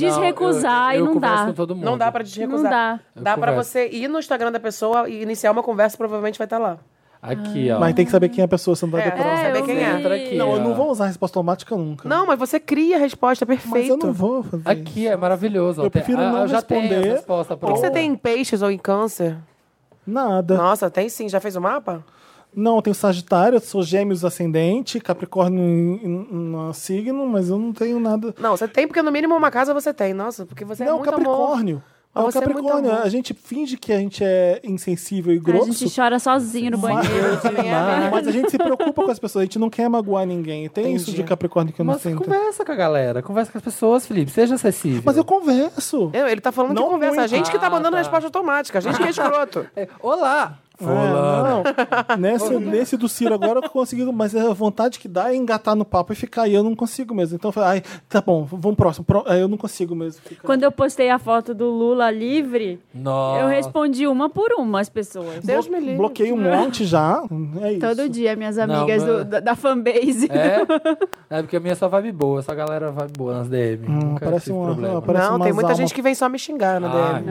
S2: desrecusar
S4: eu, eu,
S2: e não
S4: converso
S2: dá.
S4: Com todo mundo.
S3: Não dá pra desrecusar.
S2: Não dá.
S3: Dá
S4: Eu
S3: pra
S4: converso.
S3: você ir no Instagram da pessoa e iniciar uma conversa, provavelmente vai estar lá.
S4: Aqui,
S2: Ah.
S4: ó.
S1: Mas tem que saber quem é a pessoa, você não vai
S3: É,
S1: decorar.
S3: pra
S2: É,
S3: saber
S2: eu
S3: quem é.
S2: vi.
S4: Entra aqui,
S1: Não,
S4: ó.
S1: eu não vou usar a resposta automática nunca.
S3: Não, mas você cria a resposta, perfeito.
S1: mas eu não vou fazer. isso.
S4: Aqui é maravilhoso.
S1: Eu
S4: ó. Tem-
S1: prefiro
S4: ah,
S1: não
S4: eu já Tenho
S1: responder.
S4: a resposta
S3: O que
S4: pronta.
S3: você tem em peixes ou em câncer?
S1: Nada.
S3: Nossa, tem sim. Já fez o mapa?
S1: Não, eu tenho Sagitário, eu sou Gêmeos ascendente, Capricórnio em- em- no signo, mas eu não tenho nada.
S3: Não, você tem porque no mínimo uma casa você tem. Nossa, porque você
S1: não,
S3: é muito amor.
S1: Capricórnio.
S3: Mas
S1: é o
S3: você é muito
S1: Capricórnio.
S3: amor.
S1: a gente finge que a gente é insensível e
S2: A
S1: grosso.
S2: gente chora sozinho no
S1: mas,
S2: banheiro.
S1: mas a gente se preocupa com as pessoas, a gente não quer magoar ninguém. Tem isso de Capricórnio que eu não
S4: Mas
S1: sinto.
S4: conversa com a galera, conversa com as pessoas, Felipe. Seja acessível.
S1: Mas eu converso.
S3: Eu- Ele tá falando
S1: Não
S3: que conversa. A
S1: muito.
S3: gente que tá
S4: Ah,
S3: mandando
S4: tá.
S3: resposta automática. A gente que é escroto.
S4: É, Olá!
S1: É,
S4: Fulano.
S3: né?
S1: não. Nesse, nesse do Ciro agora eu consegui, mas a vontade que dá é engatar no papo e ficar, e eu não consigo mesmo. Então eu falei, ai, tá bom, vamos próximo. Pro- aí eu não consigo mesmo. ficar.
S2: Quando eu postei a foto do Lula livre,
S4: Nossa.
S2: eu respondi uma por uma as pessoas.
S3: Deus me livre.
S1: Bloqueei um monte já. É isso.
S2: Todo dia, minhas
S4: Não,
S2: amigas
S4: mas-
S2: do- da, da fanbase.
S4: É? É porque a minha é só vibe boa, só a galera é vibe boa nas DM.
S1: Hum,
S4: Nunca
S1: parece
S4: tive
S1: uma-
S4: problema.
S1: uma- parece
S3: não, tem
S1: umas
S3: muita
S1: almas-
S3: gente que vem só me xingar na
S4: Ah,
S3: DM.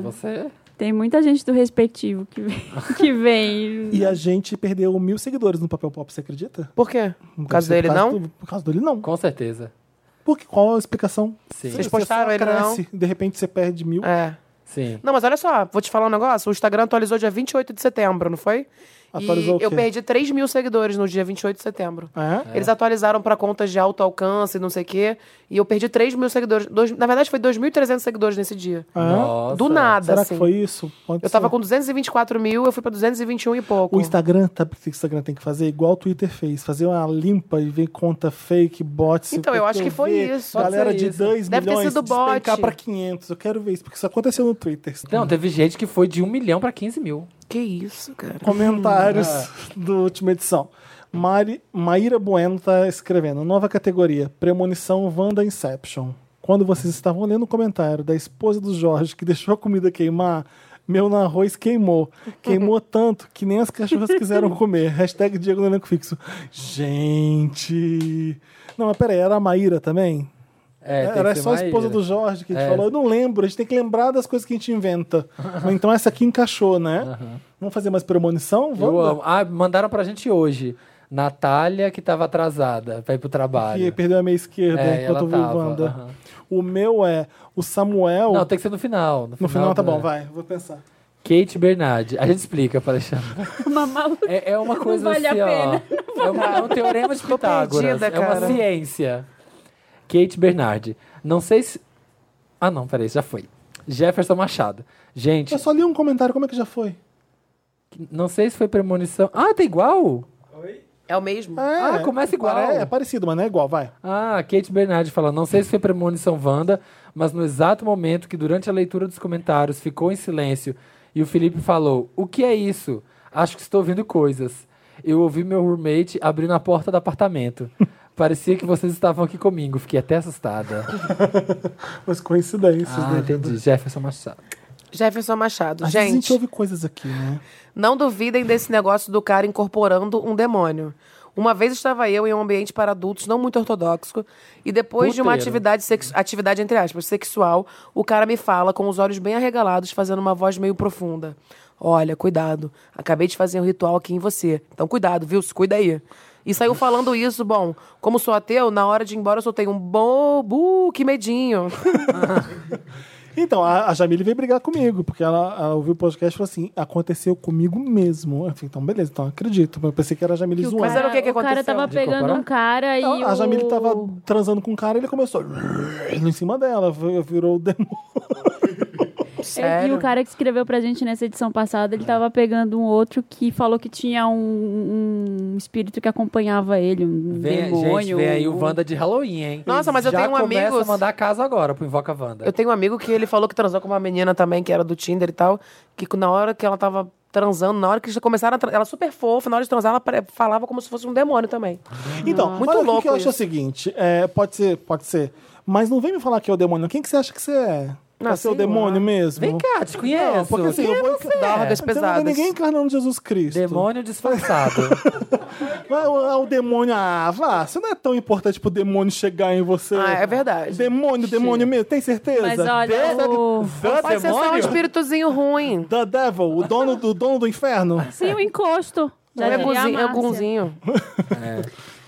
S2: Nossa.
S4: Você.
S2: Tem muita gente do respectivo que vem. Que vem.
S1: E a gente perdeu mil seguidores no Papel Pop, você acredita?
S3: Por quê? Por causa dele,
S1: Por
S3: não?
S1: do- Por causa dele, não.
S4: Com certeza.
S1: Porque qual a explicação?
S4: Sim.
S1: Você só
S3: postaram ele,
S1: cresce, De repente você perde mil.
S3: É.
S4: Sim.
S3: Não, mas olha só, vou te falar um negócio. O Instagram atualizou dia 28 de setembro, não foi?
S1: Atualizou o
S3: e eu
S1: quê?
S3: perdi 3 mil seguidores no dia 28 de setembro.
S1: É?
S3: Eles atualizaram pra contas de alto alcance, não sei o quê. E eu perdi 3 mil seguidores. Dois- na verdade, foi 2.300 seguidores nesse dia.
S1: É?
S4: Nossa.
S3: Do nada,
S1: Será
S3: assim.
S1: que foi isso? Pode
S3: Eu tava
S1: ser.
S3: com 224 mil, eu fui pra 221 e pouco.
S1: O Instagram, tá, o Instagram tem que fazer igual o Twitter fez, fazer uma limpa e ver conta fake, bots.
S3: Então, eu acho que foi
S1: ver
S3: isso.
S1: Galera
S4: Pode ser
S1: de
S4: isso.
S1: 2
S3: Deve ter
S1: milhões
S3: sido
S1: despencar
S3: bot.
S1: pra 500. Eu quero ver isso, porque isso aconteceu no Twitter.
S4: Não, teve gente que foi de um milhão pra 15 mil.
S3: Que isso, cara.
S1: Comentários do última edição. Mari, Maíra Bueno tá escrevendo. Nova categoria, Premonição Wanda Inception. Quando vocês estavam lendo o comentário da esposa do Jorge que deixou a comida queimar, meu arroz queimou. Queimou tanto que nem as cachorras quiseram comer. Hashtag Diego no elenco fixo. Gente... Não, mas peraí, era a Maíra também?
S4: É, tem
S1: era
S4: que ser
S1: só a esposa
S4: Maíra.
S1: do Jorge que a gente
S4: É.
S1: falou. Eu não lembro, a gente tem que lembrar das coisas que a gente inventa. Mas então essa aqui encaixou, né? Vamos fazer mais premonição? né?
S4: Eu
S1: Wanda?
S4: amo. Ah, mandaram pra gente hoje. Natália, que tava atrasada, vai pro trabalho.
S1: Que perdeu a meia esquerda
S4: É,
S1: enquanto eu vi
S4: ela
S1: o
S4: tava,
S1: Wanda.
S4: aham.
S1: O meu é o Samuel.
S4: Não, tem que ser no final.
S1: No final tá
S4: da-
S1: bom, vai, vou pensar.
S4: Kate Bernardi. A gente explica pra Alexandre.
S2: Uma maluca.
S4: É, é uma coisa
S2: vale a
S4: assim, ó. É, uma- é um teorema de Pitágoras.
S3: perdida,
S4: é uma
S3: cara.
S4: ciência. Kate Bernardi. Não sei se... Ah, não, peraí, já foi. Jefferson Machado. Gente,
S1: Eu só li um comentário, como é que já foi?
S4: não sei se foi premonição... Ah, tá igual?
S3: É o mesmo?
S4: Ah, começa igual.
S1: É, é parecido, mas não é igual, vai.
S4: Ah, Kate Bernardi fala, não sei se foi premonição Wanda, mas no exato momento que durante a leitura dos comentários ficou em silêncio e o Felipe falou, o que é isso? Acho que estou ouvindo coisas. Eu ouvi meu roommate abrindo a porta do apartamento. Parecia que vocês estavam aqui comigo, fiquei até assustada.
S1: Mas coincidências,
S4: ah,
S1: né?
S4: entendi. Jefferson Machado.
S3: Jefferson Machado.
S1: Às vezes a
S3: gente,
S1: gente ouve coisas aqui, né?
S3: não duvidem desse negócio do cara incorporando um demônio. Uma vez estava eu em um ambiente para adultos não muito ortodoxo e depois de uma
S4: Puteiro.
S3: atividade, sexu- atividade entre aspas, sexual, o cara me fala com os olhos bem arregalados, fazendo uma voz meio profunda. Olha, cuidado. Acabei de fazer um ritual aqui em você. Então cuidado, viu? Se cuida aí. E saiu falando isso, bom, como sou ateu, na hora de ir embora eu soltei um bobo, que medinho.
S1: Então, a, a Jamile veio brigar comigo, porque ela, ela ouviu o podcast e falou assim: aconteceu comigo mesmo. Eu falei, então, beleza, então acredito. Eu pensei que era a Jamile zoando. Então,
S3: Mas era o que que
S2: o cara
S3: aconteceu?
S2: tava
S3: De
S2: pegando
S4: comparar?
S2: um cara e.
S1: A, a
S2: o-
S1: Jamile tava transando com um cara e ele começou em cima dela, vi- virou o demônio.
S2: E
S3: Sério?
S2: o cara que escreveu pra gente nessa edição passada, ele tava pegando um outro que falou que tinha um, um espírito que acompanhava ele, um
S4: Vem,
S2: demônio.
S4: gente, vem aí o
S2: um-
S4: Wanda de Halloween, hein?
S3: Nossa, mas eu
S4: Já
S3: tenho um
S4: começa
S3: amigo-
S4: a mandar a casa agora pro Invoca Wanda.
S3: Eu tenho um amigo que ele falou que transou com uma menina também, que era do Tinder e tal, que na hora que ela tava transando, na hora que eles começaram a tra- ela é super fofa, na hora de transar, ela pare- falava como se fosse um demônio também.
S1: Então,
S3: Muito
S1: mas o que
S3: louco
S1: que eu acho é o
S3: isso.
S1: seguinte: é, pode ser, pode ser. Mas não vem me falar que é o demônio. Quem que você acha que você é? Pra
S3: Ah,
S1: ser o
S3: sei
S1: demônio
S3: lá.
S1: mesmo?
S4: Vem cá, te conheço.
S1: Não, porque assim,
S4: Quem
S1: eu vou
S4: é você?
S3: Dargas
S1: Você não vê
S3: pesadas.
S1: ninguém encarnando Jesus Cristo.
S4: Demônio disfarçado.
S1: Mas é o, o demônio, ah, vá, você não é tão importante pro demônio chegar em você.
S3: Ah, é verdade.
S1: Demônio, demônio mesmo, tem certeza?
S2: Mas olha,
S1: Sabe-
S2: o-
S1: The
S3: Pode ser só um
S1: demônio?
S3: espíritozinho ruim.
S1: The Devil, o dono do, dono do inferno.
S2: Sim, o encosto.
S3: Um
S2: Já diria a
S3: egozinho,
S2: Márcia.
S3: algumzinho.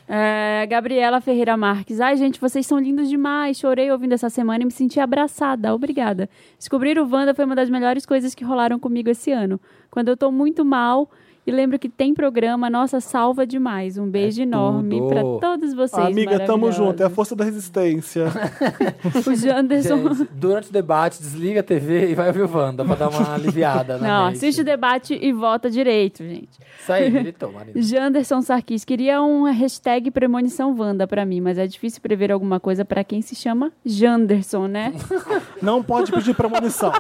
S2: É, Gabriela Ferreira Marques. Ai, gente, vocês são lindos demais. Chorei ouvindo essa semana e me senti abraçada. Obrigada. Descobrir o Wanda foi uma das melhores coisas que rolaram comigo esse ano. Quando eu tô muito mal e lembro que tem programa, nossa, salva demais. Um beijo enorme
S4: É tudo.
S2: pra todos vocês.
S1: Ah, Amiga, tamo
S2: maravilhosos.
S1: junto, é a força da resistência.
S2: O Janderson.
S4: Gente, durante o debate, desliga a TV e vai ouvir o Wanda pra dar uma aliviada. na
S2: Não,
S4: mente.
S2: assiste o debate e vota direito, gente.
S4: Isso aí, gritou, Marina.
S2: Janderson Sarkis, queria uma hashtag premonição Wanda pra mim, mas é difícil prever alguma coisa pra quem se chama Janderson, né?
S1: Não pode pedir premonição.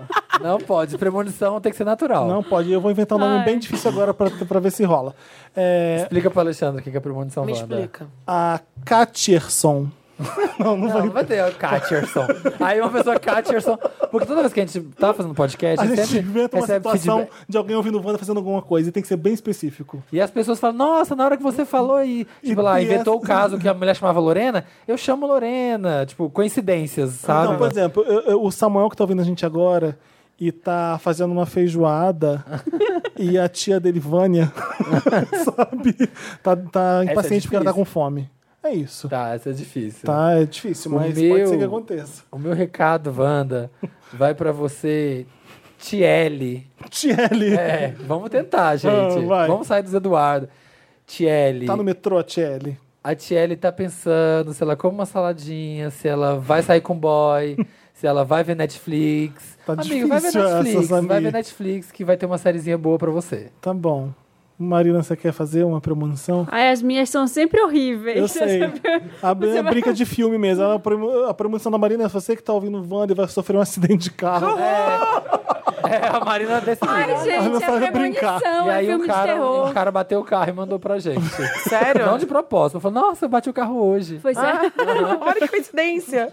S4: Não pode, é premonição tem que ser natural.
S1: Não pode. Eu vou inventar um nome
S2: Ai.
S1: bem difícil agora pra, pra ver se rola. É,
S4: Explica pro Alexandre o que que é premonição
S3: Me
S4: Wanda.
S3: explica.
S1: a Katierson. Não, não,
S4: Não,
S1: vai.
S4: não vai ter o Catcherson. Aí uma pessoa Catcherson. Porque toda vez que a gente tá fazendo podcast,
S1: A
S4: a gente
S1: gente
S4: sempre
S1: inventa uma
S4: recebe
S1: situação
S4: feedback.
S1: de alguém ouvindo Wanda fazendo alguma coisa e tem que ser bem específico.
S4: E as pessoas falam, nossa, na hora que você falou e, tipo,
S1: E-
S4: lá,
S1: e
S4: inventou
S1: essa-
S4: o caso que a mulher chamava Lorena, eu chamo Lorena. Tipo, coincidências, sabe?
S1: Ah,
S4: né?
S1: Não, é. por exemplo, eu- eu- o Samuel que tá ouvindo a gente agora e tá fazendo uma feijoada e a tia dele, Vânia, sabe? Tá, tá
S4: é
S1: impaciente porque ela tá
S4: difícil.
S1: com fome. É isso. Tá,
S4: Tá, essa é difícil.
S1: é difícil,
S4: O
S1: mas pode
S4: meu-
S1: ser que aconteça.
S4: O meu recado, Wanda, vai pra você, Tiele.
S1: Tiele.
S4: É, vamos tentar,
S1: Ah,
S4: gente.
S1: vai.
S4: vamos sair dos Eduardo. Tiele.
S1: Tá no metrô, a Tiele.
S4: A Tiele tá pensando se ela come uma saladinha, se ela vai sair com o boy, se ela vai ver Netflix.
S1: Tá
S4: Amigo, vai ver
S1: difícil essa,
S4: Netflix, vai
S1: Samir.
S4: ver Netflix que vai ter uma sériezinha boa pra você.
S1: Tá bom. Marina, você quer fazer uma premonição?
S2: Ai, as minhas são sempre horríveis.
S1: Eu sei. A
S2: Você vai-
S1: brinca de filme mesmo. A premo- A premonição da Marina é você que tá ouvindo o Wanda e vai sofrer um acidente de carro. Ah!
S4: É, a Marina decidiu.
S2: Ai,
S1: não
S2: gente, é
S1: sabe brincar.
S2: premonição,
S4: e
S2: é
S4: aí
S2: filme
S4: o cara,
S2: de terror.
S4: o cara bateu o carro e mandou pra gente.
S3: Sério?
S4: Não de propósito. Falou, nossa, eu bati o carro hoje.
S2: Foi certo.
S3: Olha que coincidência.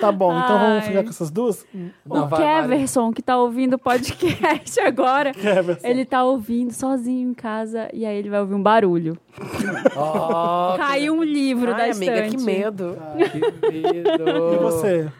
S1: Tá bom, então vamos
S2: Ai.
S1: ficar com essas duas?
S4: Não,
S2: o
S4: vai, Mari.
S2: Keverson, que tá ouvindo o podcast agora,
S1: Keverson.
S2: ele tá ouvindo sozinho em casa e aí ele vai ouvir um barulho.
S4: Ó,
S2: Caiu um livro da
S3: Ai, amiga,
S2: estante.
S3: que medo.
S4: que medo.
S1: E você?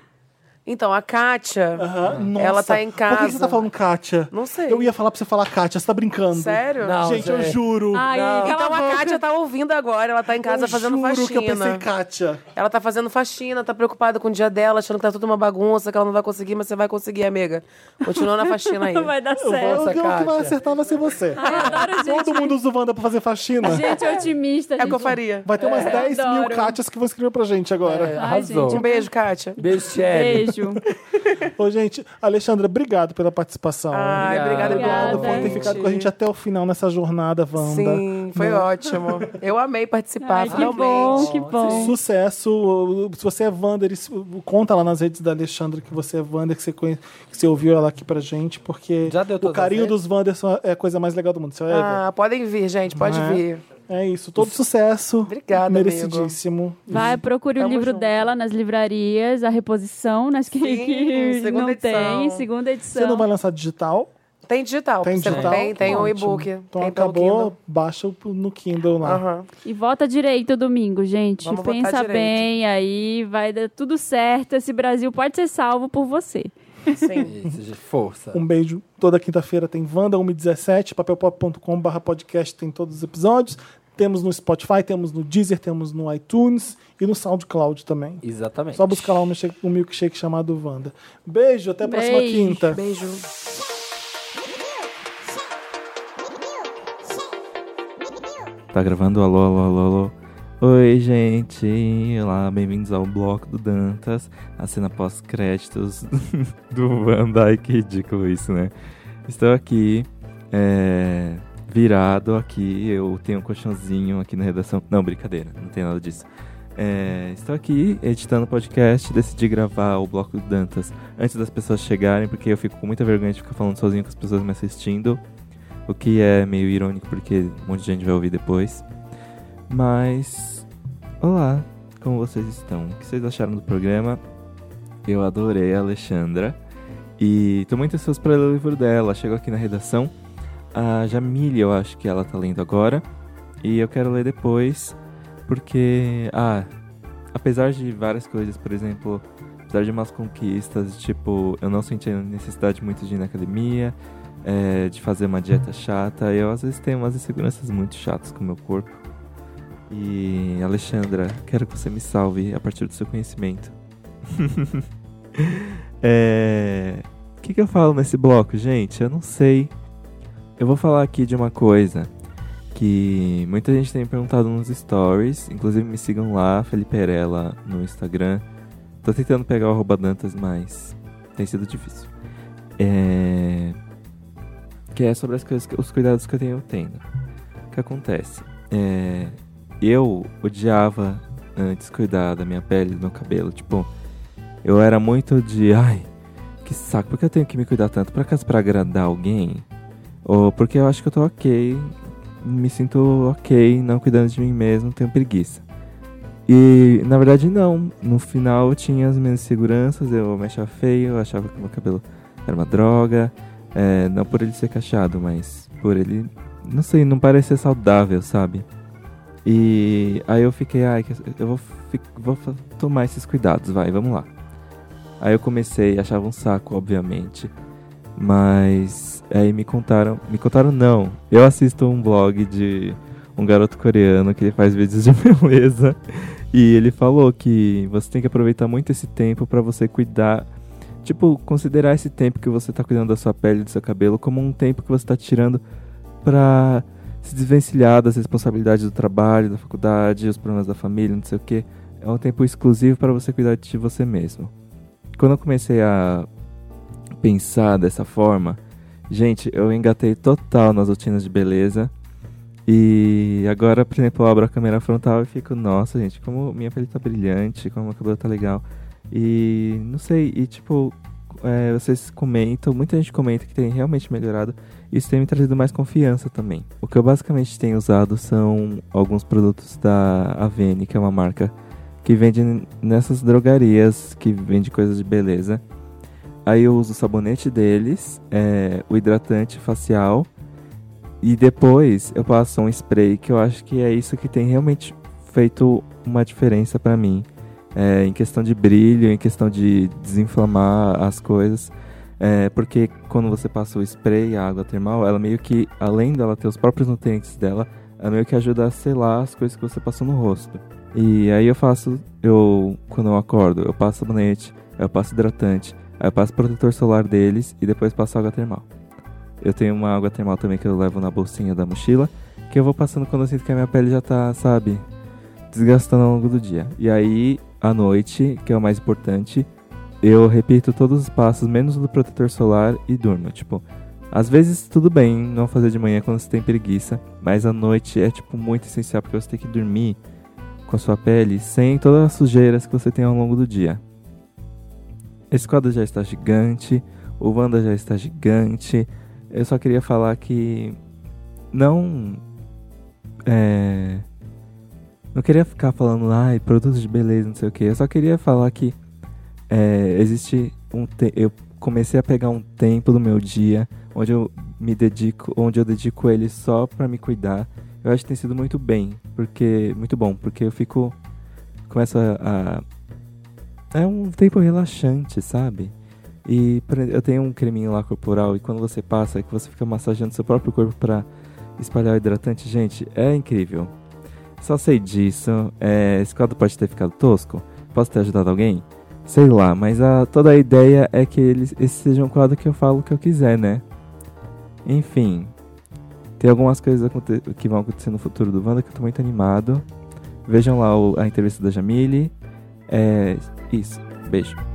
S3: Então, a Kátia,
S4: É.
S1: Nossa,
S3: ela tá em
S1: Por que você
S3: casa.
S1: tá falando Kátia?
S3: Não sei.
S1: Eu ia falar pra você falar Kátia, você tá brincando.
S3: Sério?
S4: Não,
S1: Gente, eu
S4: Zé.
S1: juro.
S2: Ai, cala
S3: Então
S2: a
S3: a
S2: boca.
S3: Kátia tá ouvindo agora, ela tá em casa
S1: eu
S3: fazendo
S1: juro
S3: faxina.
S1: que eu pensei Kátia.
S3: Ela tá fazendo faxina, tá preocupada com o dia dela, achando que tá tudo uma bagunça, que ela não vai conseguir, mas você vai conseguir, amiga. Continua na faxina aí.
S2: Não vai dar
S1: Eu vou,
S2: certo.
S4: Nossa,
S1: eu, o que vai
S4: Kátia.
S1: acertar vai ser você.
S3: Ah,
S1: Todo mundo usa o Wanda pra fazer faxina.
S2: Gente otimista.
S3: É o que eu
S2: gente.
S3: faria.
S1: Vai ter umas 10 mil
S2: adoro.
S1: Kátias que vão escrever pra gente agora.
S4: É,
S2: Ai,
S4: arrasou.
S3: Um beijo, Kátia.
S4: Beijo, Tiele.
S2: Beijo.
S4: É.
S1: Ô, gente, Alexandra, obrigado pela participação.
S3: Ai, obrigada,
S2: Obrigada.
S1: Obrigado
S3: Eduardo,
S1: por
S2: Obrigada,
S1: ter ficado com a gente até o final nessa jornada, Wanda.
S3: Sim, foi ótimo. Eu amei participar,
S2: Ai, que
S3: finalmente.
S2: bom, que bom.
S1: Sucesso. Se você é Wander, isso- conta lá nas redes da Alexandra que você é Wander, que você, conhe- que você ouviu ela aqui pra gente, porque
S4: Já deu
S1: o
S4: todas
S1: carinho
S4: as redes?
S1: dos Wanders é a coisa mais legal do mundo. Você vai ver.
S3: Ah, podem vir, gente, pode
S1: Não é?
S3: vir.
S1: É isso. Todo sucesso.
S3: Obrigada, amigo.
S1: Merecidíssimo.
S2: Vai, procure o
S3: Uhum. Tamo
S2: livro
S3: junto.
S2: dela nas livrarias, a reposição nas que,
S3: Sim,
S2: que
S3: segunda
S2: não
S3: edição.
S2: tem, segunda edição.
S1: Você não vai lançar digital?
S3: Tem digital.
S1: Tem
S3: você não
S1: digital?
S3: Tem, tem o
S1: Ótimo.
S3: e-book.
S1: Então
S3: tem pelo
S1: acabou, Tá.
S3: Kindle.
S1: baixa o- no Kindle lá.
S3: Aham.
S2: E vota direito domingo, gente.
S3: Vamos votar
S2: Pensa
S3: direito.
S2: bem aí, vai dar tudo certo. Esse Brasil pode ser salvo por você.
S3: Sim.
S4: Isso, gente, força.
S1: Um beijo. Toda quinta-feira tem um Wanda 117, papelpop.com.br podcast tem todos os episódios. Temos no Spotify, temos no Deezer, temos no iTunes e no SoundCloud também.
S4: Exatamente.
S1: Só buscar lá um milkshake, um milkshake chamado Wanda. Beijo, até a próxima
S2: Beijo.
S1: quinta.
S3: Beijo.
S10: Tá gravando? Alô, alô, alô, alô. Oi, gente. Olá, bem-vindos ao bloco do Dantas. A cena pós-créditos do Wanda. Ai, que ridículo isso, né? Estou aqui, é, virado aqui. Eu tenho um colchãozinho aqui na redação. Não, brincadeira. Não tem nada disso. É, estou aqui editando o podcast. Decidi gravar o bloco do Dantas antes das pessoas chegarem, porque eu fico com muita vergonha de ficar falando sozinho com as pessoas me assistindo. O que é meio irônico porque um monte de gente vai ouvir depois. Mas. Olá, como vocês estão? O que vocês acharam do programa? Eu adorei a Alexandra. E tô muito ansioso pra ler o livro dela. Chegou aqui na redação. A Jamília, eu acho que ela tá lendo agora. E eu quero ler depois. Porque. Ah, apesar de várias coisas, por exemplo. Apesar de umas conquistas, tipo, eu não senti a necessidade muito de ir na academia é, de fazer uma dieta chata. Eu às vezes tenho umas inseguranças muito chatas com o meu corpo. E Alexandra, quero que você me salve a partir do seu conhecimento. É, O que, que eu falo nesse bloco, gente? Eu não sei. Eu vou falar aqui de uma coisa que muita gente tem me perguntado nos stories. Inclusive me sigam lá, Felipe Erela, no Instagram. Tô tentando pegar o arroba Dantas, mas tem sido difícil. É que é sobre as coisas que- os cuidados que eu tenho tendo. O que acontece? É, eu odiava antes cuidar da minha pele, do meu cabelo. Tipo, eu era muito de, ai, que saco, por que eu tenho que me cuidar tanto? Por acaso pra agradar alguém? Ou porque eu acho que eu tô ok, me sinto ok não cuidando de mim mesmo, tenho preguiça. E na verdade não, no final eu tinha as minhas inseguranças, eu me achava feio, eu achava que meu cabelo era uma droga, é, não por ele ser cacheado, mas por ele, não sei, não parecer saudável, sabe? E aí eu fiquei, ai, que- eu vou, fi- vou fa- tomar esses cuidados, vai, vamos lá. Aí eu comecei, achava um saco, obviamente. Mas aí me contaram, me contaram não. Eu assisto um blog de um garoto coreano que ele faz vídeos de beleza e ele falou que você tem que aproveitar muito esse tempo pra você cuidar Tipo, considerar esse tempo que você tá cuidando da sua pele, do seu cabelo, como um tempo que você tá tirando pra se desvencilhar das responsabilidades do trabalho, da faculdade, os problemas da família, não sei o quê. É um tempo exclusivo para você cuidar de você mesmo. Quando eu comecei a pensar dessa forma, gente, eu engatei total nas rotinas de beleza. E agora, por exemplo, eu abro a câmera frontal e fico, nossa, gente, como minha pele tá brilhante, como meu cabelo tá legal. E não sei, e tipo, é, vocês comentam, muita gente comenta que tem realmente melhorado. Isso tem me trazido mais confiança também. O que eu basicamente tenho usado são alguns produtos da Avene, que é uma marca que vende n- nessas drogarias que vende coisas de beleza. Aí eu uso o sabonete deles, é, o hidratante facial. E depois eu passo um spray que eu acho que é isso que tem realmente feito uma diferença pra mim. É, em questão de brilho, em questão de desinflamar as coisas. É, porque quando você passa o spray, a água termal, ela meio que, além dela ter os próprios nutrientes dela, ela meio que ajuda a selar as coisas que você passou no rosto. E aí eu faço, eu, quando eu acordo, eu passo sabonete, eu passo hidratante, aí eu passo protetor solar deles e depois passo água termal. Eu tenho uma água termal também que eu levo na bolsinha da mochila, que eu vou passando quando eu sinto que a minha pele já tá, sabe, desgastando ao longo do dia. E aí, à noite, que é o mais importante, eu repito todos os passos, menos o do protetor solar, e durmo. Tipo, às vezes tudo bem não fazer de manhã quando você tem preguiça, mas à noite é, tipo, muito essencial, porque você tem que dormir com a sua pele sem todas as sujeiras que você tem ao longo do dia. Esse quadro já está gigante, o Wanda já está gigante. Eu só queria falar que. Não. É. Não queria ficar falando, ai, produtos de beleza, não sei o que. Eu só queria falar que é, existe um te- Eu comecei a pegar um tempo do meu dia onde eu me dedico, onde eu dedico ele só pra me cuidar, eu acho que tem sido muito bem, porque muito bom, porque eu fico começo a, a é um tempo relaxante, sabe? E por exemplo, eu tenho um creminho lá corporal e quando você passa, que você fica massageando seu próprio corpo pra espalhar o hidratante, gente, é incrível. Só sei disso. É, esse quadro pode ter ficado tosco. Posso ter ajudado alguém? Sei lá, mas a, toda a ideia é que ele, esse seja um quadro que eu falo o que eu quiser, né? Enfim, tem algumas coisas aconte- que vão acontecer no futuro do Wanda que eu tô muito animado. Vejam lá o- a entrevista da Jamile. É isso. Beijo.